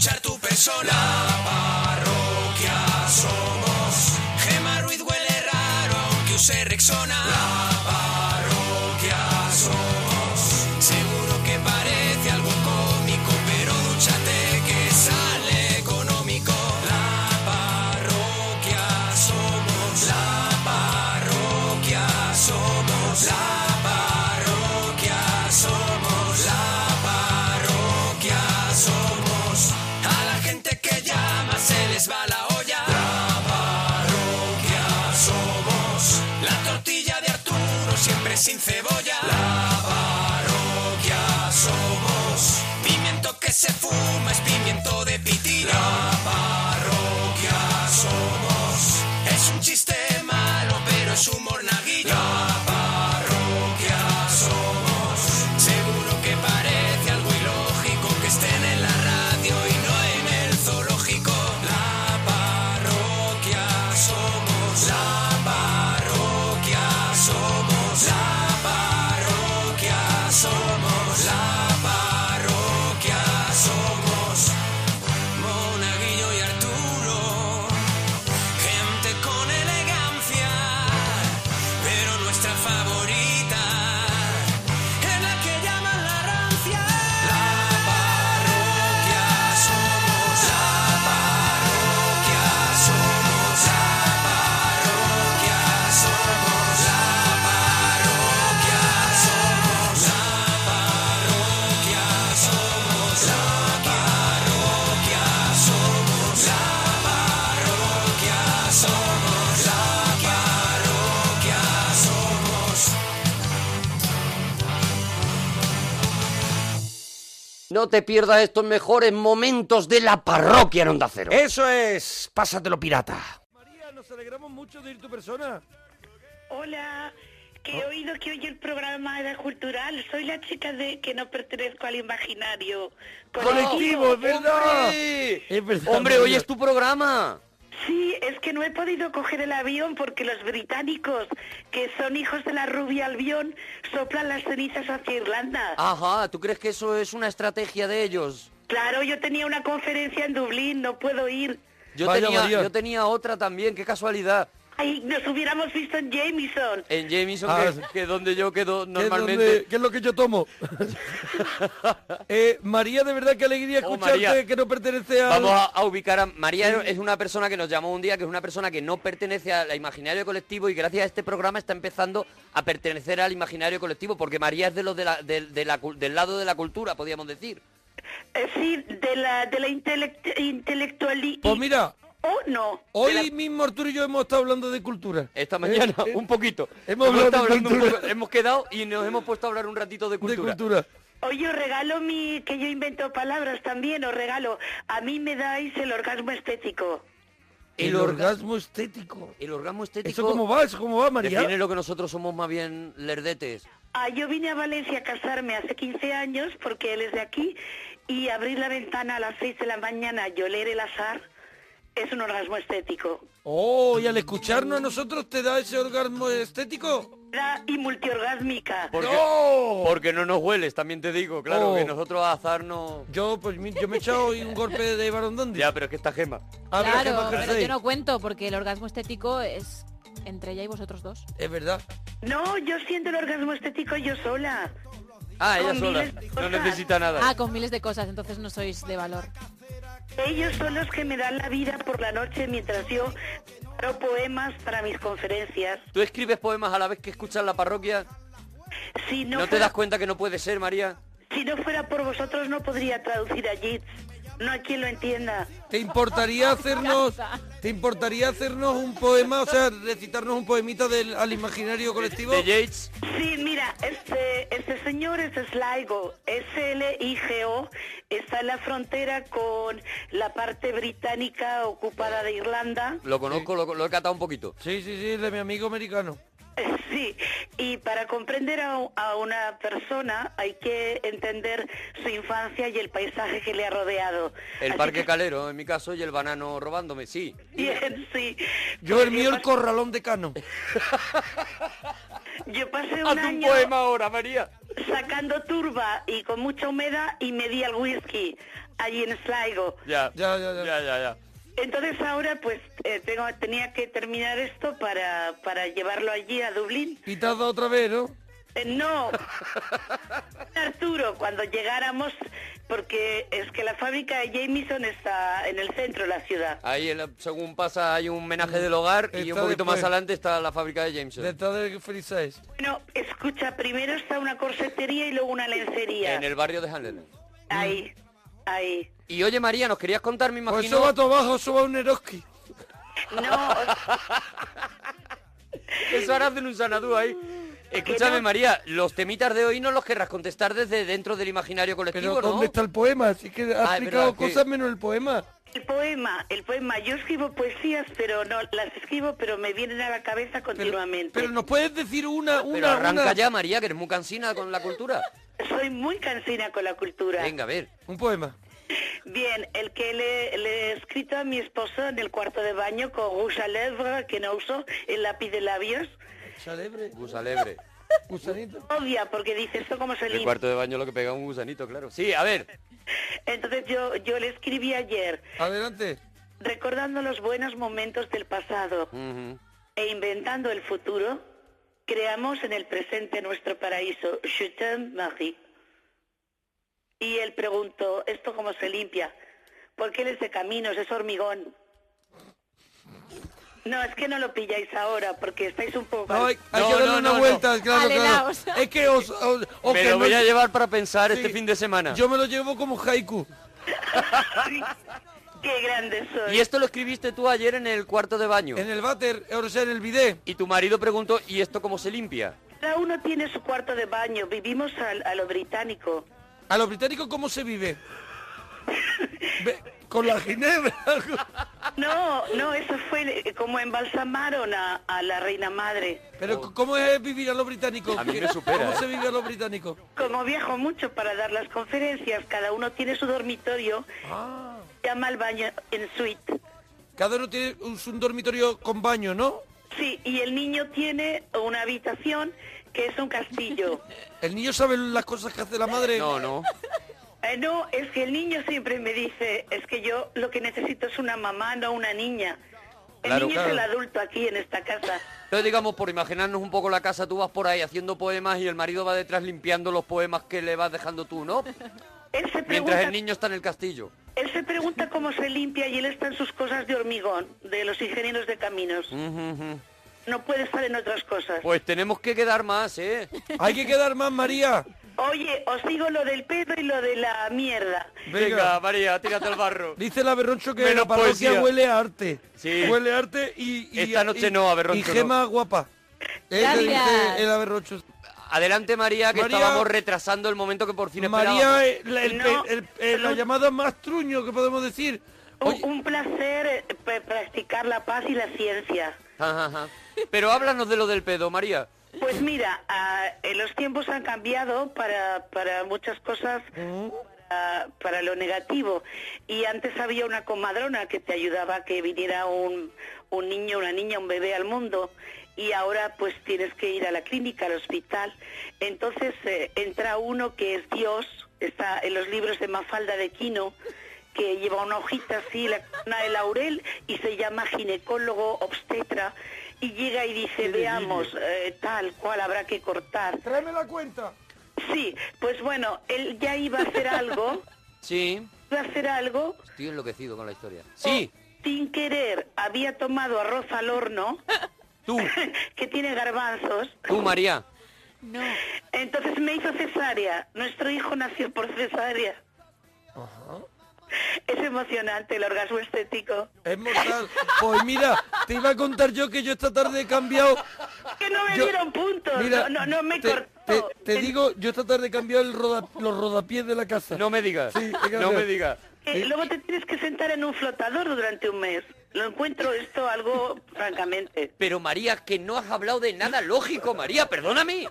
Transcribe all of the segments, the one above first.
Comienzo la parroquia, somos Gema Ruiz huele raro, aunque use Rexona. La parroquia somos, seguro que parece algo cómico, pero dúchate que sale económico. La parroquia somos, la parroquia somos, la parroquia somos, la parroquia somos. A la gente que llama se les va la olla. La parroquia somos. La tortilla de Arturo siempre sin cebolla. La parroquia somos. Pimiento que se fuma es pimiento de pitilla. La parroquia somos. Es un chiste malo, pero es un monaguillo. La parroquia somos. Seguro que parece algo ilógico que estén en la radio y no en el zoológico. La parroquia somos. La parroquia somos. La parroquia somos. La parroquia somos. Monaguillo y Arturo. Gente con elegancia. Pero nuestra favorita. En la que llaman la rancia La parroquia somos La parroquia somos La parroquia somos La parroquia somos La parroquia somos La parroquia somos La parroquia somos La parroquia somos No te pierdas estos mejores momentos de la parroquia en Onda Cero. Eso es, pásatelo pirata. Nos alegramos mucho de ir tu persona. Hola, que Oh. he oído que hoy el programa era cultural. Soy la chica de que no pertenezco al imaginario Colectivo, es verdad. Es verdad, Hombre, hoy María. es tu programa. Sí, es que no he podido coger el avión porque los británicos, que son hijos de la rubia Albión, soplan las cenizas hacia Irlanda. Ajá, ¿tú crees que eso es una estrategia de ellos? Claro, yo tenía una conferencia en Dublín, no puedo ir. Yo, Vaya, tenía, María. yo tenía otra también, qué casualidad. Ay, nos hubiéramos visto en Jameson. En Jameson, Ah, que- sí. que, donde yo quedo ¿Qué es donde- normalmente. ¿Qué es lo que yo tomo? Eh, María, de verdad, qué alegría Oh, escucharte María. que no pertenece al... Vamos a, a ubicar a María, es una persona que nos llamó un día, que es una persona que no pertenece al imaginario colectivo y gracias a este programa está empezando a pertenecer al imaginario colectivo, porque María es de los de la- del- de la cul- del lado de la cultura, podríamos decir. Eh, sí, de la, de la intelect- intelectuali- Pues mira, Oh, no. hoy mismo Arturo y yo hemos estado hablando de cultura. Esta mañana, Eh, eh, un poquito. hemos hablado estado de hablando un cultura. poco, hemos quedado y nos hemos puesto a hablar un ratito de cultura. De cultura. Hoy os regalo mi, que yo invento palabras también, os regalo. A mí me dais el orgasmo estético. El, El, orga- orgasmo estético. el orgasmo estético ¿Eso cómo va? ¿Eso cómo va, María? define lo que nosotros somos más bien lerdetes. Ah, yo vine a Valencia a casarme hace 15 años porque él es de aquí y abrir la ventana a las 6 de la mañana y oler el azar es un orgasmo estético. Oh, y al escucharnos a nosotros te da ese orgasmo estético. Da- Y multiorgásmica. Porque, ¡No! porque no nos hueles, también te digo, claro, Oh. que nosotros a azar no... Yo, pues, mi- yo me he echado hoy un golpe de varón Ah, dandy. Ya, pero es que esta gema. A ver, ¿qué Claro, más pero hacéis? yo no cuento porque el orgasmo estético es entre ella y vosotros dos. Es verdad. No, yo siento el orgasmo estético yo sola. Ah, ella Con sola. miles de No cosas. necesita nada. Ah, con miles de cosas, entonces no sois de valor. Ellos son los que me dan la vida por la noche mientras yo preparo poemas para mis conferencias. Tú escribes poemas a la vez que escuchas la parroquia. Si no, ¿No te fuera- das cuenta que no puede ser, María? Si no fuera por vosotros no podría traducir a Yeats. No hay quien lo entienda. ¿Te Ah, importaría hacernos, te importaría hacernos un poema, o sea, recitarnos un poemita del, al imaginario colectivo? De Yates. Sí, mira, este, este señor es Sligo, S-L-I-G-O, está en la frontera con la parte británica ocupada de Irlanda. Lo conozco, lo, lo he catado un poquito. Sí, sí, sí, de mi amigo americano. Sí, y para comprender a, a una persona hay que entender su infancia y el paisaje que le ha rodeado. El Así parque que- calero, en mi caso, y el banano robándome, sí. Bien, sí. Yo el mío el corralón de cano. Yo pasé Haz un un año poema ahora, María. sacando turba y con mucha humedad y me di al whisky. allí en Sligo. Ya, ya, ya, ya, ya, ya. Entonces ahora pues eh, tengo, tenía que terminar esto para, para llevarlo allí a Dublín. Y te has dado otra vez, ¿no? Eh, no, Arturo, cuando llegáramos, porque es que la fábrica de Jameson está en el centro de la ciudad. Ahí, en la- según pasa, hay un homenaje del hogar y un Está poquito más después. adelante está la fábrica de Jameson. Detrás de Frisaes. Bueno, escucha, primero está una corsetería y luego una lencería. En el barrio de Hanley. Ahí, ahí. Y oye, María, nos querías contar, me imagino... Pues suba todo abajo, suba un Eroski. No, Eso harás de un sanadú ahí. Escúchame, María, los temitas de hoy no los querrás contestar desde dentro del imaginario colectivo, Pero ¿no? ¿dónde está el poema? Así que Ah, ha es explicado verdad que- cosas menos el poema. el poema, el poema. Yo escribo poesías, pero no las escribo, pero me vienen a la cabeza continuamente. Pero nos puedes decir una, una, Pero arranca una- ya, María, que eres muy cansina con la cultura. Soy muy cansina con la cultura. Venga, a ver. Un poema. Bien, el que le, le he escrito a mi esposo en el cuarto de baño con rouge à lèvres, que no uso, el lápiz de labios, Chalebre, Gusalebre. gusanito. odia porque dice esto como se El limpia. cuarto de baño lo que pega un gusanito, claro. Sí, a ver. Entonces yo, yo le escribí ayer, Adelante. recordando los buenos momentos del Mm. pasado e inventando el futuro, creamos en el presente nuestro paraíso. Je t'aime, Marie. Y él preguntó, ¿esto cómo se limpia? Porque él es de caminos, es hormigón. No, es que no lo pilláis ahora, porque estáis un poco... No, hay, hay No, que darle no, una no, vuelta, no. claro, claro. Alenaos. Es que os, os- o me que lo no- voy a llevar para pensar este Sí. fin de semana. Yo me lo llevo como haiku. ¡Qué grande soy! Y esto lo escribiste tú ayer en el cuarto de baño. En el váter, o sea, en el bidé. Y tu marido preguntó, ¿y esto cómo se limpia? Cada uno tiene su cuarto de baño, vivimos al- a lo británico. A los británicos, ¿cómo se vive? Ve- con la ginebra. No, no, eso fue eh, como embalsamaron a, a la reina madre. Pero c- ¿cómo es vivir a los británicos? A mí me supera, ¿Cómo ¿eh? se vive a los británicos? Como viajo mucho para dar las conferencias, cada uno tiene su dormitorio, llama al baño en suite. Cada uno tiene un, un dormitorio con baño, ¿no? Sí, y el niño tiene una habitación que es un castillo. El niño sabe las cosas que hace la madre. No, no. Eh, no, es que el niño siempre me dice, es que yo lo que necesito es una mamá, no una niña. El Claro, niño claro. es el adulto aquí en esta casa. Entonces, digamos, por imaginarnos un poco la casa, tú vas por ahí haciendo poemas y el marido va detrás limpiando los poemas que le vas dejando tú, ¿no? Él se Mientras pregunta, el niño está en el castillo. él se pregunta cómo se limpia y él está en sus cosas de hormigón, de los ingenieros de caminos. No puede estar en otras cosas. Pues tenemos que quedar más, ¿eh? Hay que quedar más, María. Oye, os digo lo del pedo y lo de la mierda. Venga, María, tírate al barro. Dice la Berroncho que Menos la parroquia poesía. huele a arte. Sí. Huele a arte y, y- Esta noche y- no, Averroncho, Y gema guapa. Es Gracias. dice el Averroncho. Adelante, María, que María- estábamos retrasando el momento que por fin esperábamos. María, eh, la, el- No. el- el- Eh, la llamada más truño que podemos decir. Un, Oye, un placer eh, p- practicar la paz y la ciencia. Ajá, ajá. Pero háblanos de lo del pedo, María. Pues mira, ah, eh, los tiempos han cambiado para, para muchas cosas, para, para lo negativo. Y antes había una comadrona que te ayudaba a que viniera un, un niño, una niña, un bebé al mundo. Y ahora pues tienes que ir a la clínica, al hospital. Entonces eh, entra uno que es Dios, está en los libros de Mafalda de Quino, que lleva una hojita así, la corona de laurel, y se llama ginecólogo obstetra, y llega y dice, veamos, eh, tal cual habrá que cortar. tráeme la cuenta. Sí, pues bueno, él ya iba a hacer algo, Sí. iba a hacer algo, Estoy enloquecido con la historia. Sí, sin querer, había tomado arroz al horno, tú, que tiene garbanzos, tú, María. No. entonces me hizo cesárea, nuestro hijo nació por cesárea. Es emocionante el orgasmo estético. Es mortal. Pues mira, te iba a contar yo que yo esta tarde he cambiado. Que no me Yo- dieron puntos, Mira, no, no, no me te, te- cortó. te En- digo, yo esta tarde he cambiado el roda- los rodapiés de la casa. No me digas. Sí, venga, no María. me digas. Eh, luego te tienes que sentar en un flotador durante un mes. Lo encuentro esto algo, francamente. Pero María, que no has hablado de nada lógico, María, perdóname.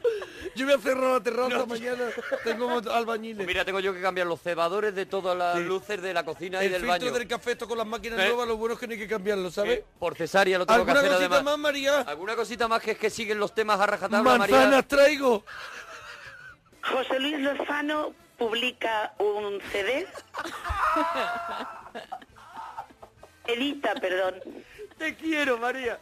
Yo voy a cerrar la terraza mañana. Tengo albañiles. Pues Mira, tengo yo que cambiar los cebadores de todas las luces de la cocina y el del filtro baño. del café, esto con las máquinas Eh. nuevas, lo bueno es que no hay que cambiarlo, ¿sabes? Eh, Por cesárea lo tengo que ¿Alguna hacer cosita además. más, María? ¿Alguna cosita más que es que siguen los temas a rajatabla, Manzanas María? traigo. José Luis Lozano publica un CD. Edita, perdón. Te quiero, María.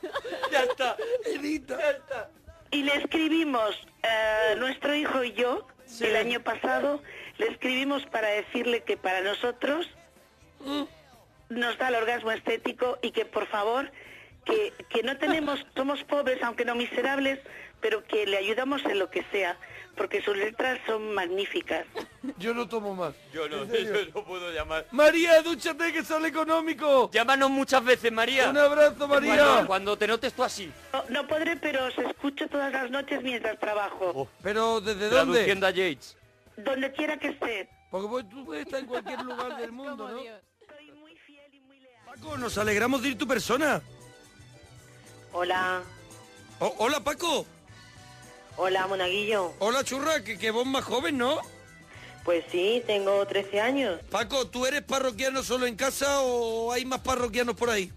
Ya está. Edita. Ya está. Y le escribimos, eh, nuestro hijo y yo, el año pasado, le escribimos para decirle que para nosotros Mm. nos da el orgasmo estético y que por favor, que, que no tenemos, somos pobres, aunque no miserables, pero que le ayudamos en lo que sea, porque sus letras son magníficas. Yo no tomo más. Yo no, ¿En serio? yo no puedo llamar. María, dúchate que sale económico. Llámanos muchas veces, María. Un abrazo, María. Cuando, cuando te notes tú así, No, no podré, pero os escucho todas las noches mientras trabajo, Oh. Pero ¿desde dónde? traduciendo a Yates. donde quiera que esté. Porque vos- tú puedes estar en cualquier lugar del mundo, ¿no? Soy muy fiel y muy leal. Paco, nos alegramos de ir tu persona. Hola, Oh, O- hola, Paco. hola monaguillo. Hola, churra, que, que vos más joven, ¿no? Pues sí, tengo 13 años. Paco, ¿tú eres parroquiano solo en casa o hay más parroquianos por ahí?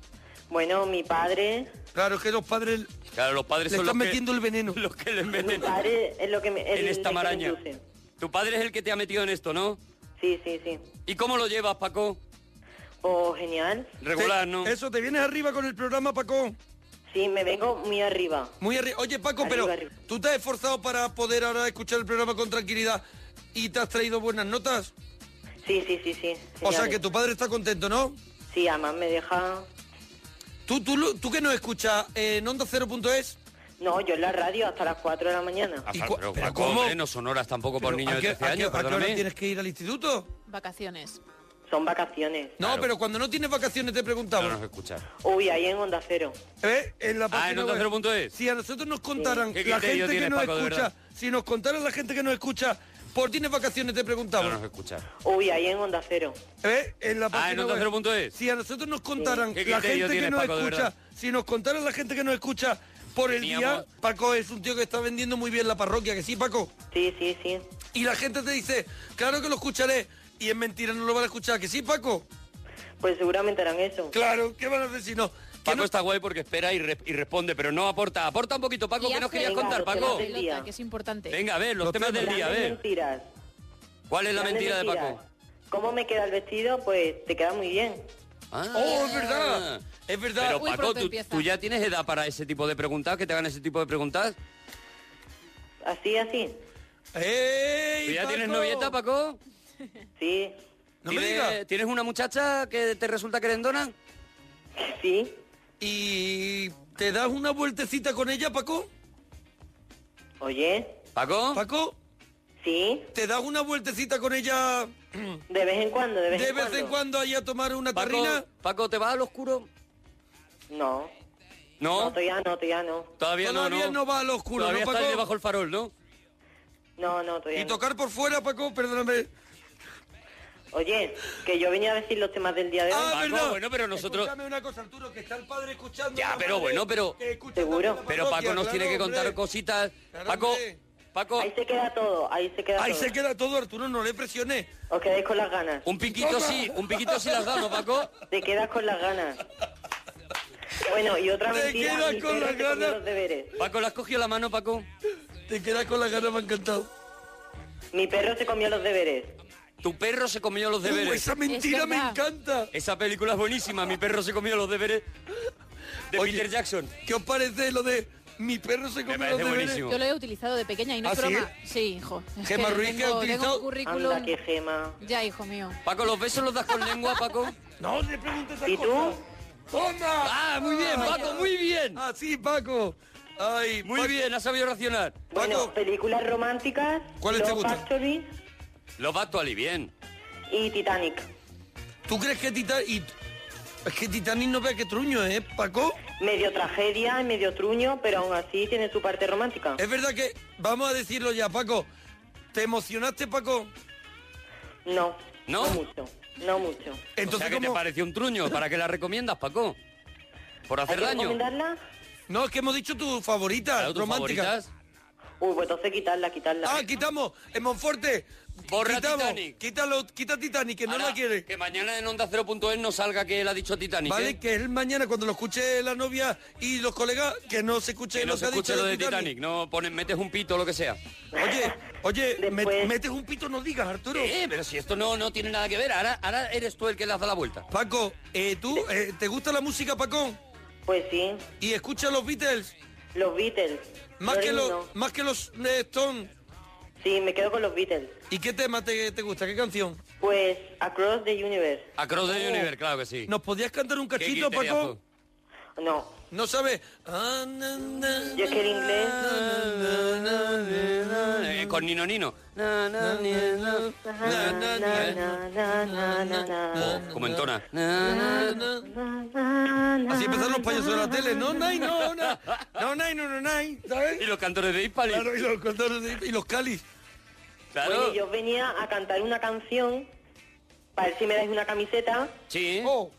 Bueno, mi padre, Claro, es que los padres Claro, los padres le son están los metiendo el veneno. que, los que les mi meten padre es lo que me... en esta el que me maraña. induce. Tu padre es el que te ha metido en esto, ¿no? Sí, sí, sí. ¿Y cómo lo llevas, Paco? Oh, genial. Regular, Te- ¿no? Eso, te vienes arriba con el programa, Paco. Sí, me vengo muy arriba. Muy arriba. Oye, Paco, Arriba, pero arriba. tú te has esforzado para poder ahora escuchar el programa con tranquilidad y te has traído buenas notas. Sí, sí, sí, sí. O sea genial. que tu padre está contento, ¿no? Sí, además me deja... Tú, tú, lo- tú que nos escuchas eh, en onda 0.es. No, yo en la radio hasta las 4 de la mañana. Ah, ¿Y Paco, cua- pero pero Paco, cómo? hombre, no son horas tampoco Pero, por niños ¿a de qué- 13 a qué- años, a qué hora perdóname. tienes que ir al instituto? Vacaciones. Son vacaciones. No, Claro. pero cuando no tienes vacaciones te No preguntamos. nos escuchas. Uy, ahí en Onda Cero. ¿Eh? En la página Ah, en Onda web. 0.es. Si a nosotros nos contaran ¿Qué la criterio gente que tienes, nos Paco, de escucha, verdad? si nos contaran la gente que nos escucha, por tienes vacaciones te No preguntamos. nos escuchas. Uy, ahí en Onda Cero. ¿Eh? En la página en Onda web. 0.es. Si a nosotros nos contaran ¿Qué la criterio gente que tienes, nos Paco, de escucha, verdad? si nos contaran la gente que nos escucha por el día, Teníamos- Paco es un tío que está vendiendo muy bien la parroquia, que sí, Paco. Sí, sí, sí. Y la gente te dice, claro que lo escucharé. Y es mentira, no lo van a escuchar, que sí, Paco. Pues seguramente harán eso. Claro, ¿qué van a decir? No, que Paco no está guay porque espera y, re- y responde, pero no aporta. Aporta un poquito, Paco, Y que nos hace querías Venga, contar, los temas Paco. del día. Que es importante. Venga, a ver, los, Los temas, del Grandes día, a ver. mentiras. ¿Cuál es la Grandes mentira de mentiras. Paco? ¿Cómo me queda el vestido? Pues te queda muy bien. Ah. Oh, es verdad. Es verdad. Pero Uy, Paco, pronto ¿tú, empieza. tú ya tienes edad para ese tipo de preguntas, que te hagan ese tipo de preguntas. Así, así. ¡Ey, ¿Tú ya Paco! tienes novieta, Paco? Sí, No me ¿Tienes- digas. ¿Tienes una muchacha que te resulta querendona? sí. ¿Y te das una vueltecita con ella, Paco? Oye, ¿Paco? Paco, sí. ¿te das una vueltecita con ella De vez en cuando, de vez, de en, vez cuando. en cuando ahí a tomar una Paco, tarrina? Paco, ¿te vas al oscuro? No, No, no, todavía no, todavía no. todavía no, Todavía no. no va al oscuro, Todavía ¿no, está Paco? ahí debajo el farol, ¿no? No, no, todavía Y no. tocar por fuera, Paco, perdóname. Oye, que yo venía a decir los temas del día de hoy. pues, Ah, Paco, verdad. bueno, pero nosotros- Escúchame una cosa, Arturo, que está el padre escuchando. Ya, la pero madre, bueno, pero- que escucha Seguro. también la Pero Paco parroquia, nos tiene claro, que contar hombre. cositas. Claro, Paco, hombre. Paco, Ahí se queda todo, ahí se queda Ahí todo. se queda todo, Arturo, no le presiones. Os quedáis con las ganas. un piquito sí, un piquito sí las damos, Paco. Te quedas con las ganas. Bueno, y otra Te mentira. quedas mi con perro las que comió ganas. Los deberes. Paco, ¿le has cogido la mano, Paco? Te quedas con las ganas, me ha encantado. Mi perro se comió los deberes. Tu perro se comió los Uh, deberes. esa mentira me verdad. encanta. Esa película es buenísima, mi perro se comió los deberes de Oye, Peter Jackson. ¿Qué os parece lo de mi perro se comió parece los deberes? buenísimo. Yo lo he utilizado de pequeña y no ¿Ah, es sí? broma. Sí, hijo. Es Gemma que Ruiz, que ha tengo, tengo utilizado- un currículum. Anda, qué gema. Ya, hijo mío. Paco, ¿los besos los das con lengua, Paco? No le preguntes esas ¿Y tú? cosas. ¡Toma! ¡Ah, muy bien, Paco, muy bien! Ah, sí, Paco. Ay, Muy Paco. bien, has sabido racionar. Bueno, Paco. películas románticas. ¿Cuáles te Love gustan? Actually Los vas tú bien. y Titanic. ¿Tú crees que Titanic... y- Es que Titanic no vea que truño, ¿eh, Paco? Medio tragedia, medio truño, pero aún así tiene su parte romántica. Es verdad que... Vamos a decirlo ya, Paco. ¿Te emocionaste, Paco? No. ¿No? mucho. No mucho. Entonces, o sea, que te ¿cómo? pareció un truño? ¿Para qué la recomiendas, Paco? ¿Por ¿Hay hacer que daño? recomendarla? No, es que hemos dicho tus favoritas, Claro, tus románticas. favoritas. Uy, pues entonces quitarla, quitarla. Ah, quitamos. En Monforte. Borra quitamos. Titanic. Quítalo, quita Titanic, que no Ahora, la quiere. Que mañana en Onda 0.es no salga que él ha dicho Titanic. ¿eh? Vale, que él mañana cuando lo escuche la novia y los colegas, que no se escuche Que no lo se que ha escuche dicho lo de del Titanic. No pones, metes un pito o lo que sea. Oye, oye, me- Después- metes un pito, no digas, Arturo. Eh, pero si esto no, no tiene nada que ver. Ahora, ahora eres tú el que le has dado la vuelta. Paco, eh, ¿tú eh, te gusta la música, Paco? Pues sí, ¿Y escucha los Beatles? los Beatles. Más que, Rolling los, Stones. más que los eh, Stones. Sí, me quedo con los Beatles. ¿Y qué tema te, te gusta? ¿Qué canción? Pues Across the Universe. Oh. Across the Universe, claro que sí. ¿Nos podías cantar un Qué cachito, Paco? criteriazo. No, No sabes. yo es que el inglés... Eh, con Nino Nino. Na, na, ni, na, Na, na, na, na, na, na. como entona. Ah, Na, na, na. Así empezaron los payasos de la tele. No, nay, no, na. No, nay, no, no, nay. ¿Sabes? Y los cantores de Hispali. Claro, y los, cantores de- y los calis. Bueno, yo venía a cantar una canción, para ver si me dais una camiseta, Sí. Oh,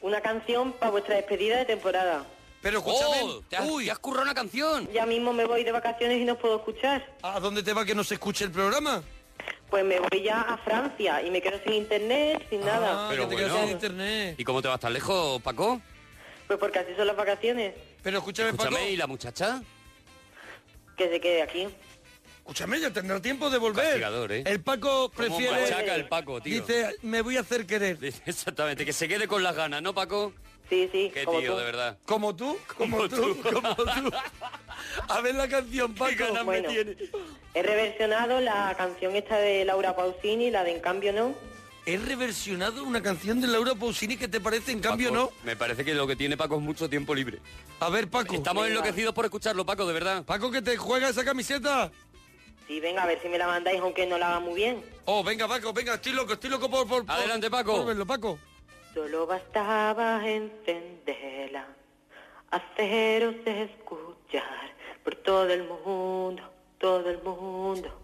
una canción para vuestra despedida de temporada. pero escúchame. Oh, te has, uy, te has currado una canción. Ya mismo me voy de vacaciones y no os puedo escuchar. ¿a dónde te va que no se escuche el programa? Pues me voy ya a Francia y me quedo sin internet, sin nada. Ah, Pero que te bueno. quedas sin internet. ¿Y cómo te vas tan lejos, Paco? Pues porque así son las vacaciones, Pero escúchame, Paco. Escúchame, ¿y la muchacha? que se quede aquí. Escúchame, ya tendrá tiempo de volver. Castigador, ¿eh? El Paco prefiere... machaca el Paco, tío. Dice, me voy a hacer querer. Dice, Exactamente, que se quede con las ganas, ¿no, Paco? Sí, sí, Qué como tío, tú. de verdad. Como tú, como tú, como tú. A ver la canción, Paco. ganas Pues Bueno, he reversionado la canción esta de Laura Pausini, la de En Cambio No. He reversionado una canción de Laura Pausini que te parece, en cambio, Paco, Me parece que lo que tiene Paco es mucho tiempo libre. no. A ver, Paco. Estamos enloquecidos por escucharlo, Paco, de verdad. Paco, que te juega esa camiseta. Sí, venga, a ver si me la mandáis, aunque no la haga muy bien. Oh, venga, Paco, venga, estoy loco, estoy loco por... por, por- Adelante, Paco. por verlo, Paco. Solo bastaba encenderla, haceros escuchar por todo el mundo, todo el mundo,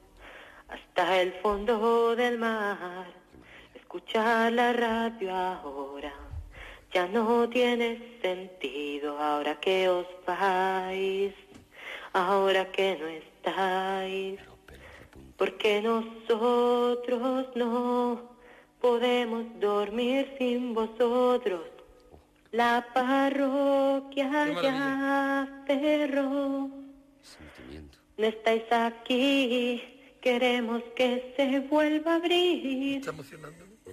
hasta el fondo del mar. Escuchar la radio ahora ya no tiene sentido, ahora que os vais, ahora que no estáis. Porque nosotros no podemos dormir sin vosotros. La Qué parroquia ya cerró. Sentimiento. No estáis aquí. Queremos que se vuelva a abrir.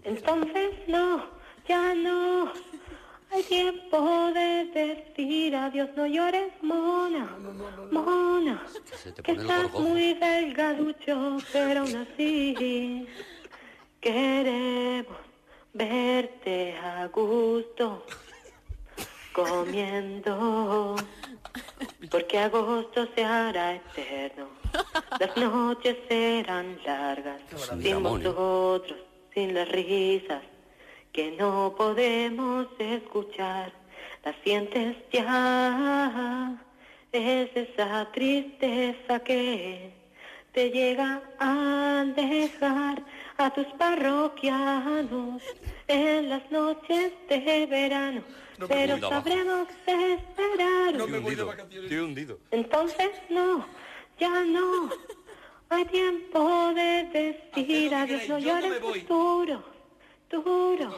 Entonces no, ya no. Hay tiempo de decir adiós, no llores, mona, mona. Se te Que pone el estás gorgojo. muy delgaducho, pero aún así queremos verte a gusto comiendo. Porque agosto se hará eterno. Las noches serán largas. Sin Ramón, ¿eh? vosotros, sin las risas que no podemos escuchar. Las sientes ya. Es esa tristeza que te llega a dejar a tus parroquianos en las noches de verano. Pero abajo. sabremos esperar. Estoy hundido. Estoy hundido. Entonces no, ya no. Hay tiempo de decir adiós, no llores es duro, duro.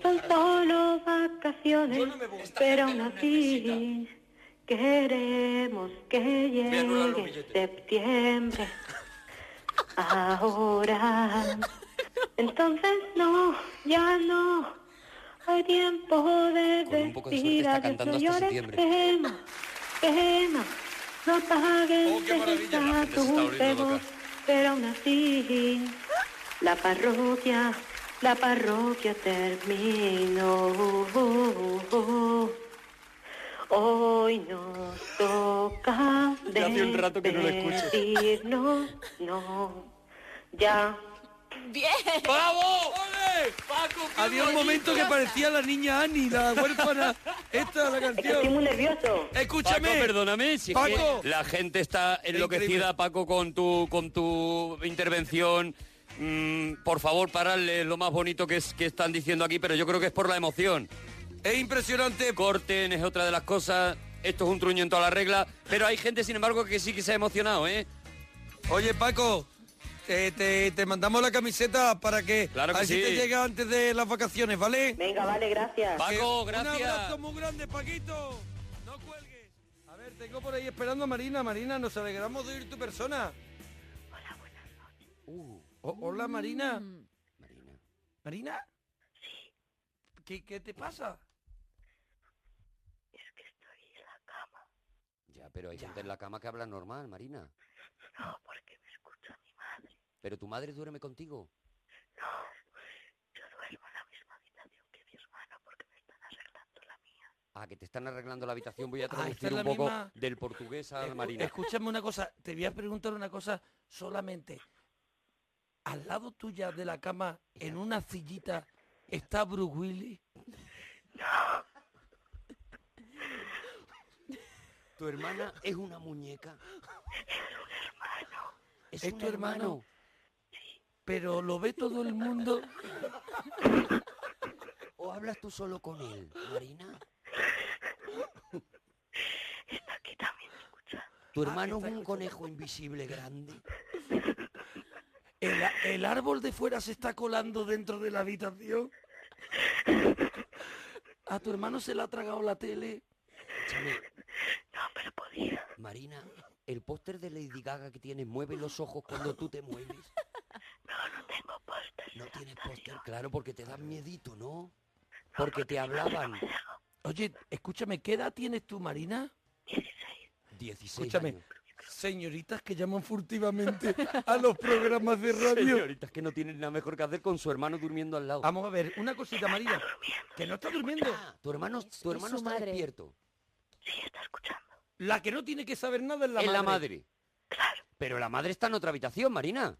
Son solo vacaciones, pero aún así queremos que llegue septiembre. Ahora. Entonces no, ya no. Hay tiempo de Con un poco de suerte decir está adiós, cantando no hasta llores, septiembre. Gema, Gema, no Oh, paguen qué maravilla, la esa gente se está volviendo dulce loca. voz, pero aún así, la parroquia, la parroquia terminó. Hoy nos toca Ya hace un rato que no la escucho. despedirnos, no, ya. Bien. ¡Bravo! ¡Paco! qué Había un bonito! momento que parecía la niña Annie, la huérfana. Esta la Es que estoy canción. muy nervioso. Escúchame. Paco, perdóname, si es que Paco. la gente está enloquecida, increíble. Paco, con tu, con tu intervención. Mm, por favor, paradle lo más bonito que, es, que están diciendo aquí, pero yo creo que es por la emoción. Es impresionante. Corten es otra de las cosas. esto es un truño en toda la regla, pero hay gente, sin embargo, que sí que se ha emocionado, ¿eh? Oye, Paco, eh, te, te mandamos la camiseta para que, Claro que a ver si sí. te llega antes de las vacaciones, ¿vale? Venga, vale, gracias. Paco, Un gracias. abrazo muy grande, Paquito. No cuelgues. A ver, tengo por ahí esperando a Marina. Marina, nos alegramos de oír tu persona. Hola, buenas noches. hola, Marina. Marina. ¿Marina? Sí. ¿Qué, qué te pasa? Es que estoy en la cama, Ya, pero hay gente en la cama que habla normal, Marina. no, porque me escucha mi madre. Pero tu madre duerme contigo. No, yo duermo en la misma habitación que mi hermano porque me están arreglando la mía. Ah, que te están arreglando la habitación. Voy Ah, a esta traducir es la un poco misma. del portugués Escu- Eh, al Marina. Escúchame una cosa. Te voy a preguntar una cosa solamente. Al lado tuya de la cama, en una sillita, está Bruce Willis. Tu hermana es una muñeca. Es ¿Es un tu hermano? hermano. Pero lo ve todo el mundo. ¿O hablas tú solo con él, Marina? Está aquí también escuchando. Tu Ah, hermano es un conejo invisible grande. El, a- el árbol de fuera se está colando dentro de la habitación. A tu hermano se le ha tragado la tele. Escúchame, No me lo podía. Marina, el póster de Lady Gaga que tienes mueve los ojos cuando tú te mueves. No, no tengo póster. No tienes póster, claro, porque te dan miedito, ¿no? Porque te hablaban Oye, escúchame, ¿qué edad tienes tú, Marina? 16 Escúchame. años. Señoritas que llaman furtivamente a los programas de radio. Señoritas que no tienen nada mejor que hacer con su hermano durmiendo al lado. Vamos a ver, una cosita, Marina. Que no está durmiendo. Ah, tu hermano, Es- tu es su hermano está madre. despierto. Sí, está escuchando. La que no tiene que saber nada es la es madre. la madre. Pero la madre está en otra habitación, Marina.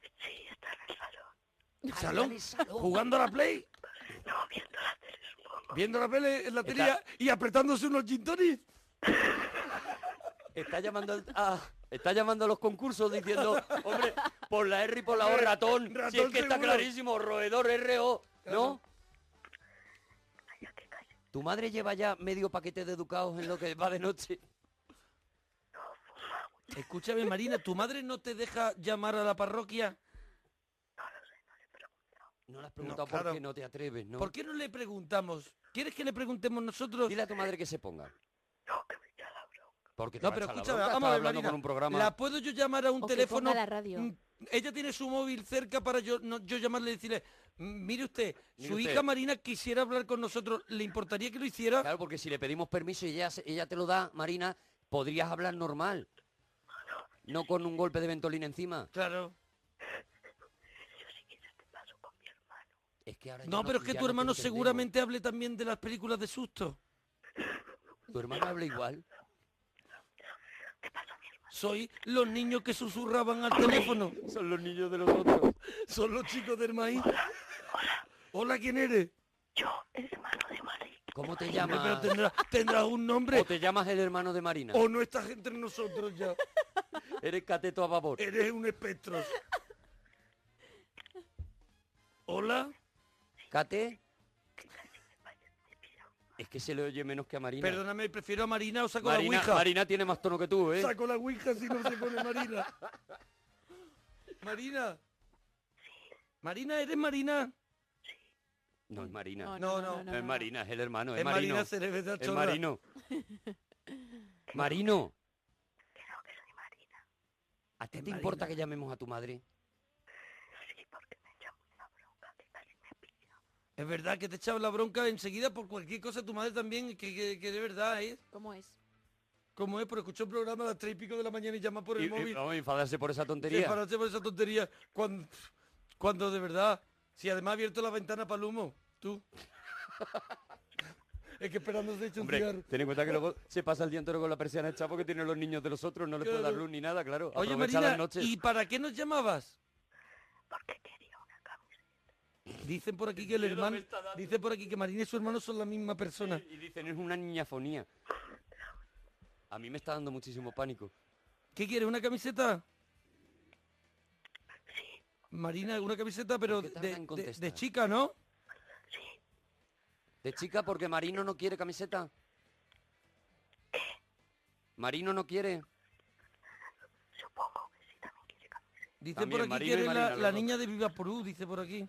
Sí, está en el salón. Salón, jugando a la play, No, viendo la tele, supongo. viendo la tele en la tele y apretándose unos gin tonics. Está llamando al- a, Ah, está llamando a los concursos diciendo, hombre, por la R y por la O, ratón. si es Eh, ratón que está seguro. clarísimo, roedor RO, ¿no? Calla, que calla. Tu madre lleva ya medio paquete de educados en lo que va de noche. Escúchame, Marina, ¿tu madre no te deja llamar a la parroquia? No le has preguntado claro. por qué no te atreves, ¿no? ¿Por qué no le preguntamos? ¿Quieres que le preguntemos nosotros? Dile a tu madre que se ponga. No, que me echa la bronca. Porque te No, va a pero echar la escúchame, bronca, vamos a estaba ver, hablando Marina, con un programa. ¿La puedo yo llamar a un O que teléfono? ponga la radio. Mm, Ella tiene su móvil cerca para yo, no, yo llamarle y decirle, "Mm, mire usted, Mire su usted. hija Marina quisiera hablar con nosotros, ¿le importaría que lo hiciera? Claro, porque si le pedimos permiso y ella, se- ella te lo da, Marina, podrías hablar normal. No con un golpe de ventolina encima. Claro. Yo sí que te paso con mi hermano. Es que ahora ya No, pero es que ya tu no te hermano entendemos. seguramente hable también de las películas de susto. Tu hermano habla igual. Soy los niños que susurraban al teléfono. Son los niños de los otros. Son los chicos del maíz. Hola, ¿quién eres? Yo, el hermano de Mari. ¿Cómo te Hombre, Pero llamas? tendrás tendrá un nombre O te llamas el hermano de Marina. o no estás entre nosotros ya. Eres cateto a vapor. Eres un espectro. Hola. ¿Cate? Es que se le oye menos que a Marina. Perdóname, prefiero a Marina o saco la Marina, Ouija. Marina tiene más tono que tú, ¿eh? Saco la Ouija si no se pone Marina. Marina. Marina, ¿eres Marina? No es Marina. No, No, no, es Marina, es el hermano. Es, Es Marino. Marina, se le ve la es chorra. Marino. Marino. Que no, que soy Marina. ¿A ti Es te Marina. importa que llamemos a tu madre? Sí, porque me echa una bronca que casi me pilla. Es verdad que te echaba la bronca enseguida por cualquier cosa tu madre también, que, que- que de verdad es. ¿Cómo es? Como es, pero escuchó un programa a las tres y pico de la mañana y llama por el Y- y- móvil. vamos a enfadarse por esa Te tontería. paraste por esa tontería. Cuando, cuando de verdad, si además ha abierto la ventana para el humo, tú. es que esperando se echa un Hombre, cigarro. ten en cuenta que luego se pasa el día entero con la persiana hecha porque tiene los niños de los otros, no les puede dar Claro. luz ni nada, claro. Oye, Aprovecha las Marina, noches. ¿y para qué nos llamabas? Porque quería una camiseta. Dicen por aquí que el miedo me hermano, está dando. dicen por aquí que Marina y su hermano son la misma persona. Y dicen, es una niñafonía. A mí me está dando muchísimo pánico. ¿Qué quieres? ¿Una camiseta? Marina, una camiseta, pero qué de, tarda en de- contestar? de chica, ¿no? ¿De chica porque Marino no quiere camiseta? Que Marino no quiere. Dice También, por aquí Marino y que eres Marina, la, los la dos. niña de Viva Porú, dice por aquí.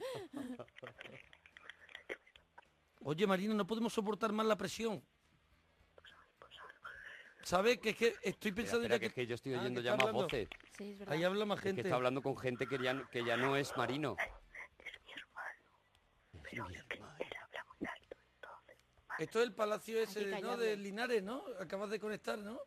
Oye, Marina, no podemos soportar más la presión. ¿Sabes? Que es que estoy Espera, pensando espera, ya que es que yo estoy Ah, oyendo que ya está más hablando. voces. Sí, es verdad. Ahí habla más Es que gente. está hablando con gente que ya, que ya no es marino. Ah, Esto es el palacio ese, que de- ¿no? callarle. De Linares, ¿no? Acabas de conectar, ¿no?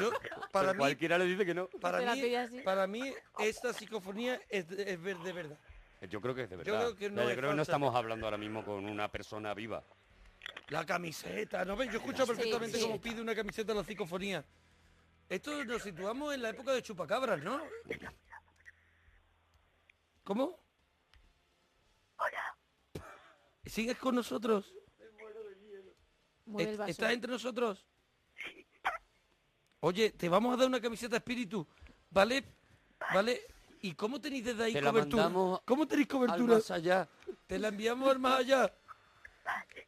Yo, para Pero mí, cualquiera le dice que no. Te la para mí, pide así. para mí, esta psicofonía es de, es ver- de verdad. Eh, Yo creo que es de verdad. Yo creo que no yo es creo que no falsa. estamos hablando ahora mismo con una persona viva. La camiseta, ¿no ves? Yo escucho perfectamente sí. cómo pide una camiseta la psicofonía. Esto nos situamos en la época de chupacabras, ¿no? ¿Cómo? Hola. ¿Sigues con nosotros? Mueve el Est- vaso. ¿Estás entre nosotros? Oye, te vamos a dar una camiseta espíritu, ¿vale? ¿Vale? ¿Y cómo tenéis desde ahí Te la cobertura? mandamos ¿Cómo tenéis Al cobertura? más allá. Te la enviamos al más allá.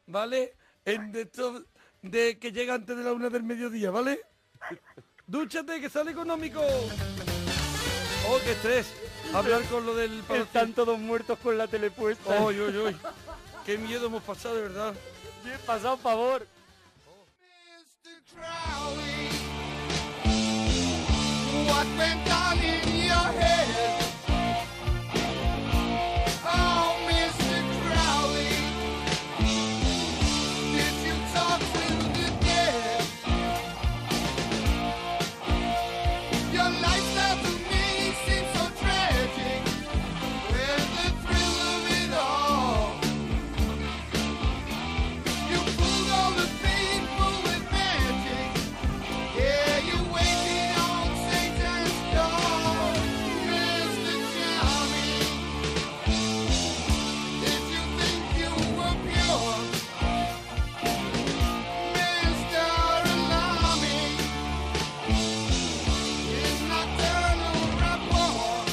¿Vale? En de esto de que llega antes de la una del mediodía, ¿vale? Dúchate, que sale económico. Oh, qué estrés. Hablar con lo del Están todos muertos con la telepuesta. Oy, oy, oy. Qué miedo hemos pasado, de verdad. pasado favor. What went on in your head? Oh, Mr. Crowley, did you talk with the dead? Your lifestyle to me seems so tragic. Where's the thrill of it all? You pulled all the painful with magic. Yeah, you waiting on Satan's door, Mr. Charming. Did you think you were pure, Mr. Alarming? His nocturnal rapport,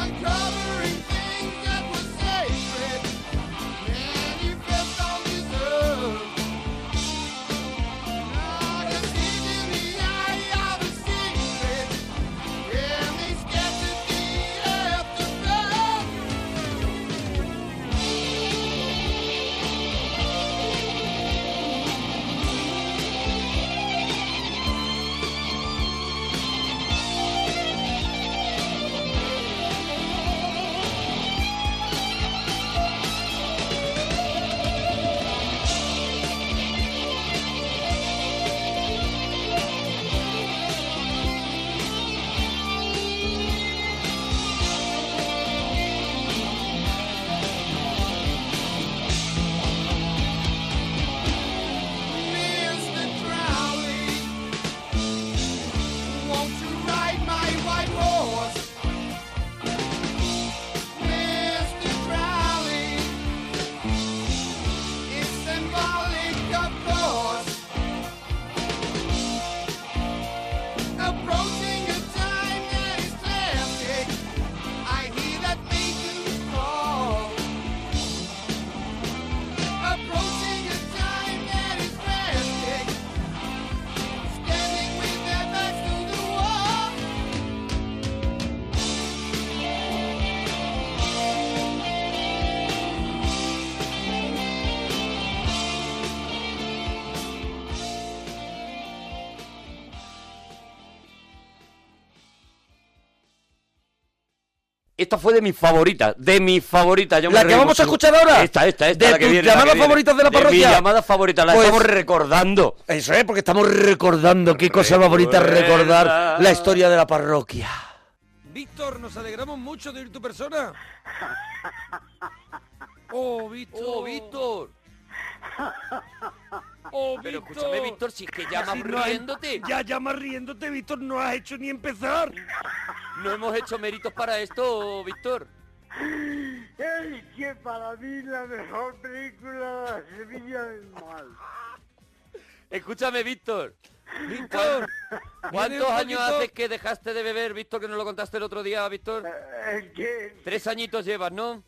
uncovering things that were sacred, manifest undeserved. Approaching a time that is classic. I hear that making call. Approaching a time that is frantic. Standing with their backs to the wall. Esta fue de mis favoritas, de mis favoritas. Yo me ¿La que reí vamos a mucho. escuchar ahora? Esta, esta, esta. ¿De la que tus viene, la que llamadas viene. favoritas de la De parroquia? mis llamadas favoritas, la Pues- estamos recordando. pues. Eso es, porque estamos recordando qué cosa favorita es recordar la historia de la parroquia. Víctor, nos alegramos mucho de ir tu persona. Oh, Víctor. ¡Oh, Víctor! Oh, Pero escúchame, Víctor, si es que llamas Si no has- riéndote. Ya llamas riéndote, Víctor, no has hecho ni empezar. No hemos hecho méritos para esto, Víctor. Es que para mí la mejor película de la Sevilla del Mal. Escúchame, Víctor. Víctor. viene ¿Cuántos un años poquito- Eh, haces que dejaste de beber, Víctor, que no lo contaste el otro día, Víctor? Eh, Es que Tres añitos llevas, ¿no?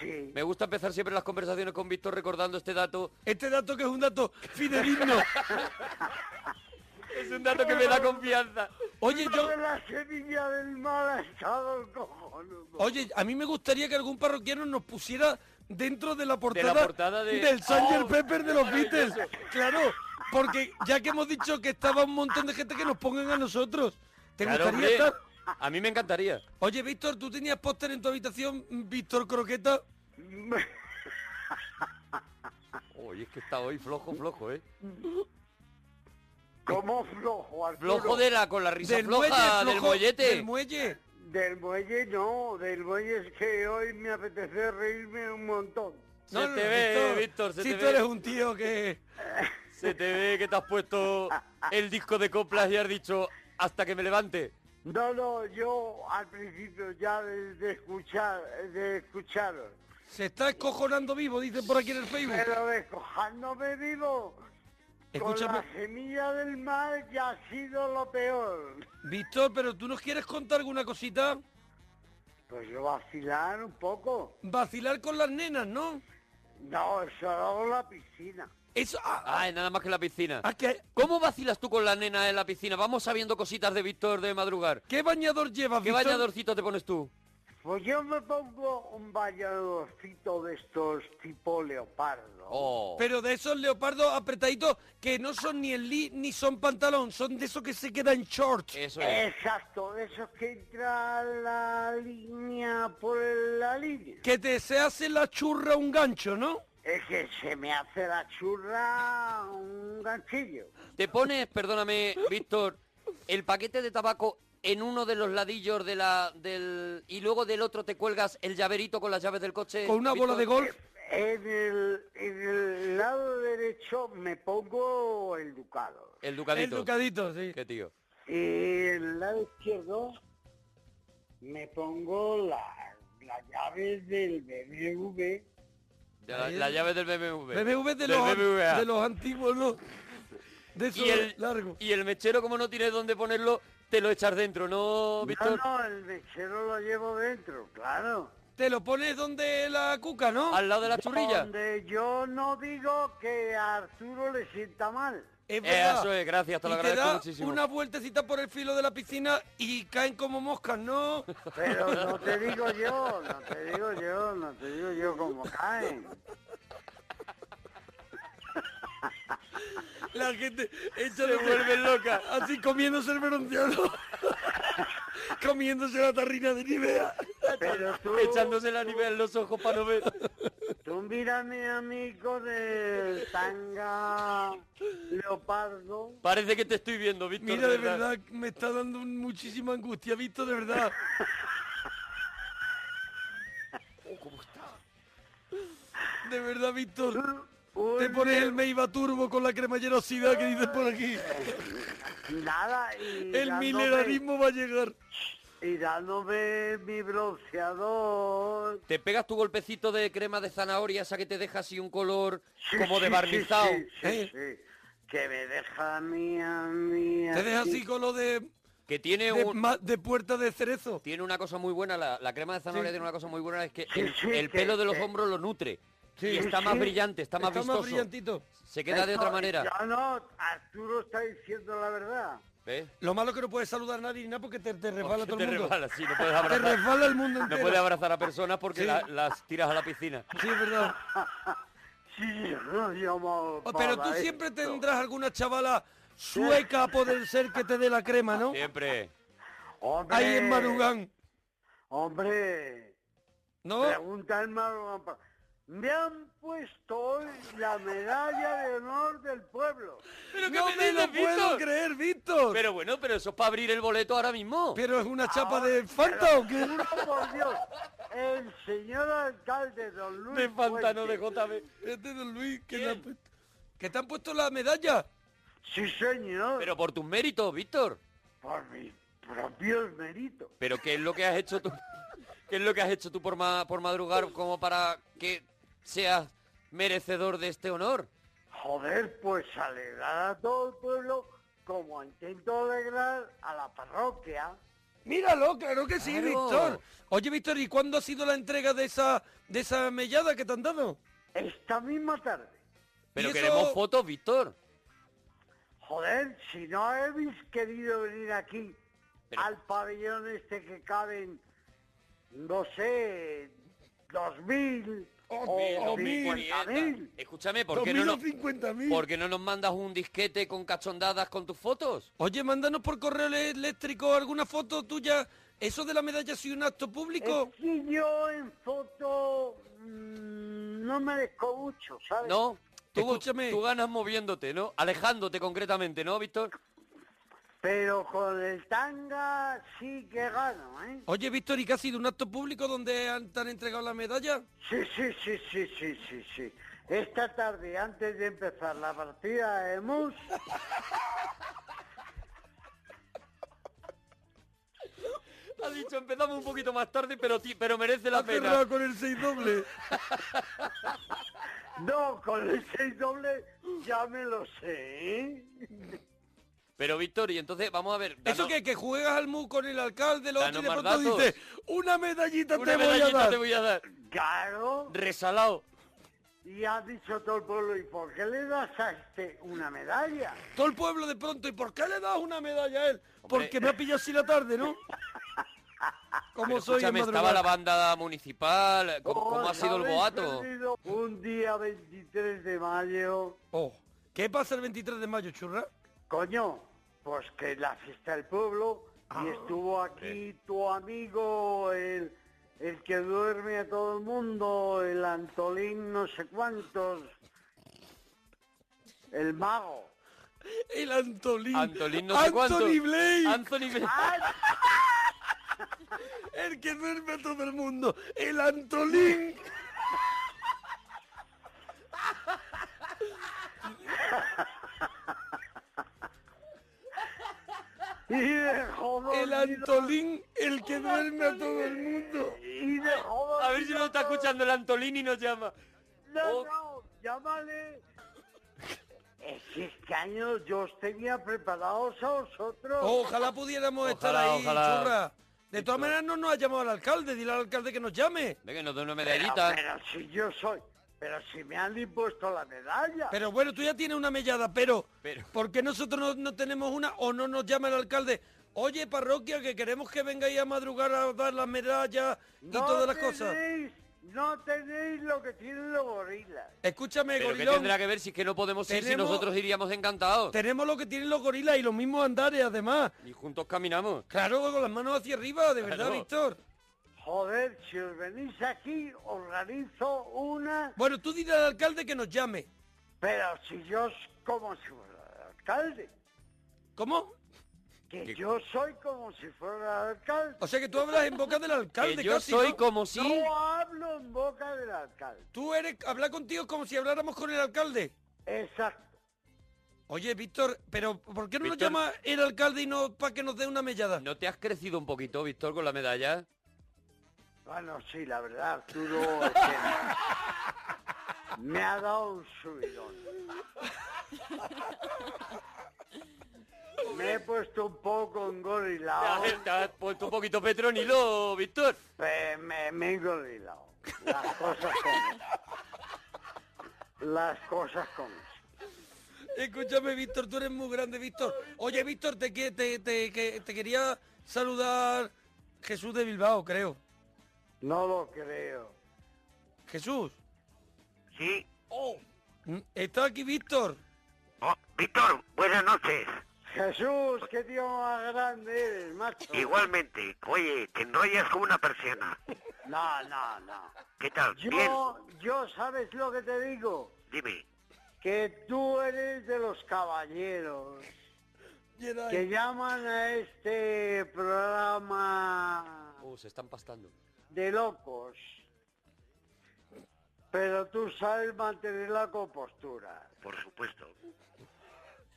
Sí. Me gusta empezar siempre las conversaciones con Víctor recordando este dato. Este dato que es un dato fidedigno. es un dato que me da confianza. Oye, yo... De la semilla del mal ha estado cojonudo. Oye, a mí me gustaría que algún parroquiano nos pusiera dentro de la portada, portada de- del Sanger ¡Oh! Pepper de los Beatles. Claro, porque ya que hemos dicho que estaba un montón de gente que nos pongan a nosotros. ¿Te Claro, gustaría hombre. estar? A mí me encantaría. Oye, Víctor, ¿tú tenías póster en tu habitación, Víctor Croqueta? Oye, es que está hoy flojo, flojo, ¿eh? Como flojo, Arturo. Flojo de la, con la risa Del floja, muelle, del flojo, bollete. Del muelle. Del muelle no, del muelle es que hoy me apetece reírme un montón. Se te ve, Víctor, se si te tú ve. eres un tío que... Se te ve que te has puesto el disco de coplas y has dicho hasta que me levante. No, no, yo al principio ya de, de escuchar, de escucharos, Se está escojonando vivo, dicen por aquí en el Facebook. pero descojándome vivo Escúchame. con la semilla del mal ya ha sido lo peor. Víctor, pero tú nos quieres contar alguna cosita? Pues yo vacilar un poco. Vacilar con las nenas, ¿no? No, eso lo hago en la piscina. Eso... ah, Ay, nada más que en la piscina. ah, ah, que- ¿Cómo vacilas tú con la nena en la piscina? Vamos sabiendo cositas de Víctor de madrugar. ¿Qué bañador llevas, ¿Qué Víctor? bañadorcito te pones tú? Pues yo me pongo un bañadorcito de estos tipo leopardo. Oh. Pero de esos leopardos apretaditos que no son ni el li ni son pantalón, son de esos que se quedan shorts. Eso es. Exacto, de esos que entra la línea por la línea. Que te se hace la churra un gancho, ¿no? Es que se me hace la churra un ganchillo. Te pones, perdóname, Víctor, el paquete de tabaco en uno de los ladillos de la del y luego del otro te cuelgas el llaverito con las llaves del coche. Con una bola Víctor? de golf. En el, en el lado derecho me pongo el ducado. El El ducadito. ducadito, sí. Qué tío. Y en el lado izquierdo me pongo la, la llave del BBV. De La, la llave del BMW. BBV de Del los, BBVA. de los antiguos, ¿no? De esos y el, largos. y el mechero, como no tienes dónde ponerlo, te lo echas dentro, ¿no, No, Oh, Víctor? no, el mechero lo llevo dentro, claro. Te lo pones donde la cuca, ¿no? Al lado de la churrilla. Donde yo no digo que a Arturo le sienta mal. Es verdad. Eh, Eso es, gracias, te lo y te agradezco da muchísimo. una vueltecita por el filo de la piscina y caen como moscas, ¿no? Pero no te digo yo, no te digo yo, no te digo yo cómo caen. La gente se vuelve loca. Así comiéndose el meronciano. comiéndose la tarrina de Nivea. Pero tú, Echándose la nieve en los ojos para no ver. tú mírame a mí con el tanga leopardo. Parece que te estoy viendo, Víctor. Mira, de verdad, me está dando un- muchísima angustia, visto de verdad. Oh, De verdad, Víctor. un- Te pones el Meiva Turbo con la cremallera oxidada que dices por aquí. Nada El y dándome- milenarismo va a llegar. Y dándome mi bronceador. Te pegas tu golpecito de crema de zanahoria, esa que te deja así un color Sí, como de sí, barnizado. sí, sí, ¿eh? sí. Que me deja mía, mía. Te dejas así con lo de, Que tiene de, un. ma- de puerta de cerezo. Tiene una cosa muy buena, la, la crema de zanahoria tiene una cosa muy buena, es que Sí, el, sí, el que- pelo de los que- hombros lo nutre. y sí, está más sí. brillante, está más vistoso. brillantito. Se queda de otra manera. No, no, Arturo está diciendo la verdad. ¿Ves? Lo malo que no puedes saludar a nadie ni nada porque te, te resbala Porque todo te el mundo. resbala, sí, no puedes Te abrazar. resbala el mundo No entero. puedes abrazar a personas porque Sí. la- las tiras a la piscina. Sí, es verdad. Sí, yo no llamo Oh, Pero tú para siempre esto. tendrás alguna chavala sueca a poder ser que te dé la crema, ¿no? Siempre. Hombre, Ahí en Marugán, Hombre, ¿no? pregunta en Marugán. pa- Me han puesto hoy la medalla de honor del pueblo. ¿Pero no me lo puedo creer, Víctor. Pero, Pero bueno, pero eso es para abrir el boleto ahora mismo. es una chapa de Fanta o qué? Juro por Dios, el señor alcalde don Luis de Pantano de Fuentes. JB. Este don Luis, que, te han puesto, que te han puesto la medalla. Sí, señor, Pero por tus méritos, Víctor. por mis propios méritos. Pero ¿qué es lo que has hecho tú? ¿Qué es lo que has hecho tú por, ma- por madrugar como para que seas merecedor de este honor? Joder, pues alegrar a todo el pueblo como intento alegrar a la parroquia. Míralo, claro que sí, Claro. Víctor. Oye, Víctor, ¿y cuándo ha sido la entrega de esa de esa mellada que te han dado? Esta misma tarde. Pero ¿Y eso- queremos fotos, Víctor. Joder, si no habéis querido venir aquí Pero- al pabellón este que caben, no sé, dos mil mil, o dos mil, cincuenta mil. Escúchame, ¿por Dos qué, mil no o nos, cincuenta mil. por qué no nos mandas un disquete con cachondadas con tus fotos? Oye, mándanos por correo ele- eléctrico alguna foto tuya. Eso de la medalla ha sido un acto público. Es que yo en foto mm, no merezco mucho, ¿sabes? No, tú, Escúchame. tú ganas moviéndote, ¿no? Alejándote concretamente, ¿no, Víctor? Pero con el tanga sí que gano, ¿eh? Oye, Víctor, ¿y qué ha sido un acto público donde han, te han entregado la medalla? Sí, sí, sí, sí, sí, sí, sí. Esta tarde, antes de empezar la partida de mus, Ha dicho, empezamos un poquito más tarde, pero, ti- pero merece la Ha pena. cerrado con el 6 doble. no, con el 6 doble ya me lo sé, ¿eh? Pero, Víctor, y entonces vamos a ver. Eso danos- que, que juegas al MU con el alcalde, lo otro, y Danos de más pronto datos. dices, una medallita Una te voy a medallita dar. te voy a dar. Claro, Resalado. y ha dicho todo el pueblo, ¿y por qué le das a este una medalla? Todo el pueblo de pronto, ¿y por qué le das una medalla a él? Porque me ha pillado así la tarde, ¿no? ¿Cómo soy Oh, en Escúchame, estaba madrugada? la banda municipal. ¿Cómo, Os cómo ha sido el habéis boato? perdido Un día 23 de mayo, Oh, ¿Qué pasa el 23 de mayo, churra? coño, pues que la fiesta del pueblo Ah. y estuvo aquí Eh. tu amigo, el, el que duerme a todo el mundo, el Antolín no sé cuántos, el mago. El Antolín. Antolín no sé cuánto. Anthony Blake, Anthony Blake. Ah. el que duerme a todo el mundo. El Antolín. Y dejó El dormido- Antolín, el que duerme a todo el mundo. y dejó A ver si dormido nos está todo- escuchando el Antolín y nos llama. No, Oh. no, llámale. Es que este año yo os tenía preparados a vosotros. Ojalá pudiéramos estar Ojalá, ahí, ojalá. churra. De todas maneras no nos ha llamado al alcalde, dile al alcalde que nos llame. Venga, nos da una pero, medallita. pero si yo soy, pero si me han impuesto la medalla. Pero bueno, tú ya tienes una mellada, pero, Pero- ¿por qué nosotros no, no tenemos una o no nos llama el alcalde? Oye, parroquia, que queremos que vengáis a madrugar a dar las medallas y no todas las tenéis, cosas. No tenéis lo que tienen los gorilas. Escúchame, Pero que gorilón, tendrá que ver si es que no podemos ir, si Tenemos- nosotros iríamos encantados. tenemos lo que tienen los gorilas y los mismos andares, además. Y juntos caminamos. Claro, con las manos hacia arriba, de verdad, Claro. Víctor. Joder, si os venís aquí, organizo una. Bueno, tú dile al alcalde que nos llame. Pero si yo, s- como si fuera alcalde. ¿Cómo? Que yo soy como si fuera alcalde. O sea que tú hablas en boca del alcalde. Que yo casi, soy ¿no? como si... No hablo en boca del alcalde. Tú eres, hablar contigo como si habláramos con el alcalde. Exacto. Oye, Víctor, pero ¿por qué no nos Víctor- llama el alcalde y no para que nos dé una mellada? ¿No te has crecido un poquito, Víctor, con la medalla? Bueno, sí, la verdad, Arturo es que me ha dado un subidón. Me he puesto un poco engorilado, Te has- Te has puesto un poquito petronilo, Víctor. pe- me, me he engorilado. Las cosas como son. Las cosas como son. Escúchame, Víctor, tú eres muy grande, Víctor. Oye, Víctor, te, que- te, te- que- te quería saludar Jesús de Bilbao, creo. No lo creo. Jesús, Sí. mm, está aquí Víctor. Oh, Víctor, buenas noches. Jesús, qué tío más grande eres, macho. Igualmente. Oye, te enrollas como una persiana. No, no, no. ¿Qué tal? Bien. Yo, yo, ¿sabes lo que te digo? Dime. Que tú eres de los caballeros que llaman a este programa Uh, se están pastando. de locos. Pero tú sabes mantener la compostura, Por supuesto.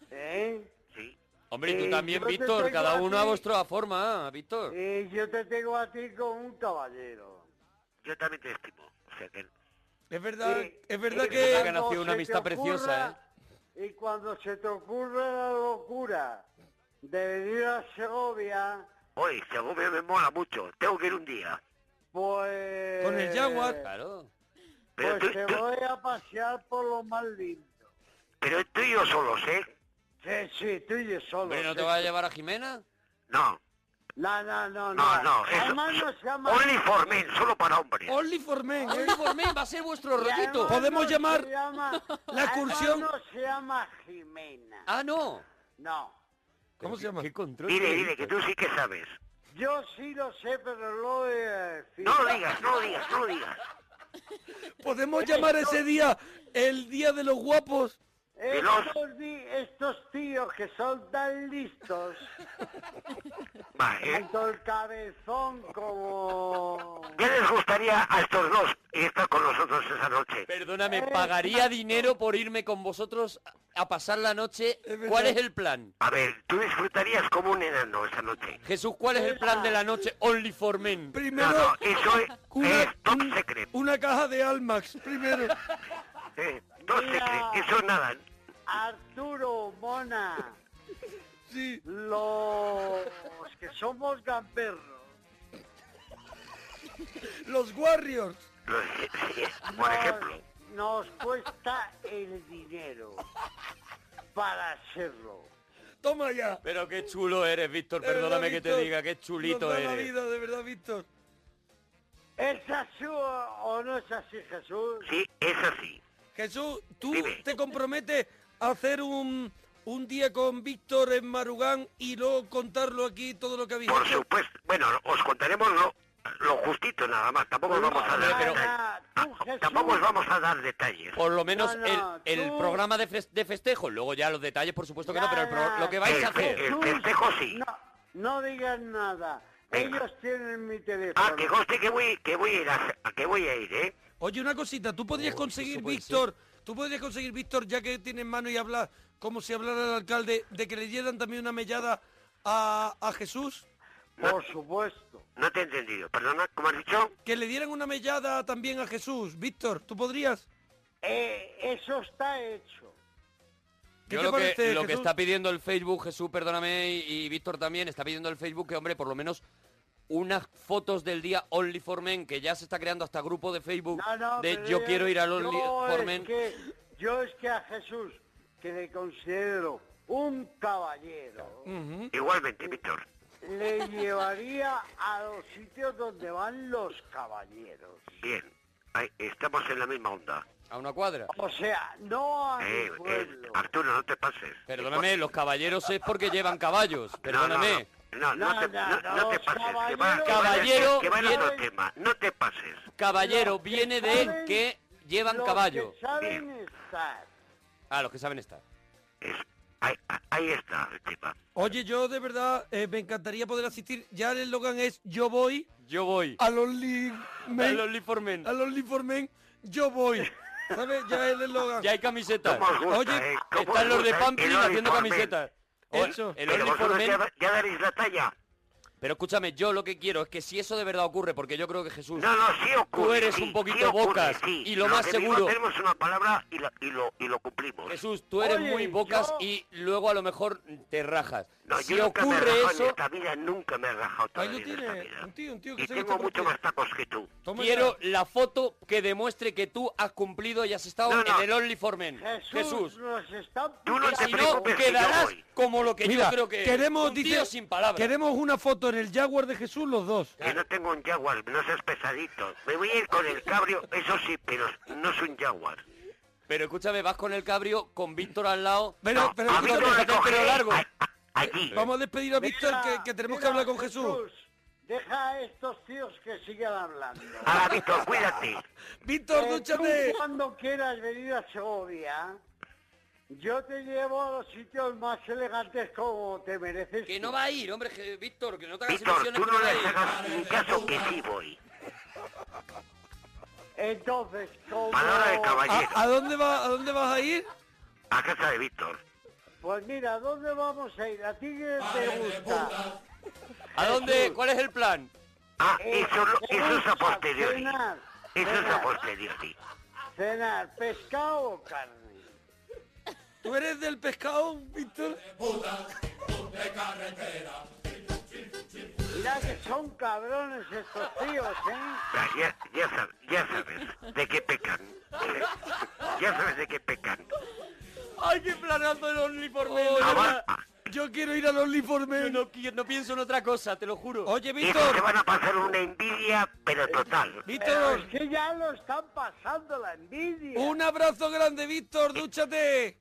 ¿eh? Sí. Hombre, y tú Eh, también, yo te Víctor. tengo Cada uno a aquí. vuestra forma, ¿eh, Víctor. Y yo te tengo a ti como un caballero. Yo también te estimo. O sea que... Es verdad, Sí. es verdad Y que... que ha nacido Eh, cuando una se amistad te preciosa, ¿eh? ocurra- Y cuando se te ocurra la locura de venir a Segovia Hoy, Segovia me mola mucho. Tengo que ir un día. Pues... Con el Jaguar. Claro. Pero, Pues tú, te tú- voy a pasear por lo más lindo. pero tú y yo solos, ¿eh? Sí, sí, tú y yo solo. Pero no te sí. vas a llevar a Jimena. No, No, no, no, no, no. no. Eso, Además no se llama... only for men, solo para hombres. Only for men, ¿eh? Only for men va a ser vuestro Y además rollito. Joder. Podemos no llamar se llama- la excursión. Además no se llama Jimena. Ah, no. No. ¿Cómo se llama? ¿Qué control? Dile, tenéis? dile, que tú sí que sabes. Yo sí lo sé, pero lo voy a decir. No lo digas, no lo digas, no lo digas. Podemos llamar ese día el día de los guapos. Estos, di- estos tíos que son tan listos, Va, ¿eh? tanto el cabezón como... ¿Qué les gustaría a estos dos ir a estar con nosotros esa noche? Perdóname, Eh, pagaría dinero por irme con vosotros a a pasar la noche. verdad. ¿Cuál es el plan? A ver, tú disfrutarías como un enano esa noche. Jesús, ¿cuál es el plan de la noche Only for Men? No, Primero, no, eso es, una, es top un- secret. una caja de Almax. Primero. eh, top Mira. secret, eso es nada. Arturo, Mona, Sí. los que somos gamberros. Los Warriors. Lo- Por ejemplo, Nos, nos cuesta el dinero para hacerlo. Toma ya. Pero qué chulo eres, Víctor, perdóname que te diga, qué chulito es. eres. de verdad, Víctor. ¿Es así o o no es así, Jesús? sí, es así. Jesús, ¿tú Dime. te comprometes a hacer un, un día con Víctor en Marugán y luego contarlo aquí todo lo que habéis Por hecho? supuesto, bueno, os contaremos lo, lo justito nada más, tampoco os vamos a Hombre, dar pero- detalles. Ah, Tú, Jesús. Tampoco os vamos a dar detalles. Por lo menos No, no, el, el tú- programa de, fes- de festejo, luego ya los detalles, por supuesto que no, pero el pro- Nada. lo que vais a Eh, hacer. eh, El Jesús, festejo sí. No, no digas nada. Venga. Ellos tienen mi teléfono. Ah, que conste que voy, que voy a ir a, a que voy a ir, ¿eh? Oye, una cosita, tú podrías Oh, conseguir, eso puede Víctor, tú podrías conseguir, Víctor, ya que tiene en mano y habla como si hablara el alcalde, de que le dieran también una mellada a, a Jesús, Por supuesto. No te he entendido. Perdona, ¿cómo has dicho? que le dieran una mellada también a Jesús. Víctor, ¿tú podrías? Eh, eso está hecho. ¿Qué Yo te lo que, parece, lo que Jesús? está pidiendo el Facebook, Jesús, perdóname, y, y Víctor también, está pidiendo el Facebook que, hombre, por lo menos unas fotos del día Only for Men, que ya se está creando hasta grupo de Facebook No, no, de pero yo ya- quiero ir al Only yo for es Men. que- yo es que a Jesús, que le considero un caballero, Igualmente, Víctor. le llevaría a los sitios donde van los caballeros. Bien. Ahí, estamos en la misma onda. A una cuadra. O sea, no a mi Eh, eh, pueblo. Arturo, no te pases. Perdóname, los caballeros es porque llevan caballos. No, no, Perdóname. No, no, no te, Nada, no- no te los pases. Que va, caballeros- Caballero que va en viene- otro tema. No te pases. Caballero Los que viene de saben- que llevan Los caballo. que saben estar. Ah, los que saben estar. Es- ahí, ahí está el tema. Oye, yo de verdad eh, me encantaría poder asistir. Ya el eslogan es yo voy Yo voy. al Only Al Men, Only for Men. al Only for Men, yo voy. ¿Sabes? Ya el eslogan. Ya hay camisetas. ¿Cómo os gusta, Oye, eh? ¿Cómo Están os los de gusta el Pampling Only haciendo for Men? camisetas. El, Eso. el Pero Only for vosotros Men. ya, ya daréis la talla. Pero escúchame, yo lo que quiero es que si eso de verdad ocurre, porque yo creo que Jesús... No, no, sí ocurre. Tú eres sí, un poquito sí ocurre, bocas, sí. y lo Los más de Bilbao seguro- Tenemos una palabra y, la- y lo, y lo cumplimos. Jesús, tú eres Oye, muy bocas yo- y luego a lo mejor te rajas. No, si yo nunca me he ocurre rajado en eso, esta vida, nunca me he rajado Ahí todavía lo en esta tiene, vida. un tío, un tío que y se viste tengo por ti. mucho más tacos que tú. Toma ya. quiero la foto que demuestre que tú has cumplido y has estado No, no. en el Only for Men. Jesús, Jesús. nos están Tú no que te si no, preocupes, que yo quedarás voy. como lo que Mira, yo creo que eres. queremos, un tío dice- sin palabras. queremos una foto en el Jaguar de Jesús los dos. Que no tengo un jaguar, no seas pesadito. Me voy a ir con el cabrio, eso sí, pero no es un jaguar. Pero escúchame, vas con el cabrio, con Víctor al lado. Pero, No, pero a mí Víctor, no me déjate el pelo cogeré largo. a- a- allí. vamos a despedir a Víctor Mira, que, que tenemos que mira, hablar con Jesús. Deja a estos tíos que sigan hablando. Ahora, Víctor, cuídate. Víctor, Eh, tú dúchate. cuando quieras venir a Segovia, yo te llevo a los sitios más elegantes como te mereces. Que no va a ir, hombre, que- Víctor, que no te hagas Víctor, ilusiones tú que no va a le ir. hagas ni caso que sí voy. Entonces, como... Palabra de caballero, ¿A, a dónde va, a dónde vas a ir? a casa de Víctor. Pues mira, ¿dónde vamos a ir? ¿A ti qué te gusta? ¿A dónde? ¿Cuál es el plan? Ah, Eh, eso, no- ¿te eso es a gusta posteriori. Cenar, Eso es a cenar, posteriori. cenar, pescado o carne. ¿Tú eres del pescado, Víctor? Mirá que son cabrones estos tíos, ¿eh? Ah, Ya, ya sab- ya sabes de qué pecan. ya sabes de qué pecan. ¡Ay, qué planazo el Only for Men! Oh, de verdad. Avanza. Yo quiero ir al Only for Yo Men. no, qui- no pienso en otra cosa, te lo juro. Oye, Y eso te Víctor, van a pasar una envidia, pero total. Pero es Víctor, que ya lo están pasando la envidia. un abrazo grande, Víctor, dúchate.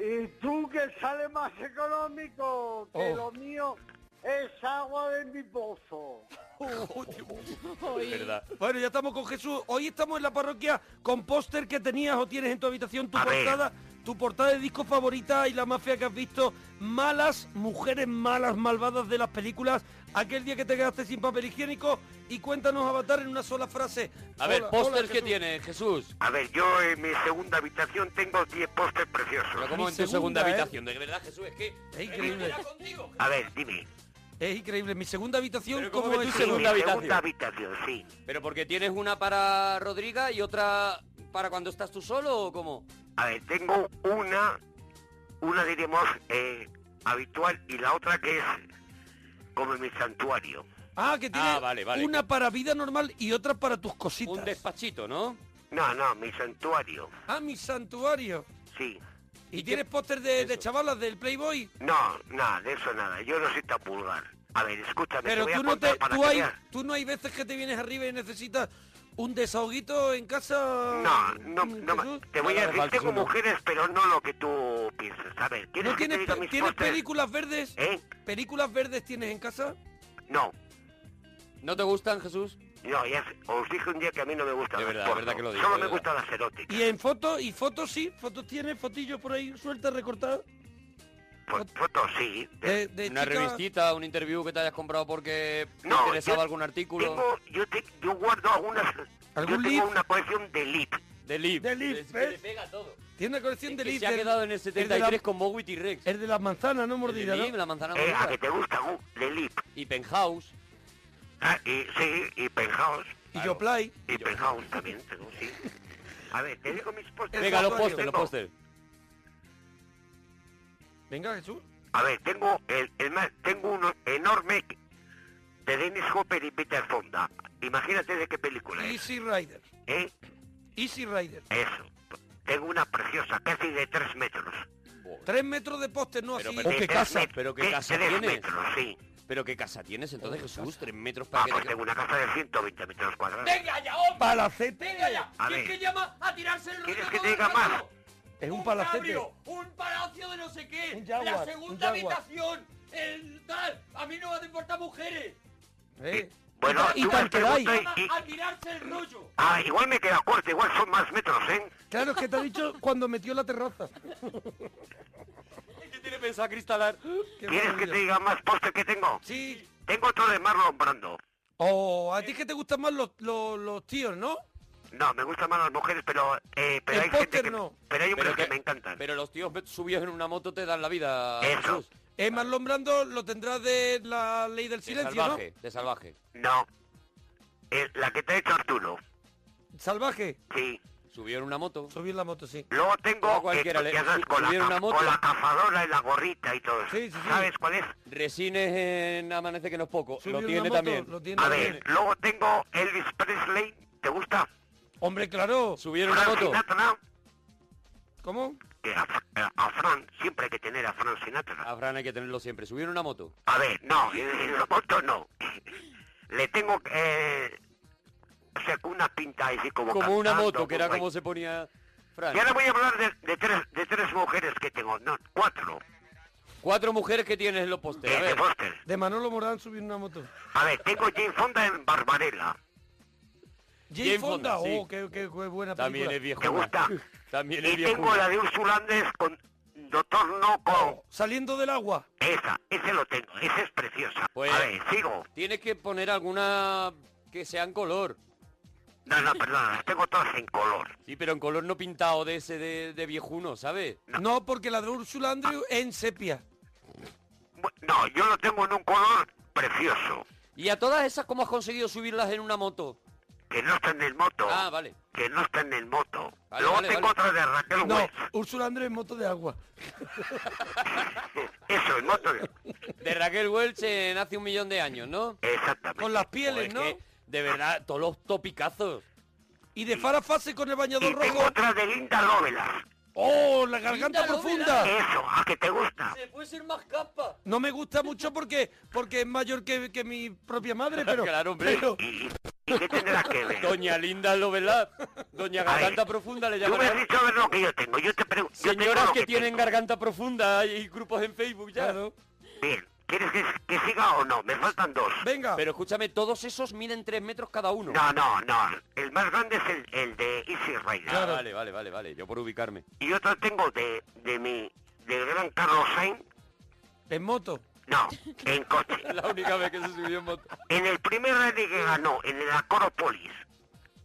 Y tú que sale más económico, que Oh. lo mío es agua de mi pozo. Es verdad. Bueno, ya estamos con Jesús. Hoy estamos en la parroquia con póster que tenías o tienes en tu habitación, tu A ver. portada, tu portada de disco favorita y la más fea que has visto. Malas, mujeres malas, malvadas de las películas. Aquel día que te quedaste sin papel higiénico y cuéntanos Avatar en una sola frase. A ver, Hola, pósters hola, que Jesús. tiene, Jesús. A ver, yo en mi segunda habitación tengo 10 postes Pero preciosos. como Mi en tu segunda segunda, ¿eh? habitación, de verdad, Jesús, es que... Es increíble. A ver, dime. Es increíble. Mi segunda habitación, Pero ¿cómo como que es tu Sí, Jesús? segunda mi habitación. segunda habitación, sí. Pero porque tienes una para Rodriga y otra para cuando estás tú solo o cómo? A ver, tengo una, una diremos eh, habitual y la otra que es como mi santuario. Ah, que tiene Ah, vale, vale. una para vida normal y otra para tus cositas. Un despachito, ¿no? No, no, mi santuario, Ah, mi santuario. sí. ¿Y, ¿Y tienes qué- póster de, de eso? chavalas del Playboy? No, nada, de eso nada. Yo no soy tan vulgar. A ver, escúchame, Pero te voy tú a no, contar te, para tú, que hay, veas. tú no hay veces que te vienes arriba y necesitas un desahoguito en casa. mm, No, no, no, Jesús? te voy No le a hace decir, falta tengo uno. mujeres, pero no lo que tú piensas. A ver, ¿quieres ¿No que te tienes, diga pe- mis ¿tienes postres? películas verdes? ¿Eh? ¿Películas verdes tienes en casa? No, ¿No te gustan, Jesús? no, ya sé, os dije un día que a mí no me gusta De las verdad, de verdad porno. que lo dijo, Solo de me verdad. gustan las eróticas. ¿Y en fotos? ¿Y fotos sí? ¿Fotos tienes? ¿Fotillos por ahí sueltas, recortadas? Fo- Fotos sí. De, de Una chicas? revistita, un interview que te hayas comprado porque te No, interesaba yo algún artículo Tengo, yo, te- yo guardo algunas... ¿Algún yo tengo leaf? una colección de lip. de Lip. De Lip, Es que ¿ves? le pega todo. Tiene una colección Es de que leads. se ha del- quedado en el el de la- 73 con Mowi y Rex. El de las manzanas, no mordida, ¿no? la manzana Eh, a mordida. que te gusta, uh, de lip. Y Penthouse. Ah, y, sí, y penthouse. Y yo play. Y penthouse también tengo, sí. A ver, te digo mis postres. Venga, los santuario. pósters, los Tengo- pósters. Venga, Jesús. A ver, tengo el, el más, tengo uno enorme de Dennis Hopper y Peter Fonda. Imagínate de qué película es, Easy Rider. ¿eh? Easy Rider. Eso. Tengo una preciosa, casi de tres metros. Tres metros de póster, no Pero, así. pero- O De qué tres casa, met- pero qué de casa tres tienes. metros, sí. Pero qué casa tienes entonces, Jesús, tres metros para Ah, que pues te- tengo una casa de 120 metros cuadrados. ¡Venga ya, hombre! Palacete. ¡Venga ya! A ¿Quién ver. que llama a tirarse el ¿Quieres rollo que todo te el diga rato? más? Es un palacete. cabrio, un palacio de no sé qué. Un jaguar, la segunda un jaguar. habitación. El tal. A mí no me importan mujeres. Eh. Bueno, Y- y Ah, tú me has tanto da, y- preguntado y- Llama a tirarse el rollo. Ah, igual me queda corto, igual son más metros, ¿eh? Claro, es que te ha dicho cuando metió la terraza. Es que tiene pensado cristalar. Qué ¿Quieres que maravilla. te diga más postes que tengo? Sí. Tengo otro de Marlon Brando. O a ti es que te gustan más los, los, los tíos, ¿no? No, me gustan más las mujeres, pero, eh, pero El hay gente póster que... no. Pero hay hombres que, que- me encantan. Pero los tíos subidos en una moto te dan la vida. Eso. Jesús. Eh, Marlon Brando lo tendrás de la ley del De silencio, salvaje, de salvaje. No. Eh, la que te ha hecho Arturo. ¿no? Salvaje. Sí. Subió en una moto. Subir la moto, sí. Luego O a tengo cualquiera, eh, le- ya sabes, su- con, la, subieron ca- una moto. con la cazadora y la gorrita y todo eso. Sí, sí, sí. ¿Sabes cuál es? Resines en Amanece que no es poco. Subir lo una tiene moto, también. Lo tiene A también. ver, luego tengo Elvis Presley. ¿Te gusta? Hombre, claro. Subieron una moto. Sinatra. ¿Cómo? Que a, Fra- eh, a Fran, siempre hay que tener a Fran Sinatra. A Fran hay que tenerlo siempre. Subieron una moto. A ver, no, eh, en, en la moto no. Le tengo eh, o sea, una pinta así como Como una cantando, moto, que era guay. como se ponía Fran. Y ahora voy a hablar de, de tres, de tres mujeres que tengo, no, cuatro, Cuatro mujeres que tienes en los postes. eh, A de ver. póster. De Manolo Morán subir una moto. A ver, tengo Jane Fonda en Barbarella. Jane, Jane Fonda. Fonda, sí. Oh, qué, qué- qué buena película. También es viejo. ¿Te gusta? También es Y tengo viejo. la de Ursula Andress con Doctor No Oh, con... Saliendo del agua. Esa, ese lo tengo, esa es preciosa. Pues- A ver, sigo. Tienes que poner alguna que sea en color. No, no, perdona, las tengo todas en color. Sí, pero en color no pintado de ese de, de viejuno, ¿sabes? No. porque la de Ursula Andrew es en sepia. Ah. Bu- No, yo lo tengo en un color precioso. ¿Y a todas esas cómo has conseguido subirlas en una moto? que no está en el moto. Ah, vale. Que no está en el moto. Vale, Luego vale, tengo vale. otra de Raquel No, Welch. Úrsula Andrés, moto de agua. Eso, el moto. de- De Raquel Welch en hace un millón de años, ¿no? Exactamente. Con las Joder, pieles, Pues es ¿no? que, de verdad, todos los topicazos. Y de Farah Fase con el bañador Y tengo rojo. otra de Linda Lovelace. ¡Oh, la garganta Linda profunda! Eso, a que te gusta. Se puede ser más capa. No me gusta mucho porque porque es mayor que, que mi propia madre, pero... Claro, hombre. pero- ¿Y, y qué tendrás que ver? Doña Linda Lovelaz. Doña Garganta Ay. Profunda le Tú me has llaman. dicho ver lo que yo tengo. Yo te pregunto. Señoras que tienen garganta profunda y grupos en Facebook ya. Claro. Bien. ¿Quieres que, que siga o no? Me faltan dos. Venga, Pero escúchame, todos esos miden 3 metros cada uno. No, no, no. El más grande es el, el de Easy Rider. Ah, vale, vale, vale, vale. Yo por ubicarme. Y otro tengo de, de mi... Del gran Carlos Sainz. en moto. No, en coche. Es la única vez que se subió en moto. En el primer rally que ganó, en el Acropolis,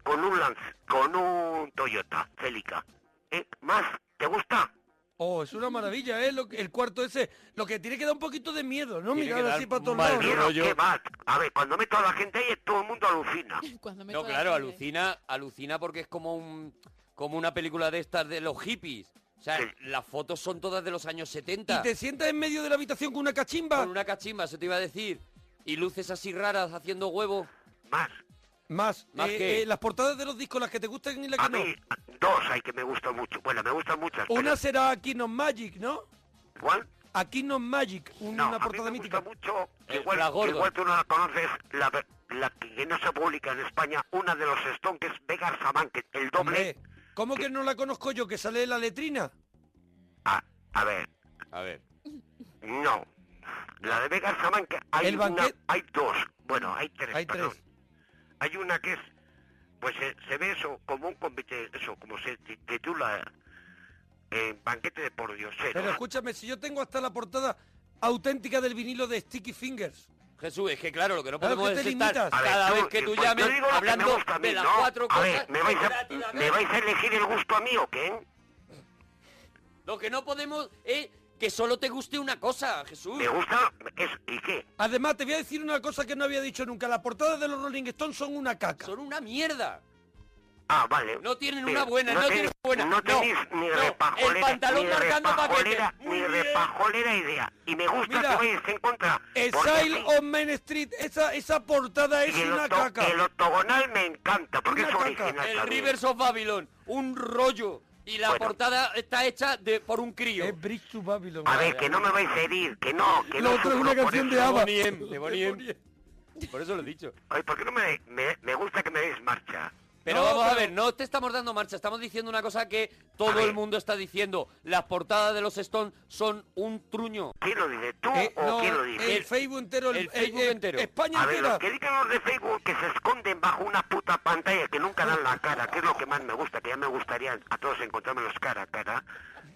con un Lance, con un Toyota Celica. ¿Eh? ¿Más? ¿Te gusta? Oh, es una maravilla, ¿eh? Lo que- el cuarto ese. Lo que tiene que dar un poquito de miedo, ¿no? Tiene que Mirar dar así para todos mal lados. miedo. Mira, rollo. qué va. A ver, cuando meto a la gente ahí, todo el mundo alucina. Cuando me No, toca la claro, sangre. alucina, alucina porque es como un como una película de estas de los hippies. O sea, Sí. las fotos son todas de los años 70. Y te sientas en medio de la habitación con una cachimba. Con una cachimba, eso te iba a decir. Y luces así raras haciendo huevos. Más. Más, ¿Más eh, qué? eh, las portadas de los discos, las que te gustan y las A que no. mí, dos hay que me gustan mucho. Bueno, me gustan muchas. Una será A Kingdom Magic, ¿no? pero- ¿Cuál? A Kingdom Magic, un- No, una a mí portada me gusta mítica. mucho, Eh, igual, la Gordon. igual tú no la conoces, la, ver- la que no se publica en España, una de los Stones, que es Vegas Saman, que el doble... Hombre, ¿cómo que no la conozco yo? Que sale la letrina. A, a ver, A ver. No. La de Vegas Samanca hay El una, banquet- hay dos. Bueno, hay tres. Hay perdón. tres. Hay una que es, pues se, se ve eso como un convite, eso como se ti- titula eh, banquete de por Pero escúchame, si yo tengo hasta la portada auténtica del vinilo de Sticky Fingers. Jesús, es que claro, lo que no Claro, podemos que te es estar limitas. A ver, cada yo- vez que tú pues yo llames digo lo que me hablando gusta a mí, de las ¿no? cuatro A cosas. ver, ¿me vais a, gratis, ¿me vais a elegir el gusto a mí o qué? Lo que no podemos es que solo te guste una cosa, Jesús. Me gusta, es, ¿y qué? Además, te voy a decir una cosa que no había dicho nunca. Las portadas de los Rolling Stones son una caca. Son una mierda. Ah, vale. No tienen Mira, una buena, no, tienen tenéis- una buena. No tenéis ni no, repajolera, El pantalón ni marcando paquetes. repajolera, Muy ni bien. repajolera idea. Y me gusta Mira, que vais en contra. porque Exile sí. on Main Street, esa, esa portada es Y el, una octo- caca. el octogonal me encanta, porque Una es caca. original. El también. Rivers of Babylon, un rollo. Y la Bueno. portada está hecha de, por un crío. Es Bridge to Babylon. A ver, que no me vais a herir, que no, que Lo no. otro es sufro una por canción eso. de ABBA. Bonnie M, de Bonnie De M. Por eso lo he dicho. Ay, ¿por qué no me, me, me gusta que me deis marcha? Pero No, vamos a pero- ver, no te estamos dando marcha, estamos diciendo una cosa que A todo ver. el mundo está diciendo. Las portadas de los Stones son un truño. ¿Quién lo dice? ¿Tú Eh, o no, quién lo dice? el Facebook entero, el, El Facebook eh, eh, entero. España A ver, entera. los que digan los de Facebook que se esconden bajo una puta pantalla que nunca dan la cara, que es lo que más me gusta, que ya me gustaría a todos encontrármelos cara a cara.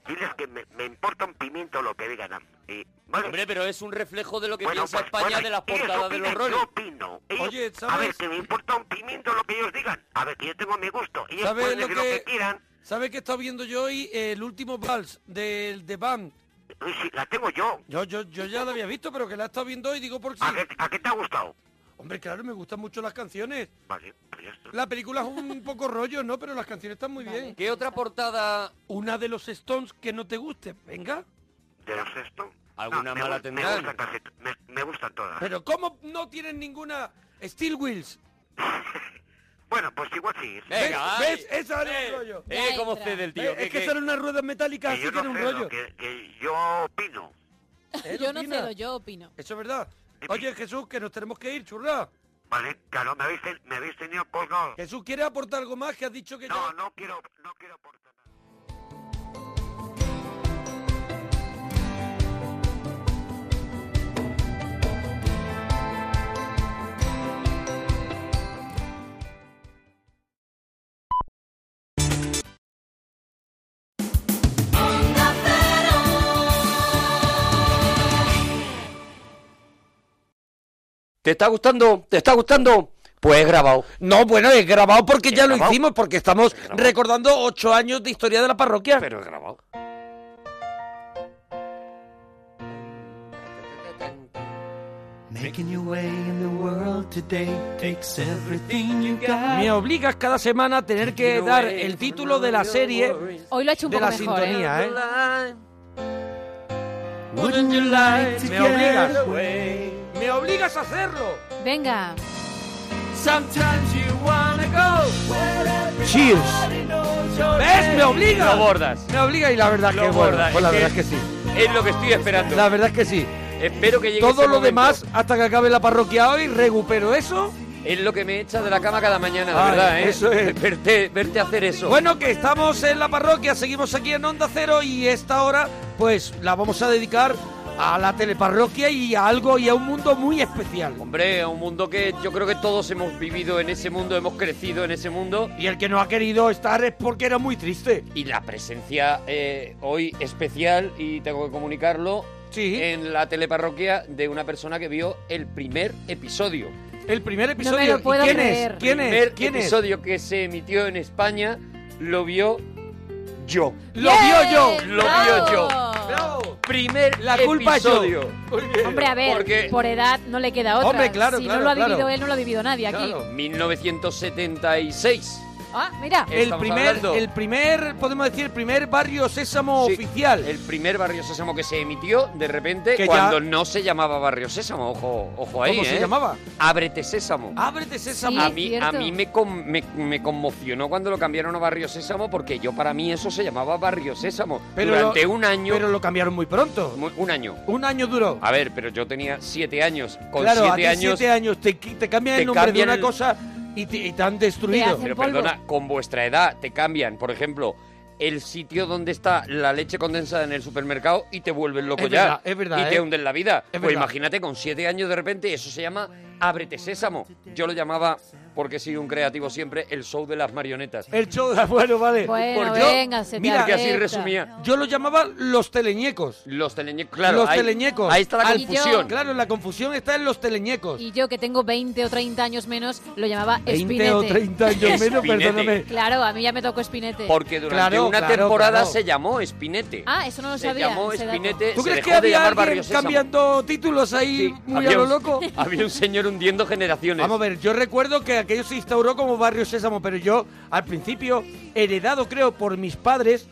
Diles que me, me importa un pimiento lo que digan. Ah, Y, ¿vale? Hombre, pero es un reflejo de lo que Bueno, piensa pues, España bueno, de las ellos portadas de los opinan, roles. Yo opino. Ellos- Oye, A ver, ¿sabes? que me importa un pimiento lo que ellos digan. A ver, que yo tengo mi gusto. Ellos ¿Sabes pueden lo decir lo que que, quieran. ¿Sabes que he estado viendo yo hoy? Eh, el último vals del de Bam. Uy, sí, la tengo yo. Yo, yo, yo ya la había visto, pero que la he estado viendo hoy, digo por si. ¿A qué, a qué te ha gustado? Hombre, claro, me gustan mucho las canciones. Vale, pues ya está. La película es un poco rollo, ¿no? Pero las canciones están muy Vale. bien. ¿Qué otra portada? Una de los Stones que no te guste, venga. ¿De los esto? Alguna me mala gu- tendrán. Me gustan casi t- me, me gustan todas. Pero ¿cómo no tienen ninguna Steel Wheels? Bueno, pues igual sí. Venga, ¿Ves? ay. Esa era eh, un rollo. eh, Ya cómo entra. cede el tío. Eh, que- es que que- son unas ruedas metálicas, Que así yo no tiene un cedo, rollo. Que, que yo opino. Él Yo no opina. cedo, yo opino. Eso es verdad. Oye, Jesús, que nos tenemos que ir, churra. Vale, claro, me habéis, ten- me habéis tenido colgado. Jesús, ¿quieres aportar algo más? Que has dicho que No, ya- no quiero, no quiero aportar nada. ¿Te está gustando? ¿Te está gustando? Pues grabado. No, bueno, es grabado porque ya lo grabado. hicimos, porque estamos recordando ocho años de historia de la parroquia. Pero grabado. Making your way in the world today takes everything you got. Me obligas cada semana a tener que dar el título de la serie Hoy lo ha hecho un de poco la mejor, sintonía, ¿eh? ¿eh? Wouldn't you like to Me get obligas. away? ¡Me obligas a hacerlo! Venga. Sometimes you wanna go where everybody Cheers. knows your ¿Ves? ¡Me name. obliga! Lo bordas. Me obliga y la verdad Lo que bueno, borda, pues la es verdad es que- que sí. Es lo que estoy esperando. La verdad es que sí. Espero que llegue ese Todo lo momento. demás, hasta que acabe la parroquia hoy, recupero eso. Es lo que me echa de la cama cada mañana, de Ay, verdad, ¿eh? eso es. Verte, verte hacer eso. Bueno, que estamos en la parroquia, seguimos aquí en Onda Cero y esta hora, pues la vamos a dedicar a la teleparroquia y a algo y a un mundo muy especial. Hombre, un mundo que yo creo que todos hemos vivido en ese mundo, hemos crecido en ese mundo. Y el que no ha querido estar es porque era muy triste. Y la presencia eh, hoy especial, y tengo que comunicarlo, Sí. en la teleparroquia de una persona que vio el primer episodio. El primer episodio. lo ¿Y puedo quién creer. es? ¿Quién El es? primer ¿Quién es? episodio que se emitió en España lo vio yo. Lo ¡Bien! vio yo. Lo vio yo. ¡Bravo! Primer La culpa es yo. episodio. Hombre, a ver, Porque- por edad no le queda otra. Hombre, claro, si claro, no lo ha claro. vivido él, no lo ha vivido nadie aquí. Claro. 1976. Ah, mira. Eh, El Estamos primer, hablando. el primer, podemos decir, el primer barrio sésamo Sí, oficial. El primer Barrio Sésamo que se emitió de repente Que ya- cuando no se llamaba Barrio Sésamo. Ojo, ojo ahí, ¿Cómo se ¿eh? llamaba? Ábrete Sésamo. Ábrete sésamo. Sí. a mí, a cierto. mí me, con- me- me conmocionó cuando lo cambiaron a Barrio Sésamo porque yo para mí eso se llamaba Barrio Sésamo. Pero Durante lo- un año... Pero lo cambiaron muy pronto. mu- Un año. Un año duró. A ver, pero yo tenía siete años. Con claro, a ti siete años... siete años te, qui- te cambian te el nombre cambian de el- una cosa y te, y te han Te destruido. hacen- Pero polvo. perdona, con vuestra edad te cambian, por ejemplo, el sitio donde está la leche condensada en el supermercado y te vuelven loco Es ya. verdad, es verdad, Y te ¿eh? hunden la vida. Es pues verdad. imagínate, con siete años de repente, eso se llama Ábrete Sésamo. Yo lo llamaba, porque he sido un creativo siempre, el show de las marionetas. El show de... Bueno, vale. Bueno, Yo- venga, se te mira, Porque así acepta. resumía. yo lo llamaba los teleñecos. Los teleñecos, claro. los ahí, teleñecos. Ahí está la Y yo- confusión. Claro, la confusión está en los teleñecos. Y yo, que tengo 20 o 30 años menos, lo llamaba 20 Espinete. o 30 años menos, Espinete. perdóname. Claro, a mí ya me tocó Espinete. Porque durante Claro, una claro, temporada claro. se llamó Espinete. Ah, eso no lo se sabía, llamó ese dato. Espinete. ¿Tú se crees dejó que de había llamar Barrio alguien Sésamo. cambiando títulos ahí Sí, muy había a lo un- loco? Había un señor hundiendo generaciones. Vamos a ver, yo recuerdo que aquello se instauró como barrio sésamo, pero yo al principio, heredado creo por mis padres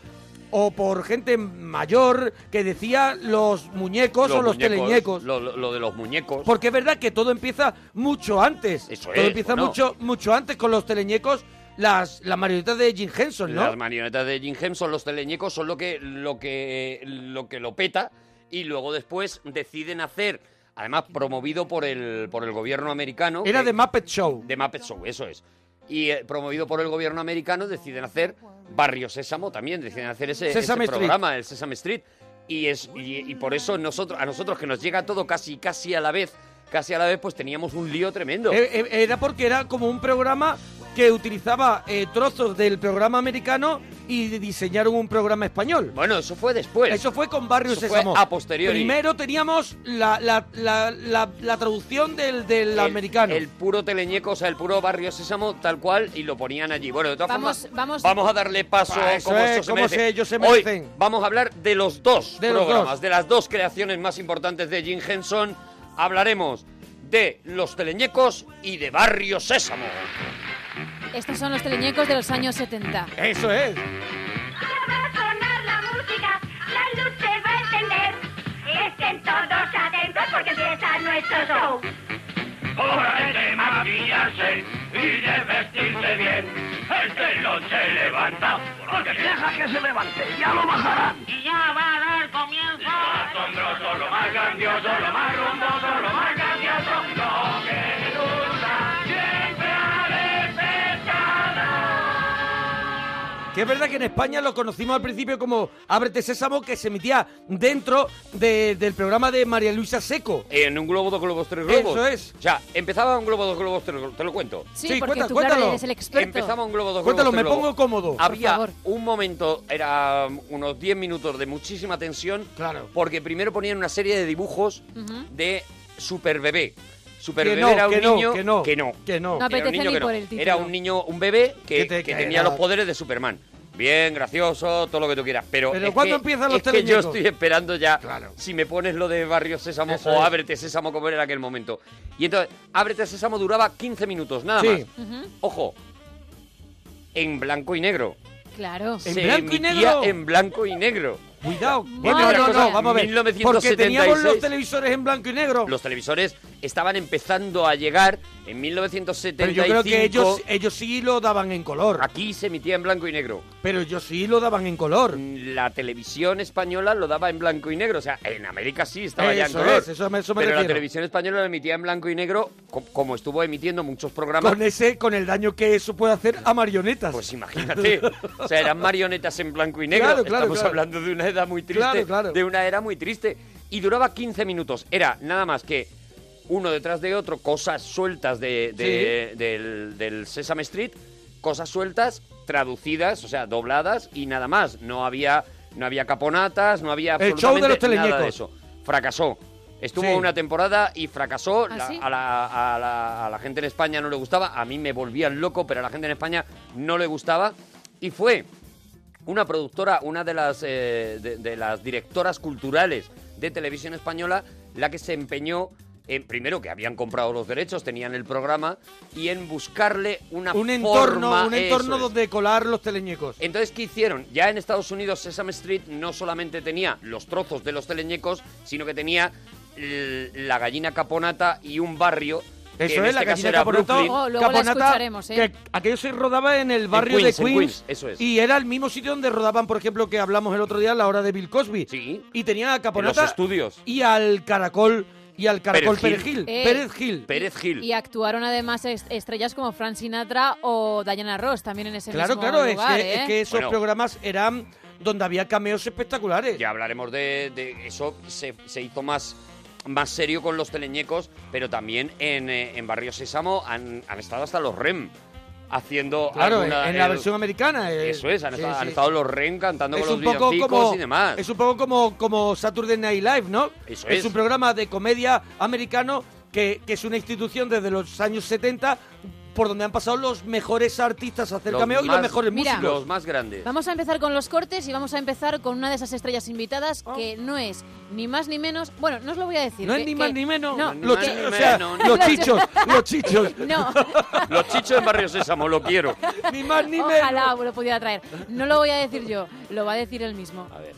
o por gente mayor que decía los muñecos o los muñecos, teleñecos. Lo, lo- lo de los muñecos. Porque es verdad que todo empieza mucho antes. Eso todo es, empieza bueno. mucho, mucho antes con los teleñecos, las, las marionetas de Jim Henson, ¿no? Las marionetas de Jim Henson, los teleñecos, son lo que, lo que lo que lo peta y luego después deciden hacer, además promovido por el, por el gobierno americano. Era que- de Muppet Show. de Muppet Show, eso es. Y eh, promovido por el gobierno americano deciden hacer Barrio Sésamo también, deciden hacer ese, ese Sesame Street. programa, el Sesame Street. Y, es, y, y por eso nosotros, a nosotros que nos llega todo casi, casi a la vez, casi a la vez, pues teníamos un lío tremendo. Eh, eh, Era porque era como un programa que utilizaba eh, trozos del programa americano y diseñaron un programa español. Bueno, eso fue después. Eso fue con Barrio Eso fue Sésamo. a posteriori. Primero teníamos la, la- la- la- la traducción del, del el, americano. El puro teleñeco, o sea, el puro barrio sésamo, tal cual, y lo ponían allí. Bueno, de todas Vamos- formas, vamos- a darle paso Ah, a eso cómo es, esto se cómo merece. se- ellos se Hoy merecen. vamos a hablar de los dos De los programas, dos. de las dos creaciones más importantes de Jim Henson. Hablaremos de los teleñecos y de Barrio Sésamo. Estos son los teleñecos de los años 70. Eso es. Va a sonar la música, la luz se va a encender. Estén todos adentro porque empieza nuestro show. Hora es de maquillarse y de vestirse bien. Este no se levanta, porque deja que se levante, ya lo bajarán. Y ya va a dar comienzo. Asombroso, lo más grandioso, lo más rumboso, lo más grandioso, lo que nunca siempre ha despertado. Que es verdad que en España lo conocimos al principio como Ábrete Sésamo, que se emitía dentro de- del programa de María Luisa Seco. En un globo, dos globos, tres Eso globos. es. O sea, empezaba un globo, dos globos, tres globos. Te lo cuento. Sí, Sí, porque cuenta- tú, claro, cuéntalo. eres el experto. Empezaba un globo, dos Cuéntalo, me globos, tres globos. pongo cómodo. Había favor. un momento, era um, unos 10 minutos de muchísima tensión. Claro. Porque primero ponían una serie de dibujos Ujú. de Super Bebé. Super Que Bebé no, era un que no, niño que no, que no. que no. No Era un apetece niño ni que no. por el título. Era un niño, un bebé que, Que te- que que tenía era- los poderes de Superman. Bien, gracioso, todo lo que tú quieras. Pero, Pero es ¿cuándo que- empiezan los Es que yo teleñecos? estoy esperando ya si me pones lo de Barrio Sésamo Eso o es. Ábrete Sésamo como era en aquel momento. Y entonces, Ábrete Sésamo duraba 15 minutos, nada Sí. más. Ojo, en blanco y negro. Claro. Se emitía En blanco y negro. Cuidado. Bueno, no, una no, cosa, no, vamos a ver. Porque teníamos los 1976. televisores en blanco y negro. Los televisores estaban empezando a llegar en 1975. Pero yo creo que ellos, ellos sí lo daban en color. Aquí se emitía en blanco y negro. Pero ellos sí lo daban en color. Mm, La televisión española lo daba en blanco y negro. O sea, en América sí estaba ya en Eso color. es, eso me- eso me pero la refiero. televisión española lo emitía en blanco y negro, co- como estuvo emitiendo muchos programas. Con ese, con el daño que eso puede hacer a marionetas. Pues imagínate. O sea, eran marionetas en blanco y negro. Claro, claro, Estamos claro. hablando de una edad muy triste. Claro, claro. De una era muy triste. Y duraba 15 minutos. Era nada más que uno detrás de otro, cosas sueltas de, de- del, del Sesame Street, cosas sueltas, traducidas, o sea, dobladas y nada más. No había, no había caponatas, no había El show de los absolutamente nada de teleñecos. eso. Fracasó. Estuvo Sí. una temporada y fracasó. ¿Ah, La- sí? a, la, a la- a la gente en España no le gustaba. A mí me volvían loco, pero a la gente en España no le gustaba. Y fue una productora, una de las, eh, de, de las directoras culturales de televisión española, la que se empeñó en, primero, que habían comprado los derechos, tenían el programa, y en buscarle una un entorno, forma... un eso entorno es. donde colar los teleñecos. Entonces, ¿qué hicieron? Ya en Estados Unidos Sesame Street no solamente tenía los trozos de los teleñecos, sino que tenía l- la gallina caponata y un barrio. que Eso en es, la este caso gallina era caponata. Brooklyn. Oh, luego la escucharemos, ¿eh? que aquello se rodaba en el barrio Queens, de en Queens. Queens, eso es. Y era el mismo sitio donde rodaban, por ejemplo, que hablamos el otro día, la hora de Bill Cosby. Y tenían a Caponata. En los estudios. Y al caracol. Y al caracol Pérez Pérez Gil. Gil. Eh. Pérez Gil. Pérez Gil. Y actuaron además est- estrellas como Frank Sinatra o Diana Ross también en ese Claro, mismo claro, es lugar, que, ¿eh? es que esos Bueno. programas eran donde había cameos espectaculares. Ya hablaremos de, de eso, se, se hizo más, más serio con los teleñecos, pero también en, eh, en Barrio Sésamo han, han estado hasta los REM haciendo Claro, alguna- en la el- versión americana. eh, Eso es, han, sí, estado, han sí. estado los REM cantando Es con un, los poco villancicos como, y demás. es un poco como, como Saturday Night Live, ¿no? Eso es, es. un programa de comedia americano que, que es una institución desde los años 70 por donde han pasado los mejores artistas a hacer cameo y los más- mejores músicos. Los más grandes. Vamos a empezar con los cortes y vamos a empezar con una de esas estrellas invitadas que no es ni más ni menos. Bueno, no os lo voy a decir. No que- es ni más que- ni menos. No, Los que- chi- o sea, menos, los chichos, los chichos. No, Los chichos en Barrio Sésamo, lo quiero. Ni más ni menos. ojalá lo pudiera traer. No lo voy a decir yo, lo va a decir él mismo. A ver.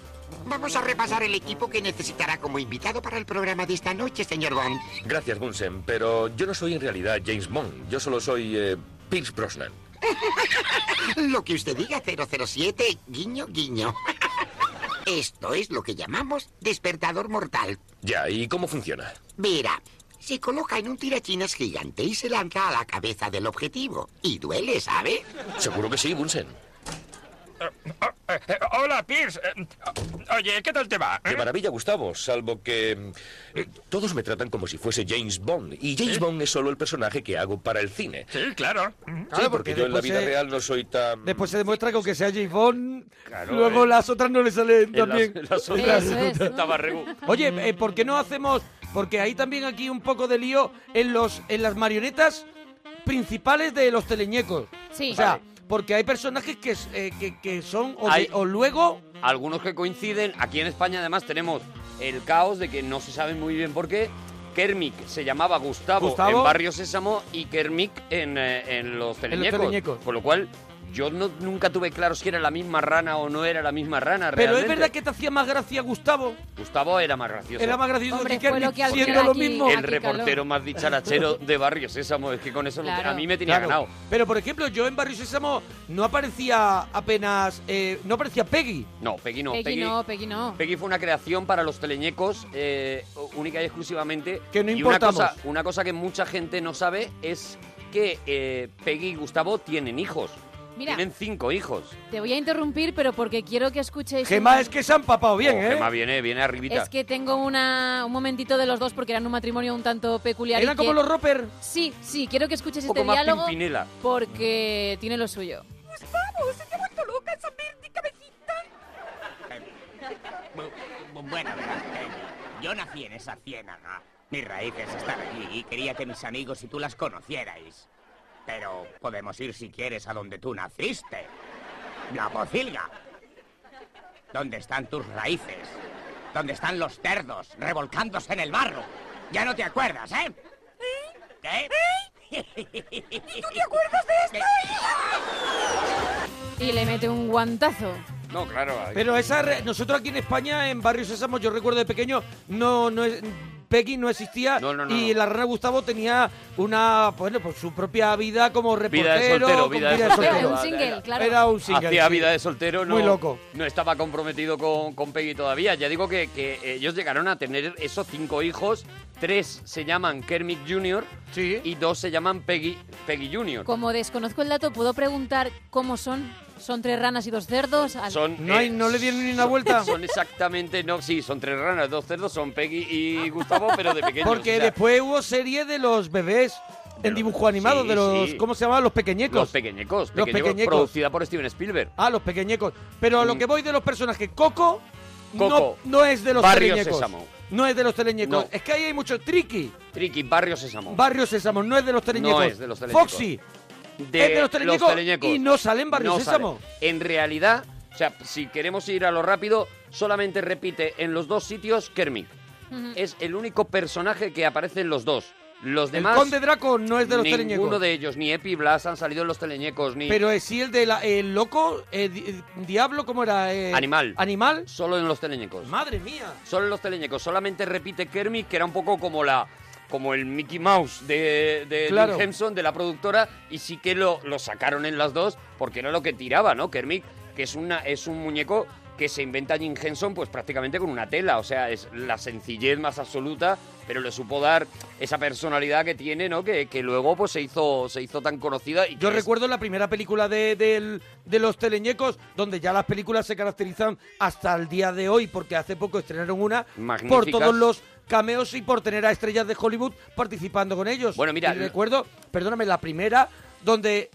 Vamos a repasar el equipo que necesitará como invitado para el programa de esta noche, señor Bond. Gracias, Bunsen, pero yo no soy en realidad James Bond. Yo solo soy eh, Pierce Brosnan. Lo que usted diga, 007, guiño, guiño. Esto es lo que llamamos despertador mortal. Ya, ¿y cómo funciona? Verá, se coloca en un tirachinas gigante y se lanza a la cabeza del objetivo. Y duele, ¿sabe? Seguro que sí, Bunsen. Eh, hola, Pierce. Eh, Oye, ¿qué tal te va? De maravilla, Gustavo, salvo que eh, todos me tratan como si fuese James Bond. Y James Bond es solo el personaje que hago para el cine. Sí, claro. Sí, porque, yo en la después vida se- real no soy tan... Después se demuestra que aunque sea James Bond, Claro, luego eh. las otras no le En salen las- también. en las otras Eso es, ¿no? Tabarregu. Oye, eh, ¿por qué no hacemos? Porque hay también aquí un poco de lío en los en las marionetas principales de los teleñecos. Sí. O sea, Vale. porque hay personajes que, es- eh, que, que son o, de- Hay- o luego Algunos que coinciden. Aquí en España, además, tenemos el caos de que no se sabe muy bien por qué. Kermit se llamaba Gustavo, Gustavo. en Barrio Sésamo y Kermit en, eh, en Los Teleñecos. Teleñecos. Por lo cual, yo no- nunca tuve claro si era la misma rana o no era la misma rana. Pero es realmente. verdad que te hacía más gracia Gustavo. Gustavo era más gracioso. Era más gracioso Hombre, que Kermit, fue lo que al siendo final lo aquí- mismo. el reportero más dicharachero de Barrio Sésamo. Es que con eso no- Claro. a mí me tenía Claro. ganado. Pero por ejemplo, yo en Barrio Sésamo no aparecía apenas eh, no aparecía Peggy. No, Peggy no. Peggy, no, Peggy no. Peggy fue una creación para los teleñecos eh, única y exclusivamente. Que no y una importamos. cosa, una cosa que mucha gente no sabe es que eh, Peggy y Gustavo tienen hijos. Mira. Tienen cinco hijos. Te voy a interrumpir, pero porque quiero que escuchéis. Gemma es que se han papado bien, Oh, ¿eh? Gemma viene, viene arribita. Es que tengo una, un momentito de los dos porque eran un matrimonio un tanto peculiar. y Eran como que- los Roper. Sí, sí, quiero que escuches poco este más diálogo Pimpinela. porque tiene lo suyo. Gustavo, se te ha vuelto loca esa verde cabecita. Bu- bu- Bueno, verás, eh, yo nací en esa ciénaga. Mis raíces están allí y quería que mis amigos y tú las conocierais. Pero podemos ir si quieres a donde tú naciste. La pocilga. ¿Dónde están tus raíces? ¿Dónde están los cerdos revolcándose en el barro? Ya no te acuerdas, ¿eh? ¿Qué? ¿Tú ¿Eh? te acuerdas de esto? Y le mete un guantazo. No, claro. hay- Pero esa re- nosotros aquí en España, en Barrio Sésamo, yo recuerdo de pequeño, no, no es- Peggy no existía no, y la rana Gustavo tenía una, bueno, pues su propia vida como reportero. Vida de soltero, con vida de Era soltero. un single, claro. Era un single. Hacía sí. vida de soltero, no, Muy loco. no estaba comprometido con, con Peggy todavía. Ya digo que, que ellos llegaron a tener esos cinco hijos. Tres se llaman Kermit Jr. y dos se llaman Peggy, Peggy Jr. Como desconozco el dato, puedo preguntar cómo son. Son tres ranas y dos cerdos. Al- Son, eh, son- Son exactamente, no, sí, son tres ranas, dos cerdos, son Peggy y Gustavo, pero de pequeños. Porque o sea, después hubo serie de los bebés en dibujo animado, sí, de los, sí. ¿cómo se llamaban? Los pequeñecos. Los pequeñecos, Los Pequeñecos, Pequeñecos. producida por Steven Spielberg. Mm. Ah, los pequeñecos. Pero a lo que voy de los personajes, Coco, no- Coco. No, es de los Barrio teleñecos. Sésamo. No es de los teleñecos. No. Es que ahí hay mucho triqui. Triqui, Barrio Sésamo. Barrio Sésamo, no es de los teleñecos. No es de los teleñecos. Foxy. de es de los teleñecos, teleñecos. y no sale en Barrio No Sésamo. sale. En realidad, o sea, si queremos ir a lo rápido, solamente repite en los dos sitios Kermit. Es el único personaje que aparece en los dos. Los demás. el Conde Draco no es de los ninguno teleñecos. de ellos, ni Epi Blas han salido en los teleñecos, ni. Pero es sí el de la, el loco, eh, di- eh, diablo, ¿cómo era? Eh, Animal. Animal. Solo en los teleñecos. Madre mía. Solo en los teleñecos. Solamente repite Kermit, que era un poco como la. Como el Mickey Mouse de, de Jim Claro. Henson, de la productora, y sí que lo, lo sacaron en las dos, porque era lo que tiraba, ¿no? Kermit, que es una, es un muñeco que se inventa Jim Henson, pues prácticamente con una tela. O sea, es la sencillez más absoluta, pero le supo dar esa personalidad que tiene, ¿no? Que, que luego pues se hizo, se hizo tan conocida y Yo que es- recuerdo la primera película de, del- de los teleñecos, donde ya las películas se caracterizan hasta el día de hoy, porque hace poco estrenaron una por Magníficas. todos los cameos y por tener a estrellas de Hollywood participando con ellos. Bueno, mira, Y l- recuerdo, perdóname, la primera donde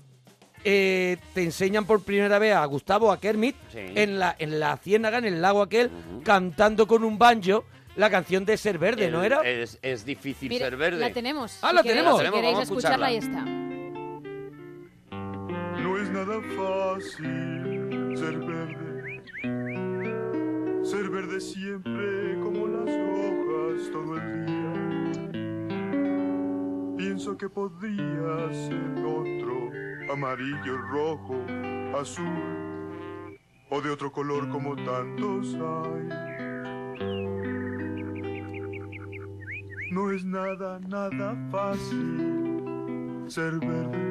eh, te enseñan por primera vez a Gustavo, a Kermit, Sí. en, la, en la ciénaga, en el lago aquel, cantando con un banjo la canción de Ser Verde, el- ¿no era? Es, es difícil Mire, ser verde. La tenemos. Ah, Si la queréis- tenemos. Si La tenemos, queréis vamos a escucharla, ahí escucharla. está. No es nada fácil ser verde. Ser verde siempre como las hojas todo el día. Pienso que podría ser otro, amarillo, rojo, azul o de otro color como tantos hay. No es nada, nada fácil ser verde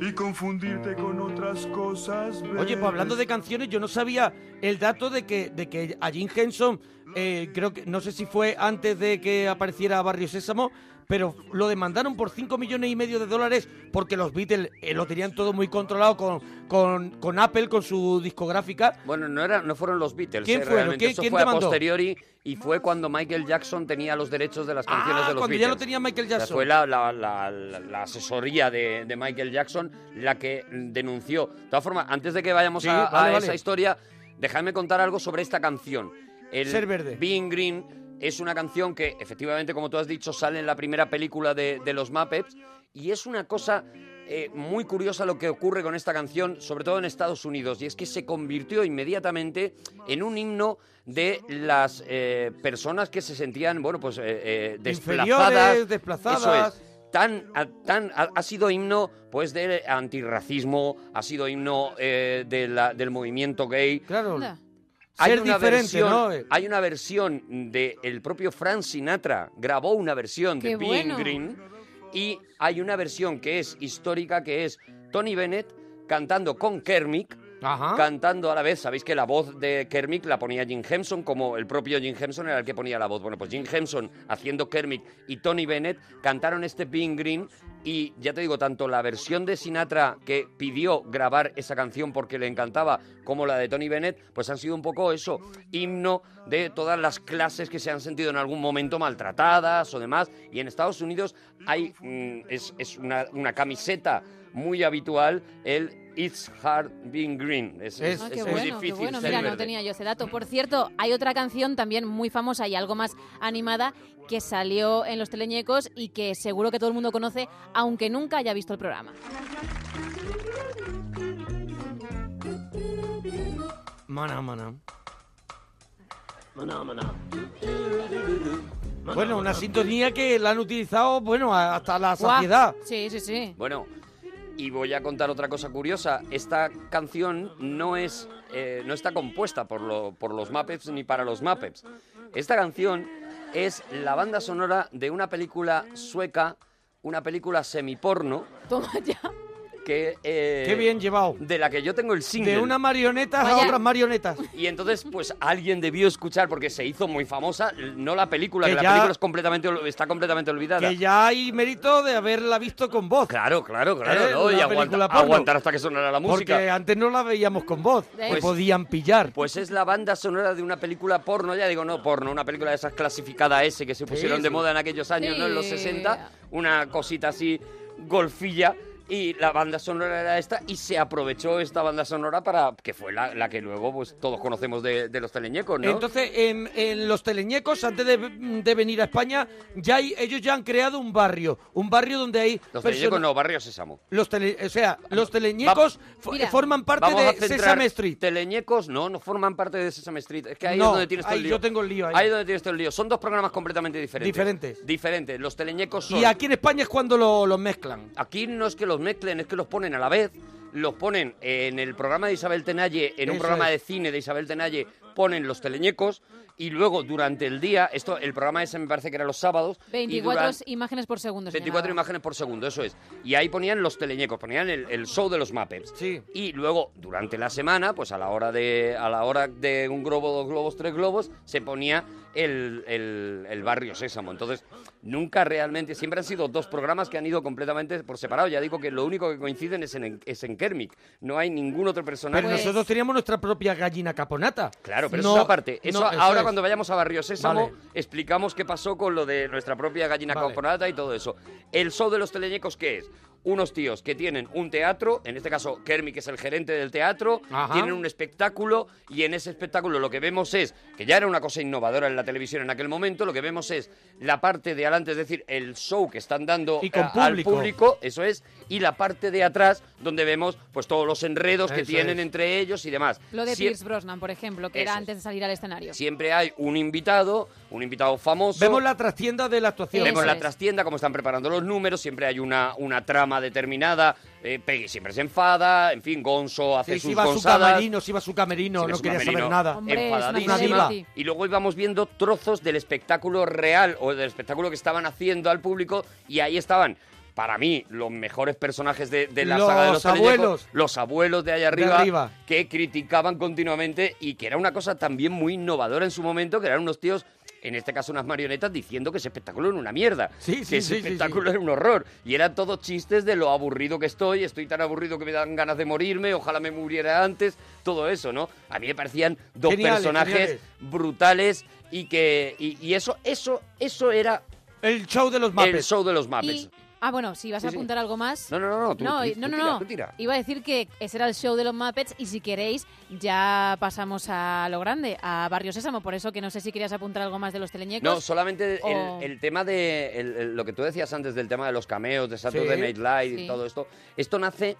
y confundirte con otras cosas. Oye, pues hablando de canciones, yo no sabía el dato de que, de que a Jim Henson, eh, creo que, no sé si fue antes de que apareciera Barrio Sésamo, pero lo demandaron por 5 millones y medio de dólares porque los Beatles eh, lo tenían todo muy controlado con, con, con Apple, con su discográfica. Bueno, no, era, no fueron los Beatles. ¿Quién eh, fueron? realmente. ¿Quién- Eso quién fue a demandó? posteriori y fue cuando Michael Jackson tenía los derechos de las canciones Ah, de los cuando Beatles. ya lo tenía Michael O sea, Jackson. fue la, la- la- la- la asesoría de, de Michael Jackson la que denunció. De todas formas, antes de que vayamos Sí, a, a vale, vale. esa historia, dejadme contar algo sobre esta canción. El Ser verde. Being Green es una canción que, efectivamente, como tú has dicho, sale en la primera película de, de los Muppets y es una cosa eh, muy curiosa lo que ocurre con esta canción, sobre todo en Estados Unidos, y es que se convirtió inmediatamente en un himno de las eh, personas que se sentían, bueno, pues eh, eh, desplazadas. Inferiores, desplazadas. Eso es tan, a- tan ha, ha sido himno pues de antirracismo, ha sido himno eh, de la- del movimiento gay. Claro. Hay Ser una, diferente, versión, ¿no? hay una versión de el propio Frank Sinatra grabó una versión Qué de Being bueno. Green y hay una versión que es histórica que es Tony Bennett cantando con Kermit cantando a la vez. Sabéis que la voz de Kermit la ponía Jim Henson, como el propio Jim Henson era el que ponía la voz. Bueno, pues Jim Henson haciendo Kermit y Tony Bennett cantaron este Being Green y ya te digo, tanto la versión de Sinatra que pidió grabar esa canción porque le encantaba, como la de Tony Bennett, pues han sido un poco eso, himno de todas las clases que se han sentido en algún momento maltratadas o demás. Y en Estados Unidos hay, mm, es, es una, una camiseta muy habitual, el It's Hard Being Green. Es, es- Ah, es qué muy bueno, qué difícil. bueno. ser Mira, no verde. tenía yo ese dato. Por cierto, hay otra canción también muy famosa y algo más animada que salió en Los Teleñecos y que seguro que todo el mundo conoce, aunque nunca haya visto el programa. Maná, maná. Maná, maná. Bueno, una sintonía que la han utilizado, bueno, a- hasta la saciedad. Sí, sí, sí. Bueno, y voy a contar otra cosa curiosa. Esta canción no es eh, no está compuesta por, lo- por los Muppets ni para los Muppets. Esta canción es la banda sonora de una película sueca, una película semiporno. Toma ya. Que, eh, Qué bien llevado. De la que yo tengo el single. De una marioneta a Vaya. otras marionetas. Y entonces, pues alguien debió escuchar, porque se hizo muy famosa, no la película, Que ya- que, la película es completamente, ol- está completamente olvidada. Que ya hay mérito de haberla visto con voz. Claro, claro, claro, Eh, ¿no? Y una aguanta- película porno. aguantar hasta que sonara la música. Porque antes no la veíamos con voz. Pues- que podían pillar. Pues es la banda sonora de una película porno, ya digo, no porno, una película de esas clasificada S que se pusieron Sí, de sí. moda en aquellos años, ¿no? En los Sí. 60, una cosita así golfilla. Y la banda sonora era esta y se aprovechó esta banda sonora para... que fue la, la que luego pues todos conocemos de, de los teleñecos, ¿no? Entonces, en, en los teleñecos, antes de, de venir a España, ya hay- ellos ya han creado un barrio. Un barrio donde hay. los personas- teleñecos no, Barrio Sésamo. Los tele- o sea, los teleñecos fo- Mira, forman parte vamos a de centrar- Sesame Street. Teleñecos no, no forman parte de Sesame Street. Es que ahí No, es donde tienes todo ahí el lío. yo tengo el lío ahí. es donde tienes todo el lío. Son dos programas completamente diferentes. Diferentes. Diferentes. Los teleñecos son... Y aquí en España es cuando lo- los mezclan. Aquí no es que los mezclen, es que los ponen a la vez. Los ponen en el programa de Isabel Tenalle, en un Eso programa es. de cine de Isabel Tenalle, ponen los teleñecos y luego durante el día, esto, el programa ese me parece que era los sábados, y 24 duran- imágenes por segundo. se 24 llamaba. imágenes por segundo, eso es. Y ahí ponían los teleñecos, ponían el, el show de los Muppets. Y luego, durante la semana, pues a la hora de, a la hora de un globo, dos globos, tres globos, se ponía el, el- el barrio Sésamo. Entonces, nunca realmente, siempre han sido dos programas que han ido completamente por separado. Ya digo que lo único que coinciden es en, es en Kermit. No hay ningún otro personaje. Pero nosotros teníamos nuestra propia gallina caponata. Claro, pero No- eso es aparte. Eso, no, eso ahora es. cuando vayamos a Barrio Sésamo Vale. explicamos qué pasó con lo de nuestra propia gallina Vale. caponata y todo eso. El show de los teleñecos, ¿qué es? Unos tíos que tienen un teatro, en este caso Kermi, que es el gerente del teatro, Ajá. tienen un espectáculo y en ese espectáculo lo que vemos es, que ya era una cosa innovadora en la televisión en aquel momento, lo que vemos es la parte de adelante, es decir, el show que están dando Y con a- al público. público, eso es, y la parte de atrás donde vemos pues todos los enredos que Eso tienen es. entre ellos y demás. Lo de Sie- Pierce Brosnan, por ejemplo, que era Eso es. antes de salir al escenario. Siempre hay un invitado, un invitado famoso. Vemos la trastienda de la actuación. Vemos la trastienda, cómo están preparando los números, siempre hay una, una trama determinada, eh, Peggy siempre se enfada, en fin, Gonzo hace Sí, sus si iba a su gonzadas, camerino, si iba a su camerino, siempre no su quería saber camerino nada. Una enfadadísima. diva. Y luego íbamos viendo trozos del espectáculo real o del espectáculo que estaban haciendo al público y ahí estaban. Para mí, los mejores personajes de, de la Los saga de los Teleñecos, abuelos. los abuelos de allá arriba, arriba. que criticaban continuamente y que era una cosa también muy innovadora en su momento, que eran unos tíos, en este caso unas marionetas, diciendo que ese espectáculo era una mierda, que sí, sí, ese sí, espectáculo era un horror. Y eran todos chistes de lo aburrido que estoy, estoy tan aburrido que me dan ganas de morirme, ojalá me muriera antes, todo eso, ¿no? A mí me parecían dos Geniales, personajes geniales. brutales y que y, y eso eso eso era el show de los Muppets. El show de los Muppets. Y- ah, bueno, si vas a Sí, sí. apuntar algo más. No, no, no, no, tú- no, tú- y- tú no, no, tira, no. tú tira. Iba a decir que ese era el show de los Muppets y si queréis ya pasamos a lo grande, a Barrio Sésamo. Por eso que no sé si querías apuntar algo más de los teleñecos. No, solamente el- o- el, tema de el- el- lo que tú decías antes del tema de los cameos, de Saturday Sí. Night Live Sí. y todo esto. Esto nace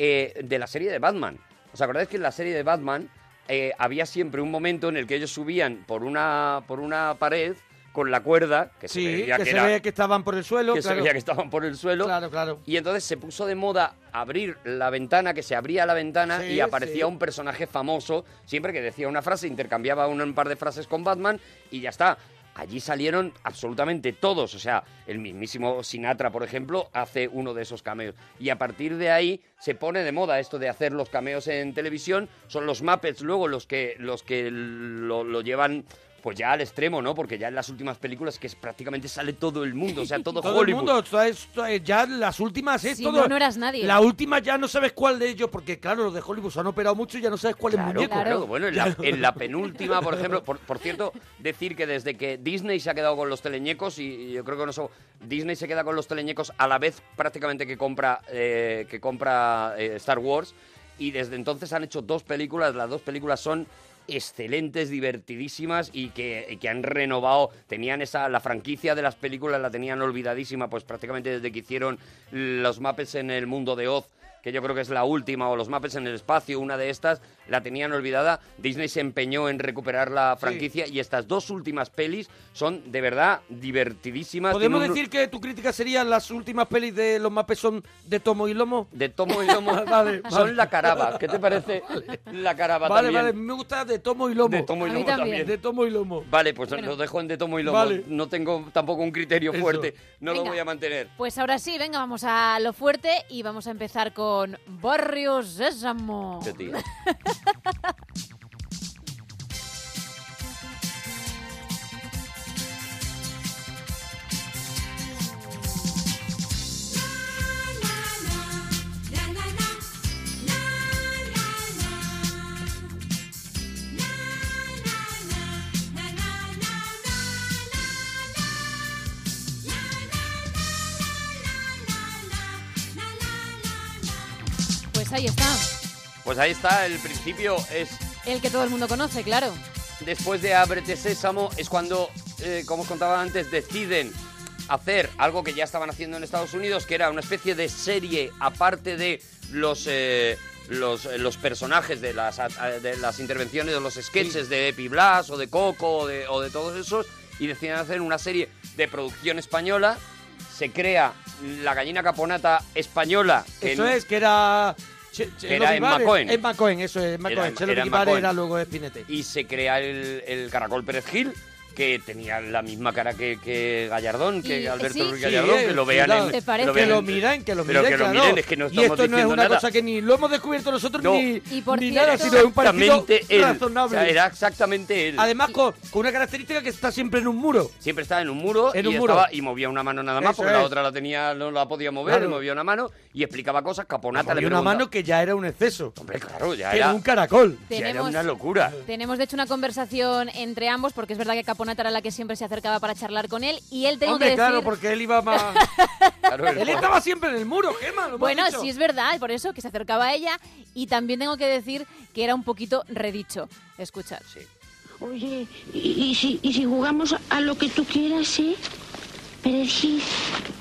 eh, de la serie de Batman. ¿Os acordáis que en la serie de Batman eh, había siempre un momento en el que ellos subían por una, por una pared con la cuerda, que se Sí, veía que que, se era- veía que estaban por el suelo. que se claro. veía que estaban por el suelo. Claro, claro. Y entonces se puso de moda abrir la ventana, que se abría la ventana Sí, y aparecía sí. un personaje famoso, siempre que decía una frase, intercambiaba un, un par de frases con Batman y ya está. Allí salieron absolutamente todos, o sea, el mismísimo Sinatra, por ejemplo, hace uno de esos cameos. Y a partir de ahí se pone de moda esto de hacer los cameos en televisión, son los Muppets luego los que, los que lo, lo llevan pues ya al extremo, ¿no? Porque ya en las últimas películas que es, prácticamente sale todo el mundo, o sea, todo, Todo el Hollywood. mundo, esto es- esto es- ya las últimas es Si todo- no, no eras nadie. La última ya no sabes cuál de ellos, porque claro, los de Hollywood se han operado mucho y ya no sabes cuál es Claro, muñeco. claro. Bueno, en la, en la penúltima, por ejemplo, por, por cierto, decir que desde que Disney se ha quedado con los teleñecos, y, y yo creo que no so- Disney se queda con los teleñecos a la vez prácticamente que compra, eh, que compra eh, Star Wars, y desde entonces han hecho dos películas, las dos películas son excelentes, divertidísimas y que, y que han renovado, tenían esa, la franquicia de las películas la tenían olvidadísima, pues prácticamente desde que hicieron los Muppets en el mundo de Oz, que que yo creo que es la última, o Los Muppets en el Espacio, una de estas, la tenían olvidada. Disney se empeñó en recuperar la franquicia y estas dos últimas pelis son de verdad divertidísimas. ¿Podemos Tienen un- decir que tu crítica sería las últimas pelis de los mapes son de tomo y lomo? De tomo y lomo. Vale, Son vale. la caraba. ¿Qué te parece? La caraba Vale, también. vale, me gusta de tomo y lomo. De tomo y A mí lomo también. también. De tomo y lomo. Vale, pues Bueno. lo dejo en de tomo y lomo. Vale. No tengo tampoco un criterio Eso. fuerte. No lo Venga. voy a mantener. Pues ahora sí, venga, vamos a lo fuerte y vamos a empezar con Barrio Sésamo. Qué tío. Pues ahí está, Pues ahí está, el principio es el que todo el mundo conoce, claro. después de Ábrete Sésamo es cuando, eh, como os contaba antes, deciden hacer algo que ya estaban haciendo en Estados Unidos, que era una especie de serie aparte de los... eh, los, eh, los personajes de las, a- a- de las intervenciones, de los sketches de Epi Blas o de Coco o de, o de todos esos, y deciden hacer una serie de producción española. Se crea la gallina caponata española. que Eso no- es, que era... Che- Che- Era Chelo en Guivares. Macoen. En Macoen, eso es, en Macoen. Era en- Chelo era en Guivares Macoen. era luego Espinete. y se crea el, el Caracol Pérez Gil, que tenía la misma cara que, que Gallardón, que Y- Alberto sí. Ruiz Sí, Gallardón, eh, que lo sí, vean claro. en- ¿Te parece? vean Que lo en- miren, que lo Pero miren, que lo claro. miren, es que no y estamos esto no es diciendo una nada. cosa que ni lo hemos descubierto nosotros No. ni, Y por ni cierto- nada, sino es un parecido Exactamente él. razonable. O sea, era exactamente él. Además, con, con una característica que está siempre en un muro. Siempre estaba en un muro, En y, un muro. estaba- y movía una mano nada más, Eso porque la es. otra la tenía, no la podía mover, Claro. y movía una mano y explicaba cosas. Caponata Y le una preguntaba. mano que ya era un exceso. Hombre, claro, ya Que era era. un caracol. ya era Tenemos- una locura. Tenemos de hecho una conversación entre ambos, porque es verdad que Caponata era la que siempre se acercaba para charlar con él, y él tengo Hombre, que decir... claro, porque él iba más... él estaba siempre en el muro, Gemma, lo hemos Bueno, dicho. sí es verdad, por eso que se acercaba a ella, y también tengo que decir que era un poquito redicho. Escuchad. Oye, y, y si, y si jugamos a lo que tú quieras, ¿eh? Perejil,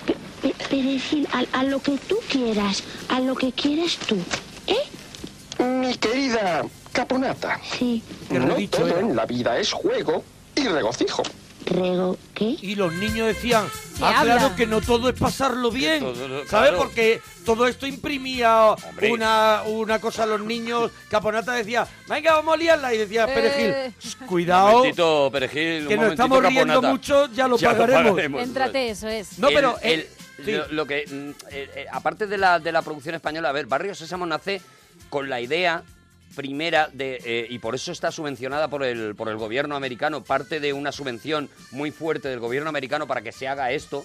pe- pe- perejil, a, a lo que tú quieras, a lo que quieras tú, ¿eh? Mi querida Caponata. Sí. No todo en la vida es juego y regocijo. ¿Rego qué? Y los niños decían, ¿Qué ah, claro, habla? que no todo es pasarlo bien, ¿sabes? claro. Porque todo esto imprimía una, una cosa a los niños. Caponata decía, venga, vamos a liarla. Y decía, Eh. Perejil, "Shh, cuidado, Un momentito, Perejil, un que nos momentito, estamos riendo Caponata. mucho, ya lo Ya lo pagaremos. pagaremos. Entrate, eso es. Pues, eh, No, El- pero el- el- sí. lo, lo que mm, eh, eh, aparte de la, de la producción española, a ver, Barrio Sésamo nace con la idea primera de eh, y por eso está subvencionada por el por el gobierno americano, parte de una subvención muy fuerte del gobierno americano para que se haga esto,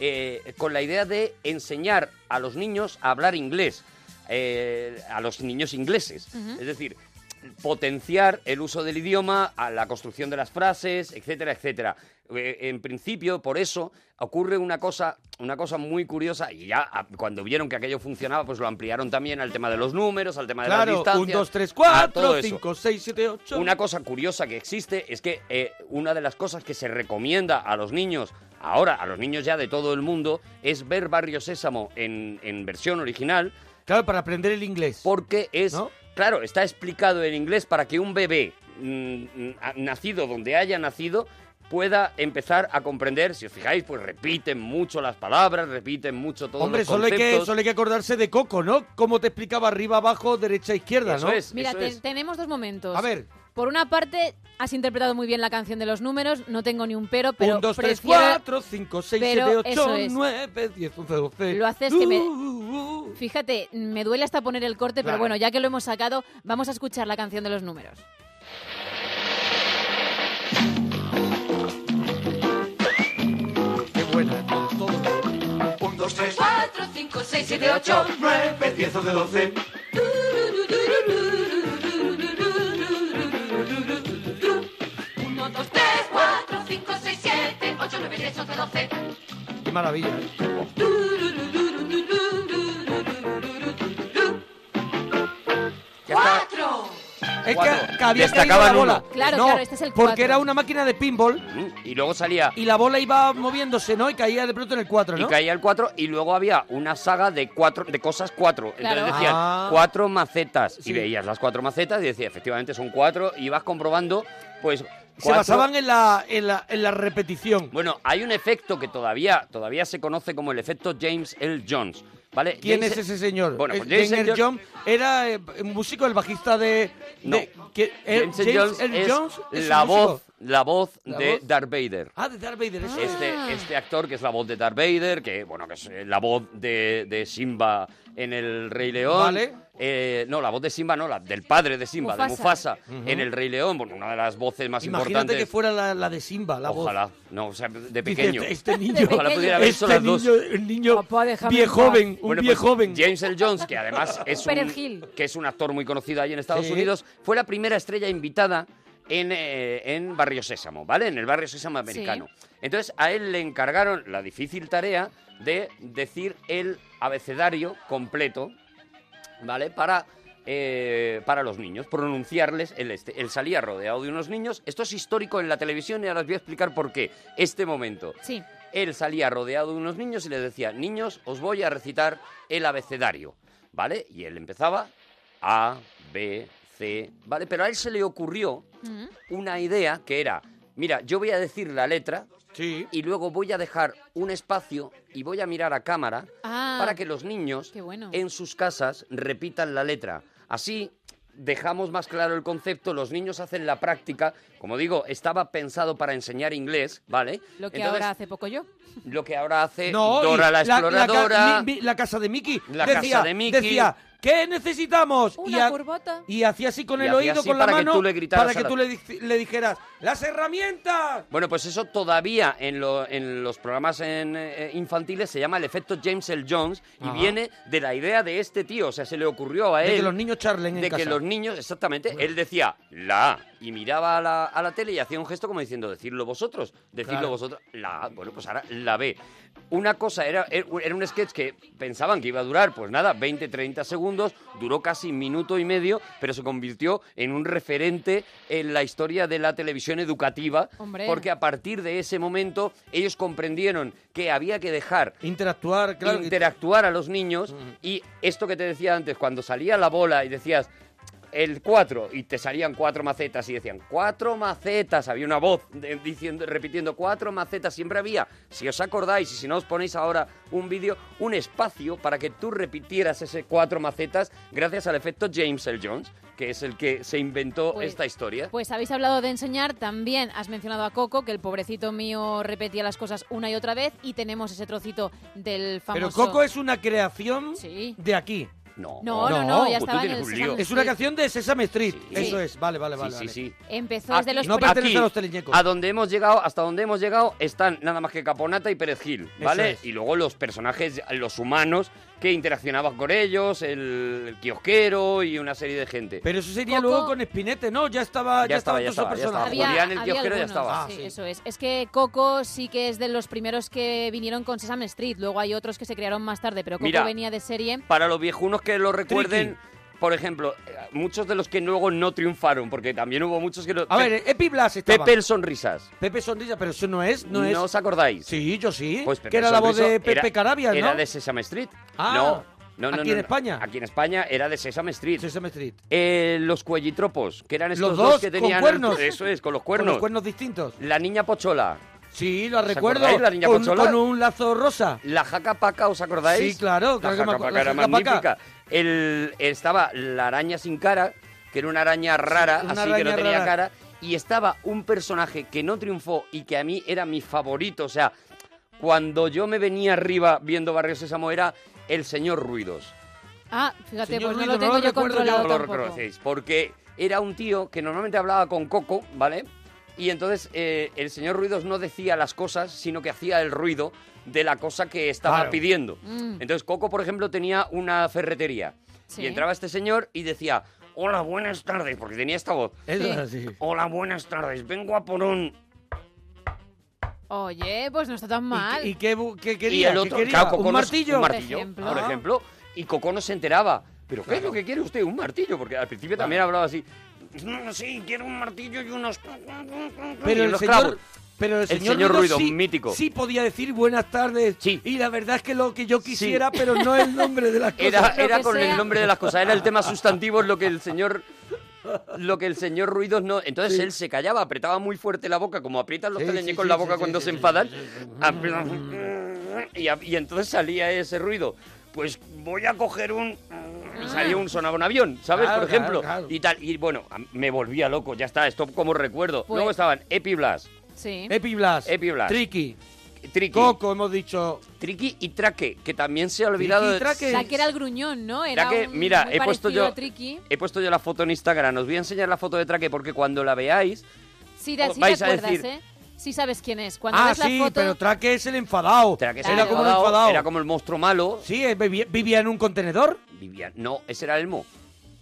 eh, con la idea de enseñar a los niños a hablar inglés, eh, a los niños ingleses, Ujú. es decir potenciar el uso del idioma, a la construcción de las frases, etcétera, etcétera. Eh, En principio, por eso, ocurre una cosa, una cosa muy curiosa, y ya a- cuando vieron que aquello funcionaba, pues lo ampliaron también al tema de los números, al tema de las Claro, distancias. un, dos, tres, a todo cuatro, eso. cinco, seis, siete, ocho. Una cosa curiosa que existe es que eh, una de las cosas que se recomienda a los niños, ahora a los niños ya de todo el mundo, es ver Barrio Sésamo en, en versión original. Claro, para aprender el inglés. Porque es, claro, está explicado en inglés para que un bebé mm, mm, a- nacido donde haya nacido pueda empezar a comprender, si os fijáis, pues repiten mucho las palabras, repiten mucho todo Hombre, los solo hay, que, conceptos. solo hay que acordarse de Coco, ¿no? Cómo te explicaba arriba, abajo, derecha, izquierda, Eso ¿no? es, Mira, te- tenemos dos momentos. A ver. Por una parte, has interpretado muy bien la canción de los números, no tengo ni un pero, pero un, dos, tres, prefiero- cuatro, cinco, seis, pero siete, ocho, eso es. nueve, diez, once, doce. Lo haces que me... Fíjate, me duele hasta poner el corte, pero Uh, Claro. bueno, ya que lo hemos sacado, vamos a escuchar la canción de los números. Qué buena. 1, 2, 3, 4, 5, 6, 7, 8, 9, 10, 11, 12. Uno, dos, tres, cuatro, cinco, seis, siete, ocho, nueve, diez, once, doce. Qué maravilla. ¿eh? Ya está. Cuatro. ¡Ah! Es que, Cuatro. que había caído Destacaban la bola. uno. Claro, No, claro, este es el Porque cuatro. Mm, era una máquina de pinball Y luego salía y la bola iba moviéndose, ¿no? Y caía de pronto en el 4, ¿no? Y caía el 4 y luego había una saga de cuatro de cosas 4. Claro. Entonces decían, Ah. cuatro macetas. Y veías las cuatro macetas y decías, efectivamente son cuatro. Y vas comprobando, pues... Se cuatro- basaban en la, en, la, en la repetición. Bueno, hay un efecto que todavía, todavía se conoce como el efecto James L. Jones. ¿Vale? ¿Quién James- es ese señor? Bueno, Eh, pues James James L. Jones Jones- era eh, un músico, el bajista de... No. de- que- eh, James L. Jones L. es Jones es la un músico. voz, la voz ¿La de voz? Darth Vader. Ah, de Darth Vader. eso es. Este, este actor que es la voz de Darth Vader, que bueno, que es eh, la voz de, de Simba en el Rey León. Vale. Eh, no, la voz de Simba, no, la del padre de Simba, de Mufasa. Mufasa, Ujú. en el Rey León, bueno, una de las voces más Imagínate importantes. que fuera la, la de Simba, la voz. Ojalá, no, o sea, de pequeño. Dice, este niño, Ojalá pudiera haber hecho este las dos. niño, el niño bien en paz. joven, un Bueno, bien pues, joven. James L. Jones, que además es Perejil. un, que es un actor muy conocido ahí en Estados Sí. Unidos, fue la primera estrella invitada en, eh, en Barrio Sésamo, ¿vale? En el Barrio Sésamo americano. Entonces a él le encargaron la difícil tarea de decir el abecedario completo, ¿vale? Para... eh, para los niños, pronunciarles el este. Él salía rodeado de unos niños. Esto es histórico en la televisión y ahora os voy a explicar por qué. Este momento. Sí. Él salía rodeado de unos niños y les decía, niños, os voy a recitar el abecedario, ¿vale? Y él empezaba A, B, C, ¿vale? Pero a él se le ocurrió una idea que era, mira, yo voy a decir la letra y luego voy a dejar un espacio y voy a mirar a cámara Ah. para que los niños en sus casas repitan la letra. Así dejamos más claro el concepto, los niños hacen la práctica, como digo, estaba pensado para enseñar inglés, ¿vale? Lo que Entonces, ahora hace poco yo. lo que ahora hace No, y Dora la ca- exploradora. mi- mi- La, casa de Mickey. La decía, casa de Mickey. Decía, ¿qué necesitamos? y, Una ha- curvota. y hacía así con Y el hacía oído, así con la para que mano, tú le gritaras para a que la- tú le, di- le dijeras, ¡las herramientas! Bueno, pues eso todavía en, lo- en los programas en, eh, infantiles se llama el efecto James L. Jones y Ajá. viene de la idea de este tío, o sea, se le ocurrió a De él. que los niños charlen en de que casa. los niños, exactamente, él decía la A y miraba a la, a la tele y hacía un gesto como diciendo, decidlo vosotros, decidlo Claro. vosotros, la A, bueno, pues ahora la B. Una cosa, era, era un sketch que pensaban que iba a durar, pues nada, 20, 30 segundos, duró casi minuto y medio, pero se convirtió en un referente en la historia de la televisión educativa, Hombre. porque a partir de ese momento ellos comprendieron que había que dejar Interactuar, claro. que- interactuar a los niños y esto que te decía antes, cuando salía la bola y decías el 4 y te salían cuatro macetas y decían cuatro macetas, había una voz de- diciendo repitiendo cuatro macetas, siempre había, si os acordáis y si no os ponéis ahora un vídeo, un espacio para que tú repitieras ese cuatro macetas gracias al efecto James L. Jones, que es el que se inventó Pues- esta historia. Pues habéis hablado de enseñar, también has mencionado a Coco, que el pobrecito mío repetía las cosas una y otra vez, y tenemos ese trocito del famoso... Pero Coco es una creación de aquí. No, Pues No, no, no, ya estaba en el Sesame Es una Street. canción de Sesame Street. Sí. Eso es, vale, vale, Sí, vale. sí, vale. sí. Empezó desde Aquí- los... No pertenece aquí, a los teleñecos. A donde hemos llegado, hasta donde hemos llegado, están nada más que Caponata y Pérez Gil, ¿vale? Eso es. Y luego los personajes, los humanos que interaccionaban con ellos, el, el kiosquero y una serie de gente. Pero eso sería luego con Espinete, ¿no? Ya estaba, ya, Ya estaba, ya todos esos estaba, ya estaba. personajes. Había- Julián el kiosquero ya algunos, estaba. sí, Ah, sí. Eso es. Es que Coco sí que es de los primeros que vinieron con Sesame Street. Luego hay otros que se crearon más tarde, pero Coco Mira. venía de serie. Para los viejunos que lo recuerden, por ejemplo, eh, muchos de los que luego no triunfaron, porque también hubo muchos que... No, A ver, Epi Blas estaba. Pepe el Sonrisas. Pepe Sonrisa, pero eso no es, no ¿No, es. os acordáis? Sí, yo sí. Pues Pepe que era la voz de Sonrisa era- Pepe Carabias, ¿no? Era de Sesame Street. Ah, no. No, no, aquí no, en no. España. Aquí en España era de Sesame Street. Sesame Street. Eh, los cuellitropos, que eran Los estos dos que con tenían. cuernos. Eso es, con los Con cuernos. los cuernos distintos. La niña Pochola. Sí, la ¿Os recuerdo. acordáis, la niña con, Pochola? con un lazo rosa. La jaca paca, ¿os acordáis? Sí, claro, claro que la me jaca acuerdo, paca la era jaca paca. magnífica. El, estaba la araña sin cara, que era una araña rara, una así que araña no tenía rara. cara. Y estaba un personaje que no triunfó y que a mí era mi favorito. O sea, cuando yo me venía arriba viendo Barrio Sésamo era el señor Ruidos. Ah, fíjate, Señor pues no Ruido, lo tengo yo recuerdo controlado No lo tampoco. reconocéis, porque era un tío que normalmente hablaba con Coco, ¿vale? Y entonces eh, el señor Ruidos no decía las cosas, sino que hacía el ruido de la cosa que estaba Claro. pidiendo. Mm. Entonces Coco, por ejemplo, tenía una ferretería. Sí. Y entraba este señor y decía, hola, buenas tardes, porque tenía esta voz. Eso era así. Hola, buenas tardes, vengo a por un... Oye, pues no está tan mal. ¿Y qué, bu- qué quería? Ah, y el ¿Qué otro, quería? claro, Coco ¿Un no- martillo? un martillo, Por por ejemplo. ejemplo. Ah. Y Coco no se enteraba. ¿Pero qué es lo que quiere usted? ¿Un martillo? Porque al principio también hablaba así. Mm, Sí, quiero un martillo y unos... Pero Y el los señor, clavos. pero el El señor, señor Ruido, sí, mítico. Sí podía decir buenas tardes. Y la verdad es que lo que yo quisiera, pero no el nombre de las cosas. Era, era con el nombre de las cosas, era el tema sustantivo, lo que el señor... Lo que el señor Ruidos no... Entonces él se callaba, apretaba muy fuerte la boca, como aprietan los Sí, teleñecos sí, sí, la boca sí, cuando sí, se sí, enfadan. Apre- Y, a- y entonces salía ese ruido. Pues voy a coger un... Y salía un sonaba un avión, ¿sabes? Ah. Claro, Por ejemplo. claro, claro. Y tal. Y bueno, a- me volvía loco, ya está, esto como recuerdo. Pues- Luego estaban Epiblas. Sí. Epiblas. Epiblas. Em- Triqui. Triqui. Coco, hemos dicho. Triqui y Traque, que también se ha olvidado... de- La que era el gruñón, ¿no? Era Traque, un- mira, muy he puesto parecido yo- a Triqui. He puesto yo la foto en Instagram. Os voy a enseñar la foto de Traque porque cuando la veáis. Sí, te, Os sí te Oh, vais a acuerdas, decir- ¿eh? Sí sabes quién es. Cuando ah, ves la sí, foto... pero Traque es el enfadado. es el era como el enfadado, enfadado. era como el monstruo malo. Sí, eh, vivía, vivía en un contenedor. Vivía- No, ese era Elmo.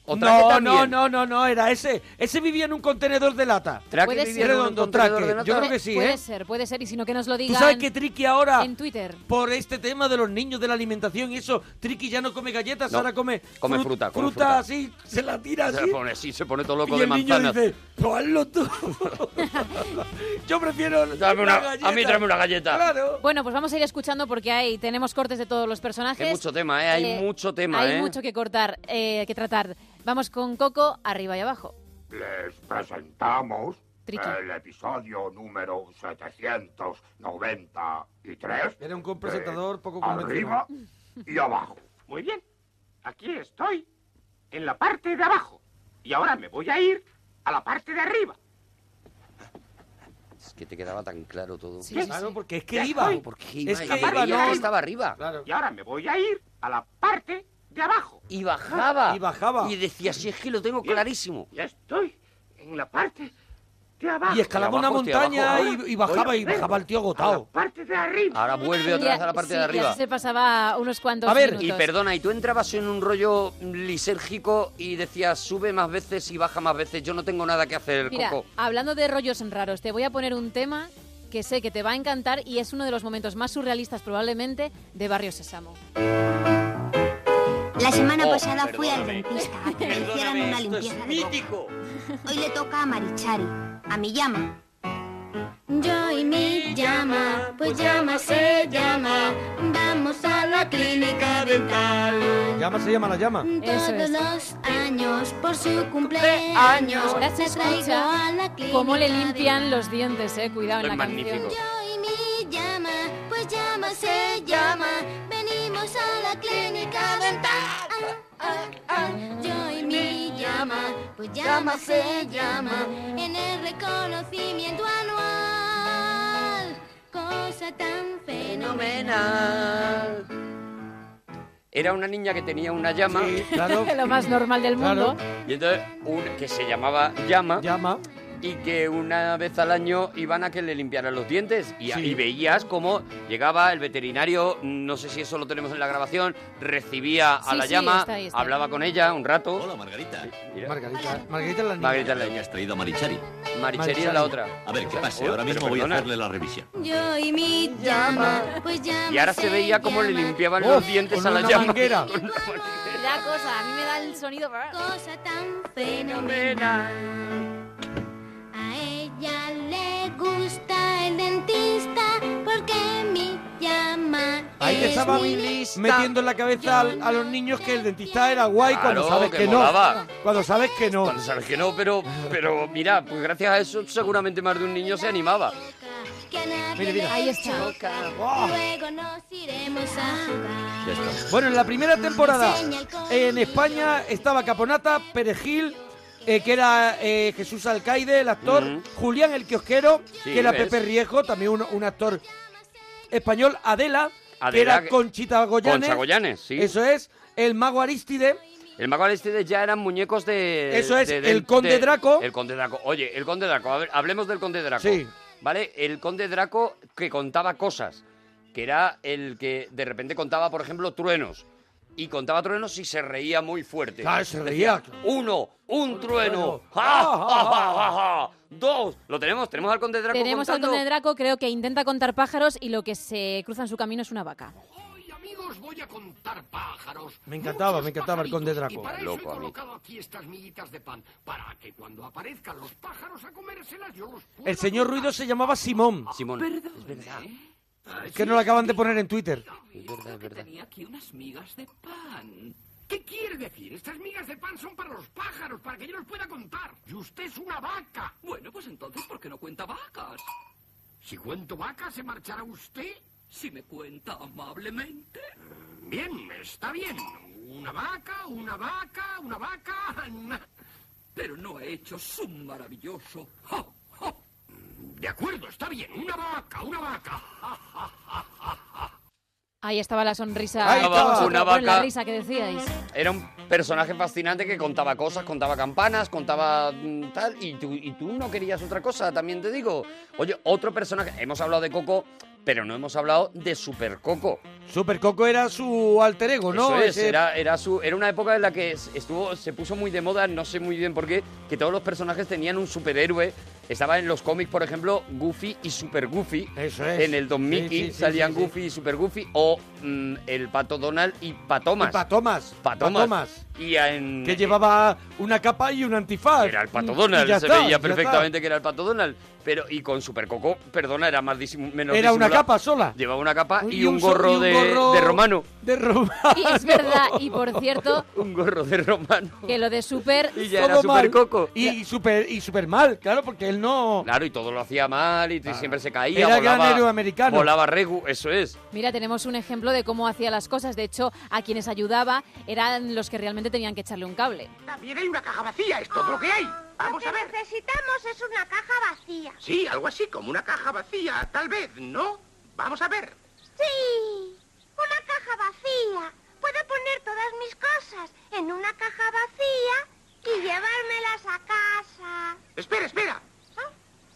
O Traque No, también. no, no, no, no, era ese. Ese vivía en un contenedor de lata. Traque Puede vivía en un Redondo, contenedor Traque. de lata. Yo creo Puede- que sí, Puede ¿eh? ser, puede ser. Y si no, que nos lo ¿Tú digan sabes que Triqui ahora, en Twitter. por este tema de los niños de la alimentación y eso, Triqui ya no come galletas, No, ahora come, come frut- fruta, come fruta. fruta. así, se la tira Se así. pone, sí, se pone todo loco Y de el niño manzanas. dice, pues hazlo tú. Yo prefiero Dame una- a mí tráeme una galleta. Claro. Bueno, pues vamos a ir escuchando porque ahí tenemos cortes de todos los personajes. Hay mucho tema, ¿eh? Hay Eh, mucho tema, Hay ¿eh? mucho que cortar, eh, que tratar. Vamos con Coco, arriba y abajo. Les presentamos Triqui. el episodio número 793. Era un presentador presentador poco Arriba y abajo. Muy bien, aquí estoy, en la parte de abajo. Y ahora me voy a ir a la parte de arriba. Es que te quedaba tan claro todo. Sí, sí, Claro, sí. porque es que iba. ¿Por qué Es iba? que Y iba, creía no, que no. estaba arriba. Y ahora me voy a ir a la parte de abajo. Y bajaba. Y bajaba. Y decía, si es que lo tengo clarísimo. Ya estoy en la parte de abajo. Y escalaba una abajo, tío, montaña abajo. y, y bajaba, y Voy a bajaba el tío agotado. Parte de arriba. Ahora vuelve otra Y vez a la parte sí, de y arriba. así se pasaba unos cuantos A ver, minutos. y perdona, y tú entrabas en un rollo lisérgico y decías, sube más veces y baja más veces, yo no tengo nada que hacer, Mira, Coco. hablando de rollos raros, te voy a poner un tema que sé que te va a encantar y es uno de los momentos más surrealistas probablemente de Barrio Sésamo. La semana Oh, pasada fui al perdóname. dentista a que me Perdóname, hicieran una esto es limpieza. de boca. Hoy le toca a Marichari, a mi llama. Yo y mi llama, pues llama se llama. Vamos a la clínica dental. Llama se llama la llama. Todos los años por su cumpleaños Ahora se le traigo escucha a la clínica cómo le limpian los dientes, eh. Cuidado en la canción. Yo y mi llama, pues llama se llama. Venimos a la clínica dental. Ah, ah, ah. Yo y mi llama, pues llama se llama. En el reconocimiento anual. Cosa tan fenomenal. Era una niña que tenía una llama. Lo más normal del mundo. Y entonces, un- que se llamaba Llama. Y que una vez al año iban a que le limpiaran los dientes. Y, y veías cómo llegaba el veterinario, no sé si eso lo tenemos en la grabación, recibía a Sí, la sí, llama, está ahí, está ahí. hablaba con ella un rato. Hola, Margarita. Margarita, Margarita es la niña. Margarita le hayas traído a Marichari. Marichari es Marichari. la otra. A ver, ¿qué pasa? Oh, Ahora pero mismo voy a perdona. hacerle la revisión. Yo y mi llama, pues llama Y ahora se veía cómo le limpiaban los dientes a la llama. Con una Me da cosa, a mí me da el sonido. Cosa tan fenomenal. A ella le gusta el dentista porque mi llama Ahí te es estaba mi metiendo en la cabeza al- a, los niños que el dentista era guay cuando Claro, sabes que que, no. molaba. Cuando sabes que no. Cuando sabes que no, pero, pero mira, pues gracias a eso seguramente más de un niño se animaba. que a nadie Mira, mira. le Ahí está. choca. Luego nos iremos a jugar. Bueno, en la primera temporada en España estaba Caponata, Perejil, eh, que era eh, Jesús Alcaide, el actor, Julián el Kiosquero, Sí, que era ¿ves? Pepe Riesgo, también un, un actor español, Adela, que Adela, era que- Conchita Goyanes. Concha Goyanes, sí. Eso es, el mago Aristide. El mago Aristide ya eran muñecos de... Eso es, de- de- el Conde de- Draco. El conde Draco. Oye, el conde Draco, a ver, hablemos del conde Draco. Sí. ¿Vale? El conde Draco que contaba cosas, que era el que de repente contaba, por ejemplo, truenos. Y contaba truenos y se reía muy fuerte. Claro, Ah, se Decía, reía. Uno, un trueno. trueno. Ah, ¡Ja, ja, ja, ja, ja! Dos. Lo tenemos, tenemos al conde Draco Tenemos al contando. conde Draco, creo que intenta contar pájaros y lo que se cruza en su camino es una vaca. amigos, voy a contar pájaros. Me encantaba, Muchos me encantaba el Conde pajaritos, Drácula. Y para eso Loco, he a mí. colocado aquí estas miguitas de pan, para que cuando aparezcan los pájaros a comérselas, yo los pueda... El señor Ruido se llamaba Simón. Simón. Perdón, ¿eh? Que no lo acaban de poner en Twitter. Es verdad, es verdad. Tenía aquí unas migas de pan. ¿Qué quiere decir? Estas migas de pan son para los pájaros, para que yo los pueda contar. Y usted es una vaca. Bueno, pues entonces, ¿por qué no cuenta vacas? Si cuento vacas, ¿se marchará usted? Si me cuenta amablemente. Bien, Mm, está bien. Una vaca, una vaca, una vaca. na- Pero no ha hecho su maravilloso. ¡Ja, ja! De acuerdo, está bien. Una vaca, una vaca. ¡Ja, ja, ja, ja, ja! Ahí estaba la sonrisa. Ahí que estaba. vosotros- Una bueno, La vaca. risa que decíais. Era un personaje fascinante que contaba cosas, contaba campanas, contaba mm, tal, y tú, y tú no querías otra cosa, también te digo. Oye, otro personaje, hemos hablado de Coco, pero no hemos hablado de Super Coco. Super Coco era su alter ego, ¿no? Eso es, Ese- era, era, su, era una época en la que es- estuvo, se puso muy de moda, no sé muy bien por qué, que todos los personajes tenían un superhéroe. Estaba en los cómics, por ejemplo, Goofy y Super Goofy. Eso es. En el Don Sí, Mickey sí, sí, salían sí, sí. Goofy y Super Goofy o mm, el Pato Donald y Patomas. Y Patomas. Patomas. Patomas. Y en... Que llevaba una capa y un antifaz. Era el Pato Donald, se veía perfectamente que era el Pato Donald. Pero, y con Super Coco, perdona, era más disim- menos Era una disimulado. capa sola. Llevaba una capa y, Y un, un so- gorro y un de, gorro- de romano. De romano. Y es verdad, y por cierto, Un gorro de romano. que lo de Super. Y ya era Super Coco. Y, y super, y super mal, claro, porque él no... Claro, y todo lo hacía mal y siempre se caía. Era el gran volaba, héroe americano. Volaba regu, eso es. Mira, tenemos un ejemplo de cómo hacía las cosas. De hecho, a quienes ayudaba eran los que realmente tenían que echarle un cable. También hay una caja vacía, es todo lo que hay. Vamos a ver. necesitamos es una caja vacía. Sí, algo así, como una caja vacía, tal vez, ¿no? Vamos a ver. Sí, una caja vacía. Puedo poner todas mis cosas en una caja vacía y llevármelas a casa. Espera, espera.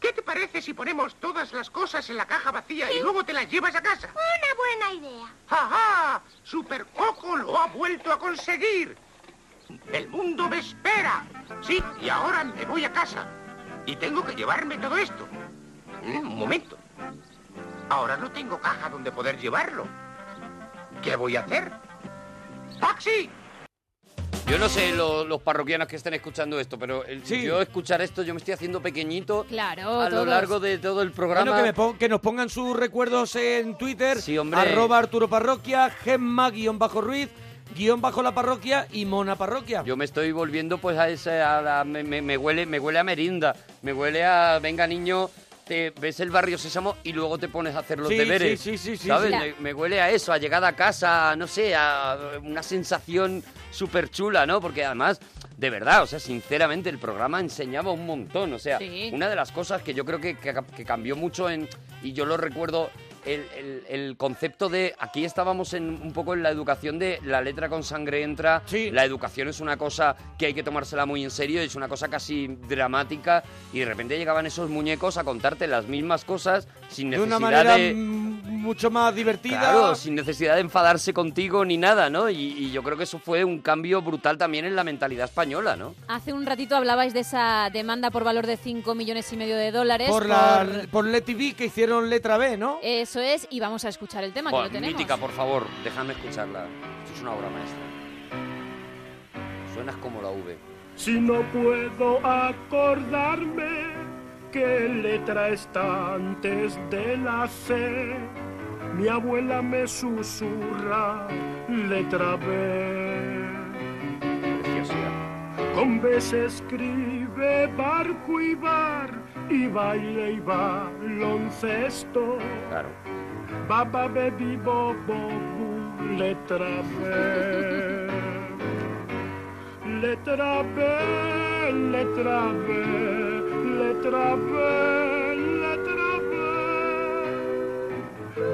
¿Qué te parece si ponemos todas las cosas en la caja vacía y luego te las llevas a casa? Una buena idea. ¡Ajá! ¡Super Coco lo ha vuelto a conseguir! ¡El mundo me espera! Sí, y ahora me voy a casa. Y tengo que llevarme todo esto. Mm, Un momento. Ahora no tengo caja donde poder llevarlo. ¿Qué voy a hacer? ¡Taxi! Yo no sé lo- los parroquianos que estén escuchando esto, pero el- yo escuchar esto, yo me estoy haciendo pequeñito Claro, a lo todos. largo de todo el programa. Bueno, que, me pon- que nos pongan sus recuerdos en Twitter. hombre. Arroba Arturo Parroquia, Gemma, guión bajo Ruiz, guión bajo la parroquia y Mona Parroquia. Yo me estoy volviendo pues a ese, a la- me, me- me huele, me huele a merinda, me huele a, venga niño, te ves el barrio Sésamo y luego te pones a hacer los Sí, deberes, sí, sí, sí, sí, ¿sabes? sí. Me, me huele a eso, a llegada a casa, a, no sé, a una sensación súper chula, ¿no? Porque además, de verdad, o sea, sinceramente el programa enseñaba un montón, o sea, Sí. una de las cosas que yo creo que, que- que cambió mucho en, y yo lo recuerdo, el, el- el concepto de, aquí estábamos en, un poco en la educación de la letra con sangre entra, la educación es una cosa que hay que tomársela muy en serio, es una cosa casi dramática, y de repente llegaban esos muñecos a contarte las mismas cosas sin de una necesidad manera de... mm, mucho más divertida. Claro, sin necesidad de enfadarse contigo ni nada, ¿no? Y, y yo creo que eso fue un cambio brutal también en la mentalidad española, ¿no? Hace un ratito hablabais de esa demanda por valor de 5 millones y medio de dólares. por, la, por Leti B que hicieron letra B, ¿no? Eso es, y vamos a escuchar el tema, Buah, que lo tenemos. mítica, por favor, déjame escucharla. Esto es una obra maestra. Suenas como la V. Si no puedo acordarme qué letra está antes de la C, mi abuela me susurra letra B. ¿eh? Con B se escribe barco y bar, y baile y baloncesto. Claro. Baba, baby, bobo, bu, letra B. Letra B, letra B, letra B, letra B.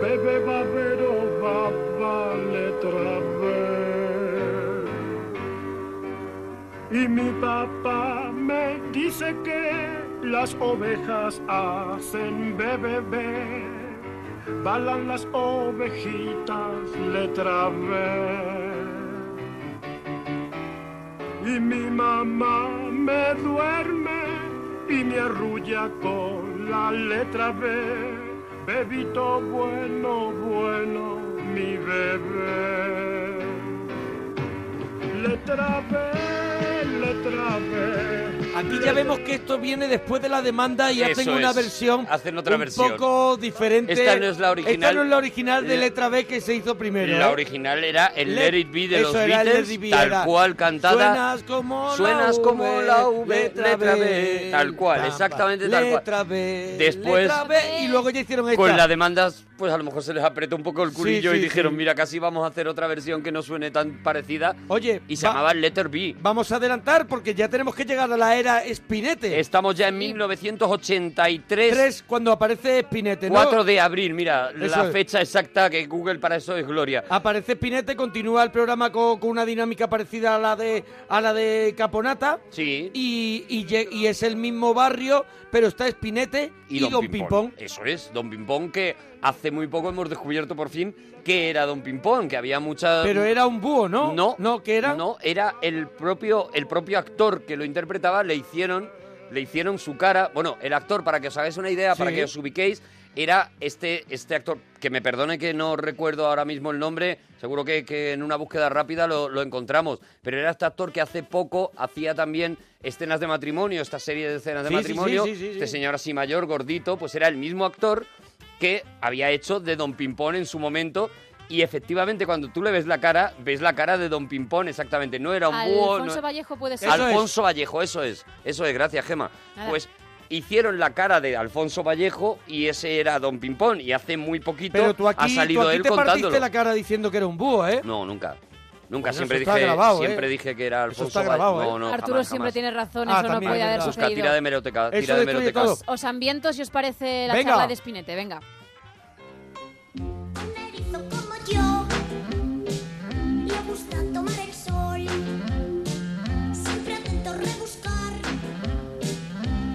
Bebe babero baba, letra B. Y mi papá me dice que las ovejas hacen bebé, balan las ovejitas, letra B. Y mi mamá me duerme y me arrulla con la letra B. bebito bueno, bueno, mi bebé. Le trabé, le trabé. Aquí ya vemos que esto viene después de la demanda y hacen Eso una es. versión Hacen otra un versión. poco diferente. Esta no es la original. Esta no es la original de La- letra B que se hizo primero. La ¿eh? original era el Le- Let It Be de Eso los era el Let Beatles, It Be, tal era, cual cantada. Suenas como la Suenas V, como la V, letra B", Tal cual, pam, pam, exactamente tal cual. Letra B, Después- letra B, y luego ya hicieron esta. Pues Con las demandas, pues a lo mejor se les apretó un poco el curillo sí, y dijeron, sí. mira, casi vamos a hacer otra versión que no suene tan parecida. Oye, y se va- llamaba Letter B. Vamos a adelantar porque ya tenemos que llegar a la era Spinete. Estamos ya en 1983. Tres, cuando aparece Spinete, ¿no? 4 de abril, mira, Eso la es. fecha exacta que Google para eso es gloria. Aparece Spinete, continúa el programa co- con, una dinámica parecida a la de a la de Caponata. Sí. Y, y lle- y es el mismo barrio, pero está Spinete y, Don, Pimpón. Eso es, Don Pimpón que hace muy poco hemos descubierto por fin que era Don Pimpón, que había mucha... Pero era un búho, ¿no? Um, No. No, que era. No, era el propio, el propio actor que lo interpretaba, le hicieron, le hicieron su cara. Bueno, el actor, para que os hagáis una idea, para Sí. que os ubiquéis, era este, este actor, que me perdone que no recuerdo ahora mismo el nombre, seguro que, que en una búsqueda rápida lo, lo encontramos, pero era este actor que hace poco hacía también escenas de matrimonio, esta serie de escenas de Sí, sí, matrimonio, sí, sí, sí, sí. este señor así mayor, gordito, pues era el mismo actor que había hecho de Don Pimpón en su momento. Y efectivamente, cuando tú le ves la cara, ves la cara de Don Pimpón exactamente. No era un búho. Alfonso no- Vallejo puede ser. Alfonso Vallejo, eso es. Eso es, gracias, Gema. Nada. Pues hicieron la cara de Alfonso Vallejo y ese era Don Pimpón. Y hace muy poquito Pero tú aquí, ha salido tú aquí él te contándolo. partiste la cara diciendo que era un búho, ¿eh? No, nunca. Nunca, Bueno, siempre, eso está dije, grabado, siempre ¿eh? dije que era Alfonso está grabado, Vallejo. ¿eh? No, no, Arturo jamás, siempre jamás. tiene razón, Ah, eso no también, puede es haber verdad. Busca, sucedido. tira de meroteca, Eso tira de destruye meroteca. todo. Os- Os ambiento si os parece la Venga. charla de Spinete, venga. como yo. Le gusta tomar el sol, siempre atento a rebuscar,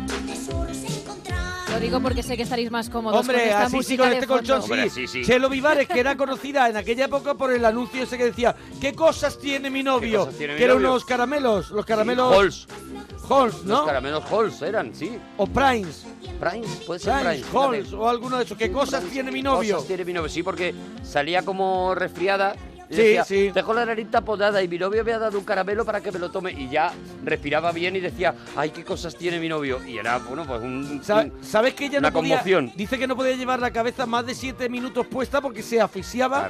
qué tesoros encontrar. Lo digo porque sé que estaréis más cómodos con Hombre, esta así sí, música con de este fondo. colchón sí. Chelo Vivares, que era conocida en aquella época por el anuncio ese que decía ¿Qué cosas tiene mi novio? cosas tiene mi que eran novio? unos caramelos, los caramelos... Halls. Halls, ¿no? Los caramelos Halls eran, sí. O Primes. Primes, puede ser Primes, Primes, Halls, fíjate. o alguno de esos. ¿Qué cosas tiene mi novio? Cosas tiene mi novio, sí, porque salía como resfriada. y Sí, decía, sí. Dejo la narita podada y mi novio me ha dado un caramelo para que me lo tome. Y ya respiraba bien y decía, ay, qué cosas tiene mi novio. Y era, bueno, pues un... Sa- un- ¿Sabes que ella una no podía- conmoción. Dice que no podía llevar la cabeza más de 7 minutos puesta porque se asfixiaba.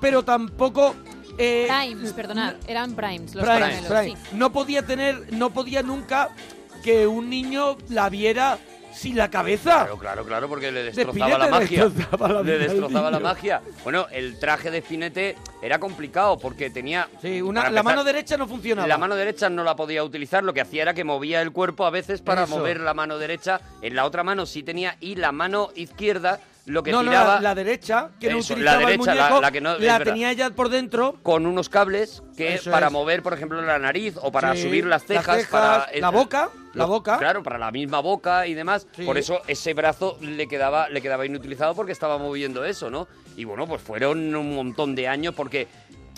Pero tampoco... eh, Primes, perdonad, eran Primes los Prime, caramelos, Prime. sí. No podía tener, no podía nunca que un niño la viera sin la cabeza. Claro, claro, claro, porque le destrozaba Spinetta la le magia. destrozaba la vida Le al destrozaba la niño. magia. Bueno, el traje de Spinete era complicado porque tenía... Sí, Una- la mano derecha no funcionaba. La mano derecha no la podía utilizar, lo que hacía era que movía el cuerpo a veces para Eso. mover la mano derecha. En la otra mano sí tenía y la mano izquierda lo que no, no, tiraba la, la derecha, que no Eso, la utilizaba el derecha, la- muñeco, la que no- es la verdad. tenía ella por dentro. con unos cables que Eso para es. mover, por ejemplo, la nariz o para Sí, subir las las cejas, cejas, para la boca, la boca. Claro, para la misma boca y demás. Sí. Por eso ese brazo le quedaba le quedaba inutilizado porque estaba moviendo eso, ¿no? Y bueno, pues fueron un montón de años porque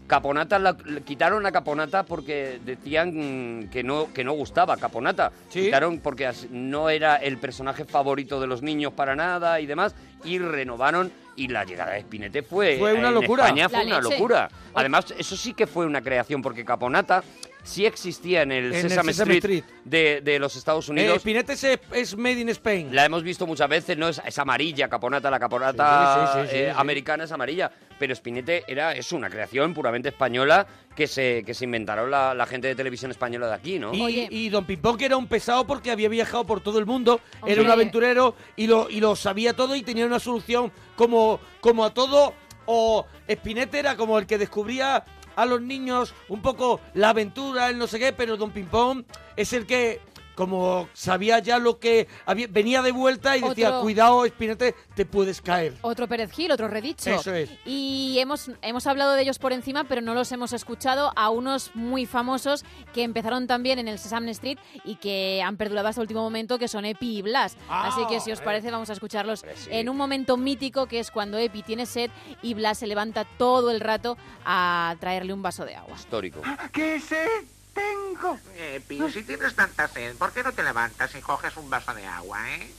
Caponata la- le quitaron a Caponata porque decían mm, que no que no gustaba Caponata. Quitaron porque as- no era el personaje favorito de los niños para nada y demás y renovaron y la llegada de Spinete fue Fue una en locura. España fue La una leche. locura. Además, eso sí que fue una creación, porque Caponata sí existía en el En el Sesame, Sesame Street, Street. De, de los Estados Eh, Unidos. Spinetta es, es made in Spain. la hemos visto muchas veces, ¿no? Es, es amarilla, Caponata, la Caponata Sí, sí, sí, sí, eh, sí. americana es amarilla. Pero Spinete era, es una creación puramente española que se, que se inventaron la, la gente de televisión española de aquí, ¿no? Y, y Don Pimpón, que era un pesado porque había viajado por todo el mundo, Hombre. era un aventurero y lo, y lo sabía todo y tenía una solución como, como a todo. O Spinetta era como el que descubría a los niños un poco la aventura, el no sé qué, pero Don Pimpón es el que. Como sabía ya lo que había- venía de vuelta y decía, Otro- cuidado, Spinetta, te puedes caer. Otro Pérez Gil, otro Redicho. Eso es. Y hemos, hemos hablado de ellos por encima, pero no los hemos escuchado a unos muy famosos que empezaron también en el Sesame Street y que han perdurado hasta el último momento, que son Epi y Blas. Ah, Así que si os parece, vamos a escucharlos en un momento mítico, que es cuando Epi tiene sed y Blas se levanta todo el rato a traerle un vaso de agua. Histórico. ¿Qué sed tengo? Epi, si tienes tanta sed, ¿por qué no te levantas y coges un vaso de agua, eh?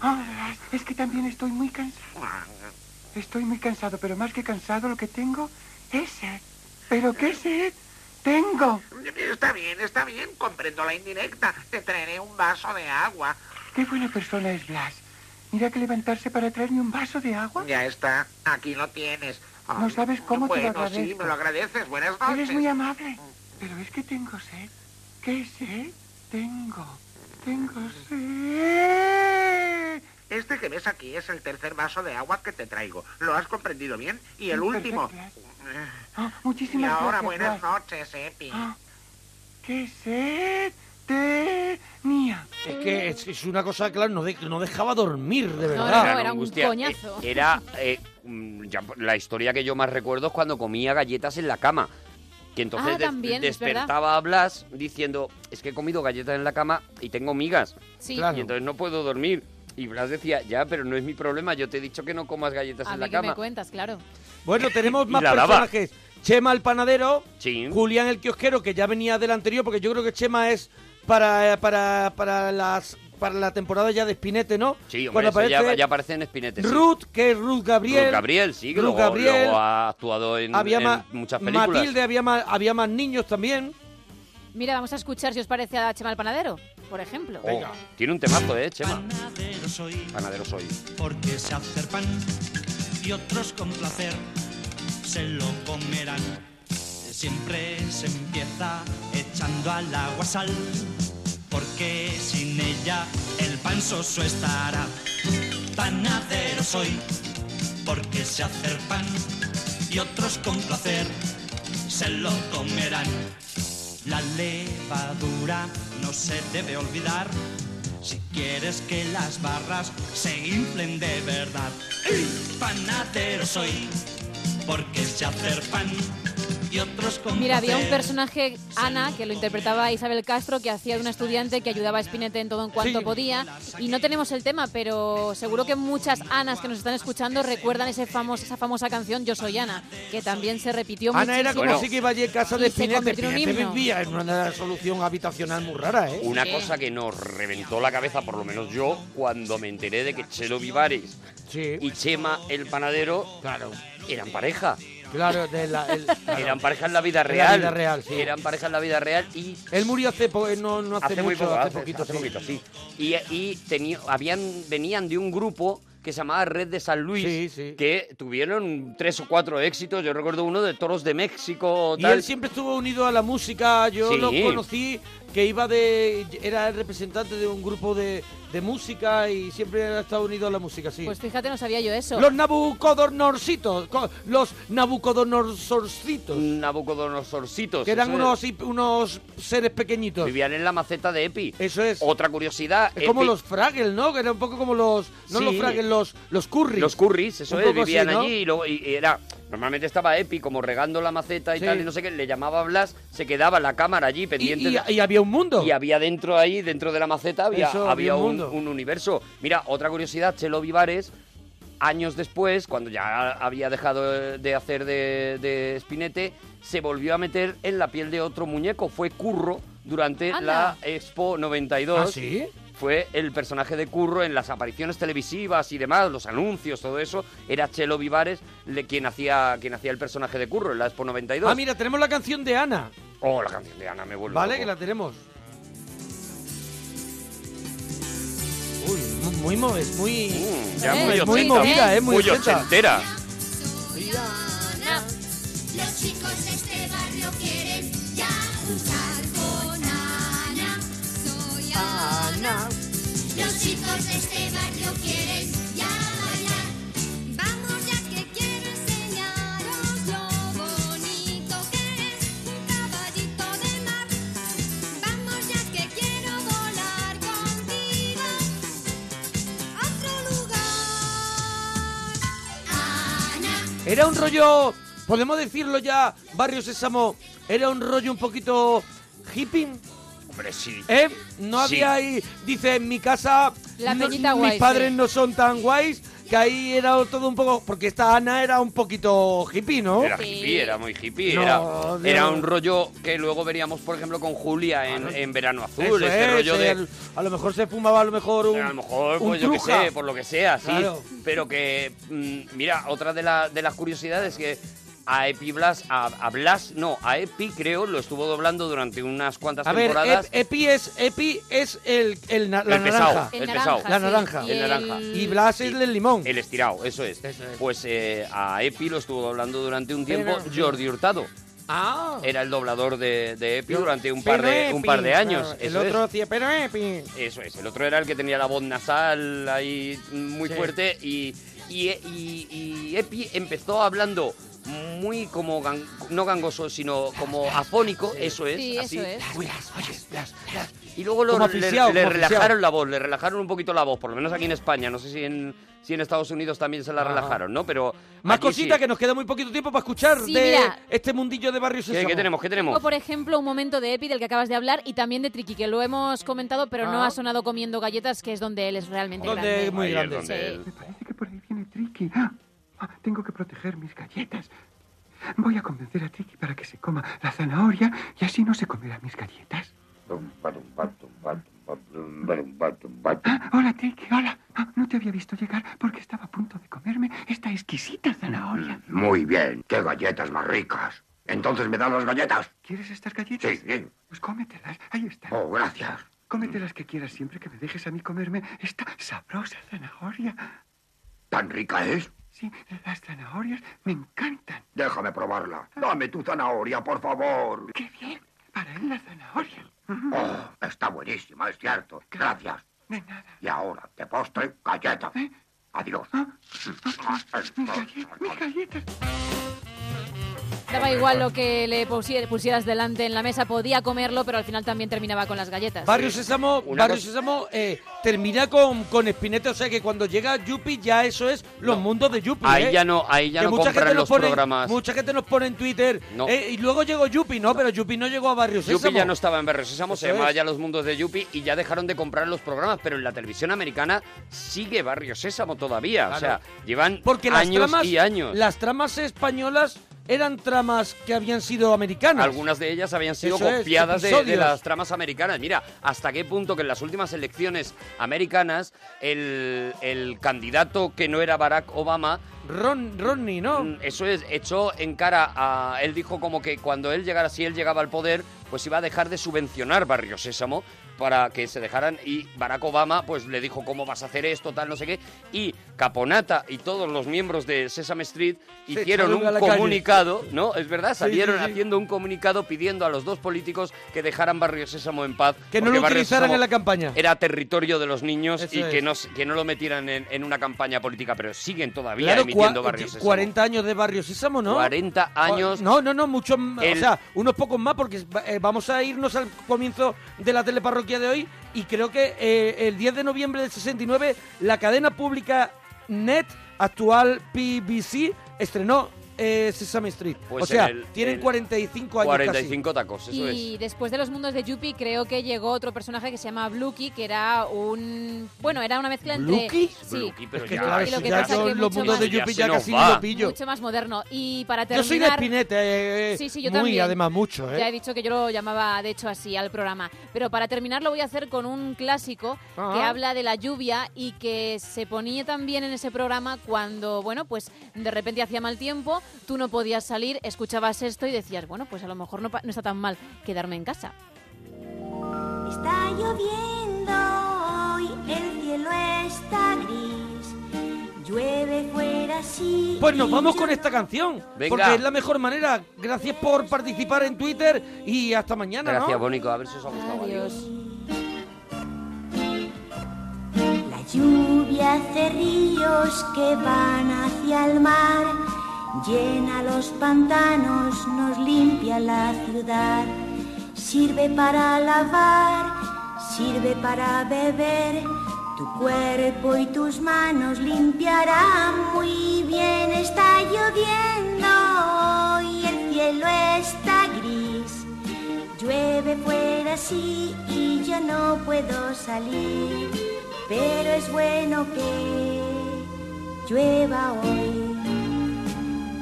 Ah, es que también estoy muy cansado. Estoy muy cansado, pero más que cansado lo que tengo es sed. ¿Pero qué sed tengo? Está bien, está bien, comprendo la indirecta. Te traeré un vaso de agua. Qué buena persona es Blas. Mira que levantarse para traerme un vaso de agua. Ya está, aquí lo tienes. No sabes cómo te lo Ah, bueno, sí, agradezco. me lo agradeces. Buenas noches. Eres muy amable. Pero es que tengo sed. ¿Qué sed tengo? Tengo sed. Este que ves aquí es el tercer vaso de agua que te traigo. ¿Lo has comprendido bien? Y el último. Ah, Y muchísimas ahora gracias, buenas Blas. noches, Epi. Ah, ¿Qué sed tenía? Es que es, es una cosa, claro, no, de- no dejaba dormir, de No, verdad. no, no, era un coñazo. Eh, Era eh, mm, ya, la historia que yo más recuerdo es cuando comía galletas en la cama. Que entonces Ah, des- también, es verdad. despertaba a Blas diciendo, es que he comido galletas en la cama y tengo migas. Sí. Claro. Y entonces no puedo dormir. Y Blas decía, ya, pero no es mi problema, yo te he dicho que no comas galletas A en mí la que me cama. cuentas, claro. Bueno, tenemos Y más la daba. personajes. Chema el panadero, Julián el kiosquero, que ya venía del anterior, porque yo creo que Chema es para, eh, para, para las para la temporada ya de Espinete, ¿no? Sí, hombre, Cuando eso ya- aparece ya, aparece en Espinete. sí. Ruth, que es Ruth Gabriel. Ruth Gabriel, sí, que Ruth luego, Gabriel. luego ha actuado en, había en ma- muchas películas. Matilde, había más, había más niños también. Mira, vamos a escuchar si os parece a Chema el Panadero, por ejemplo. Oh, tiene un temazo, ¿eh, Chema? Panadero soy Panadero soy. porque sé hacer pan y otros con placer se lo comerán. Siempre se empieza echando al agua sal porque sin ella el pan soso estará. Panadero soy porque sé hacer pan y otros con placer se lo comerán. La levadura no se debe olvidar si quieres que las barras se inflen de verdad. ¡Ey! Panadero soy, porque sé hacer pan y otros con Mira, había un placer. personaje, Ana, que lo interpretaba Isabel Castro, que hacía de una estudiante que ayudaba a Spinette en todo en cuanto Sí. podía. Y no tenemos el tema, pero seguro que muchas Anas que nos están escuchando recuerdan ese famoso, esa famosa canción Yo soy Ana, que también se repitió Ana era muchísimo. como si que iba a casa de Y se Espinete. convirtió en un Espinete himno. vivía en una solución habitacional muy rara, ¿eh? Una cosa que nos reventó la cabeza, por lo menos yo, cuando me enteré de que Chelo Vivares y Chema el panadero eran pareja. Claro, de la- el- Eran pareja en la vida la real. vida real, sí. Eran pareja en la vida real y Él murió hace, po- eh, no, no hace, hace, muy mucho, poco, hace, hace- poquito. hace sí. poquito, sí. Y, y tenía- habían, venían de un grupo que se llamaba Red de San Luis, que tuvieron tres o cuatro éxitos. Yo recuerdo uno de Toros de México. Y tal. él siempre estuvo unido a la música. Yo Sí. lo conocí que iba de. Era el representante de un grupo de, de música y siempre ha estado unido a la música, sí. Pues fíjate, no sabía yo eso. los Nabucodonorcitos. co- Los Nabucodonosorcitos. Nabucodonosorcitos. Que eran eso unos, hip- unos seres pequeñitos. Vivían en la maceta de Epi. Eso es. Otra curiosidad. Es como Epi- los Fraggles, ¿no? Que era un poco como los. No Sí. los Fraggles, los, los Currys. Los curris, eso Un es, poco así, vivían ¿no? allí y, luego- y- y era... Normalmente estaba Epi como regando la maceta y Sí. tal, y no sé qué, le llamaba a Blas, se quedaba la cámara allí pendiente. y- de- y había un mundo. Y había dentro ahí, dentro de la maceta, había, Eso, había había un un, mundo. un universo. Mira, otra curiosidad, Chelo Vivares, años después, cuando ya había dejado eh, de hacer de, de Spinete, se volvió a meter en la piel de otro muñeco, fue Curro, durante Anda. la Expo 92. ¿Ah, sí? Fue el personaje de Curro en las apariciones televisivas y demás, los anuncios, todo eso. Era Chelo Vivares le- quien, hacía, quien hacía el personaje de Curro en la Expo 92. Ah, mira, tenemos la canción de Ana. Oh, la canción de Ana me vuelve Vale, loco. que la tenemos. Uy, mu- muy mo- es muy. Mm, Ya es muy muy ochenta, movida, es muy, muy ochenta. ochentera. Los chicos de este barrio quieren ya usar con Ana. Soy Ana. Los chicos de este barrio quieren ya bailar. Vamos ya que quiero enseñaros lo bonito que es un caballito de mar. Vamos ya que quiero volar contigo a otro lugar. Ana. Era un rollo. Podemos decirlo ya, Barrio Sésamo. Era un rollo un poquito hippie. Hombre, sí. ¿Eh? No Sí. había ahí. Dice, en mi casa. La no- peñita mis guay, padres sí. no son tan guays. que ahí era todo un poco. Porque esta Ana era un poquito hippie, ¿no? Era hippie, era muy hippie. No, era, no. era un rollo que luego veríamos, por ejemplo, con Julia en, en Verano Ah, Eso Azul. Este es, rollo de. el- a lo mejor se fumaba a lo mejor un. a lo mejor, un pues yo qué truja. sé, por lo que sea, sí. Claro. Pero que, mm, mira, otra de, la- de las curiosidades que a Epi Blas, a, a Blas, no, a Epi creo, lo estuvo doblando durante unas cuantas A ver, temporadas. Ep- Epi es, Epi es el, el, na- la el pesado, naranja. el pesado. La naranja. El naranja. Y Blas es el limón. El estirado, eso es. Pues eh, a Epi lo estuvo doblando durante un Pero- tiempo Jordi Hurtado. Ah. Era el doblador de, de Epi durante un Pero par de, un Epi, par de años. claro, el eso otro es. hacía, pero Epi. Eso es, el otro era el que tenía la voz nasal ahí muy Sí. fuerte y, y, y- y Epi empezó hablando muy como, gan- no gangoso, sino como afónico, eso es, Sí, eso ¿Eh? así. es. Uy, Y luego lo- Como le, asfixiado, le como asfixiado. relajaron la voz, le relajaron un poquito la voz, por lo menos aquí en España, no sé si en, si en Estados Unidos también se la Ajá. relajaron, ¿no? Pero Más aquí cositas sí. que nos queda muy poquito tiempo para escuchar Sí, de mira. este mundillo de barrios ¿Qué, qué tenemos? ¿Qué tenemos? O, por ejemplo, un momento de Epi del que acabas de hablar y también de Triki, que lo hemos comentado, pero no Ah. ha sonado comiendo galletas, que es donde él es realmente Donde grande. es muy Sí. grande. Tricky. Ah, tengo que proteger mis galletas. Voy a convencer a Tricky para que se coma la zanahoria y así no se comerá mis galletas. Ah, hola, Tricky, hola. Ah, no te había visto llegar porque estaba a punto de comerme esta exquisita zanahoria. Muy bien, qué galletas más ricas. Entonces me dan las galletas. ¿Quieres estas galletas? Sí, sí. Pues cómetelas. Ahí está. Oh, gracias. Cómete las que quieras siempre que me dejes a mí comerme esta sabrosa zanahoria. ¿Tan rica es? Sí, las zanahorias me encantan. Déjame probarla. Dame tu zanahoria, por favor. Ah. ¡Qué bien! Para él la zanahoria. Oh, está buenísima, es cierto. Gracias. De nada. Y ahora, de postre, galletas. ¿Eh? Adiós. Ah, Mis galletas, mis galletas. Daba igual lo que le pusier- pusieras delante en la mesa, podía comerlo, pero al final también terminaba con las galletas. Barrio Sésamo, Una Barrio cosa- Sésamo eh, termina con, con Espinete, o sea que cuando llega Yupi ya eso es los mundos de Yupi. Ahí ¿eh? ya no- ahí ya Que no mucha compran gente nos los pone- programas. Mucha gente nos pone en Twitter. No. eh, y luego llegó Yupi, no, pero Yupi no llegó a Barrio Sésamo. Yupi ya no estaba en Barrio Sésamo, se Eso llamaba es. ya Los Mundos de Yupi y ya dejaron de comprar los programas, pero en la televisión americana sigue Barrio Sésamo todavía. O sea, Claro. llevan Porque las años tramas, y años. Las tramas españolas eran tramas que habían sido americanas. Algunas de ellas habían sido Eso es, copiadas de- de, episodios. las tramas americanas. Mira, hasta qué punto que en las últimas elecciones americanas el, el candidato que no era Barack Obama... mm, Ron, Ronnie, ¿no? Eso es, echó en cara a... Él dijo como que cuando él llegara, si él llegaba al poder, pues iba a dejar de subvencionar Barrio Sésamo para que se dejaran y Barack Obama pues le dijo cómo vas a hacer esto, tal, no sé qué. Y Caponata y todos los miembros de Sesame Street hicieron echaron a un la calle. comunicado, ¿no? Es verdad, Sí, salieron sí, sí. haciendo un comunicado pidiendo a los dos políticos que dejaran Barrio Sésamo en paz. Que no porque lo Barrio utilizaran Sésamo en la campaña. Era territorio de los niños Eso y que es. no, se- que no lo metieran en, en una campaña política, pero siguen todavía Claro, emitiendo cua- Barrio Sésamo. 40 años de Barrio Sésamo, ¿no? 40 años. No, no, no, muchos más, El- O sea, unos pocos más, porque eh, vamos a irnos al comienzo de la teleparroquia de hoy. Y creo que eh, el 10 de noviembre del 69, la cadena pública NET, actual PBC, estrenó eh, Sesame Street. Pues o sea, en el- tienen en 45 años. 45 tacos, eso es. Y después de los mundos de Yuppie, creo que llegó otro personaje que se llama Bluky, que era un. Bueno, era una mezcla entre. ¿Bluky? Sí. Bluky, pero Es que ya- claro, y lo si que ya pasa es yo que los mucho mundos de más- ya Yupi se ya nos casi ni va. lo pillo. Mucho más moderno. Y para Yo Pues terminar. soy de Spinetta, eh, eh, Sí, sí, yo muy también. además mucho, ¿eh? Ya he dicho que yo lo llamaba, de hecho, así al programa. Pero para terminar lo voy a hacer con un clásico Ah. que habla de la lluvia y que se ponía también en ese programa cuando, bueno, pues de repente hacía mal tiempo, tú no podías salir, escuchabas esto y decías, bueno, pues a lo mejor no, pa- no está tan mal quedarme en casa. Está lloviendo hoy, el cielo está gris. Llueve fuera, sí. Pues nos y vamos yo con no- esta canción. Venga. Porque es la mejor manera. Gracias por participar en Twitter y hasta mañana, ¿no? Gracias, Bónico. A ver si os ha gustado. Adiós. La lluvia hace ríos que van hacia el mar, llena los pantanos, nos limpia la ciudad, sirve para lavar, sirve para beber, tu cuerpo y tus manos limpiarán muy bien. Está lloviendo y el cielo está gris. Llueve fuera sí y yo no puedo salir, pero es bueno que llueva hoy.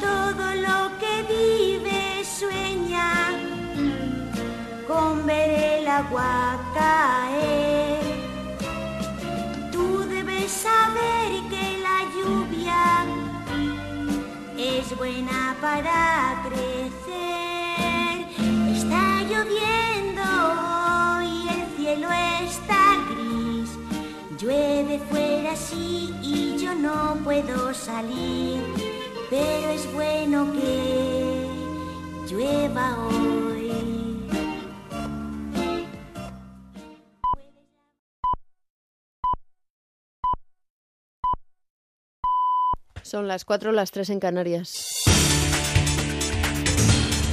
Todo lo que vive sueña con ver el agua caer. Tú debes saber que la lluvia es buena para crecer. Está lloviendo hoy, el cielo está gris. Llueve fuera sí y yo no puedo salir, pero es bueno que llueva hoy. Son las 4 las 3 en Canarias.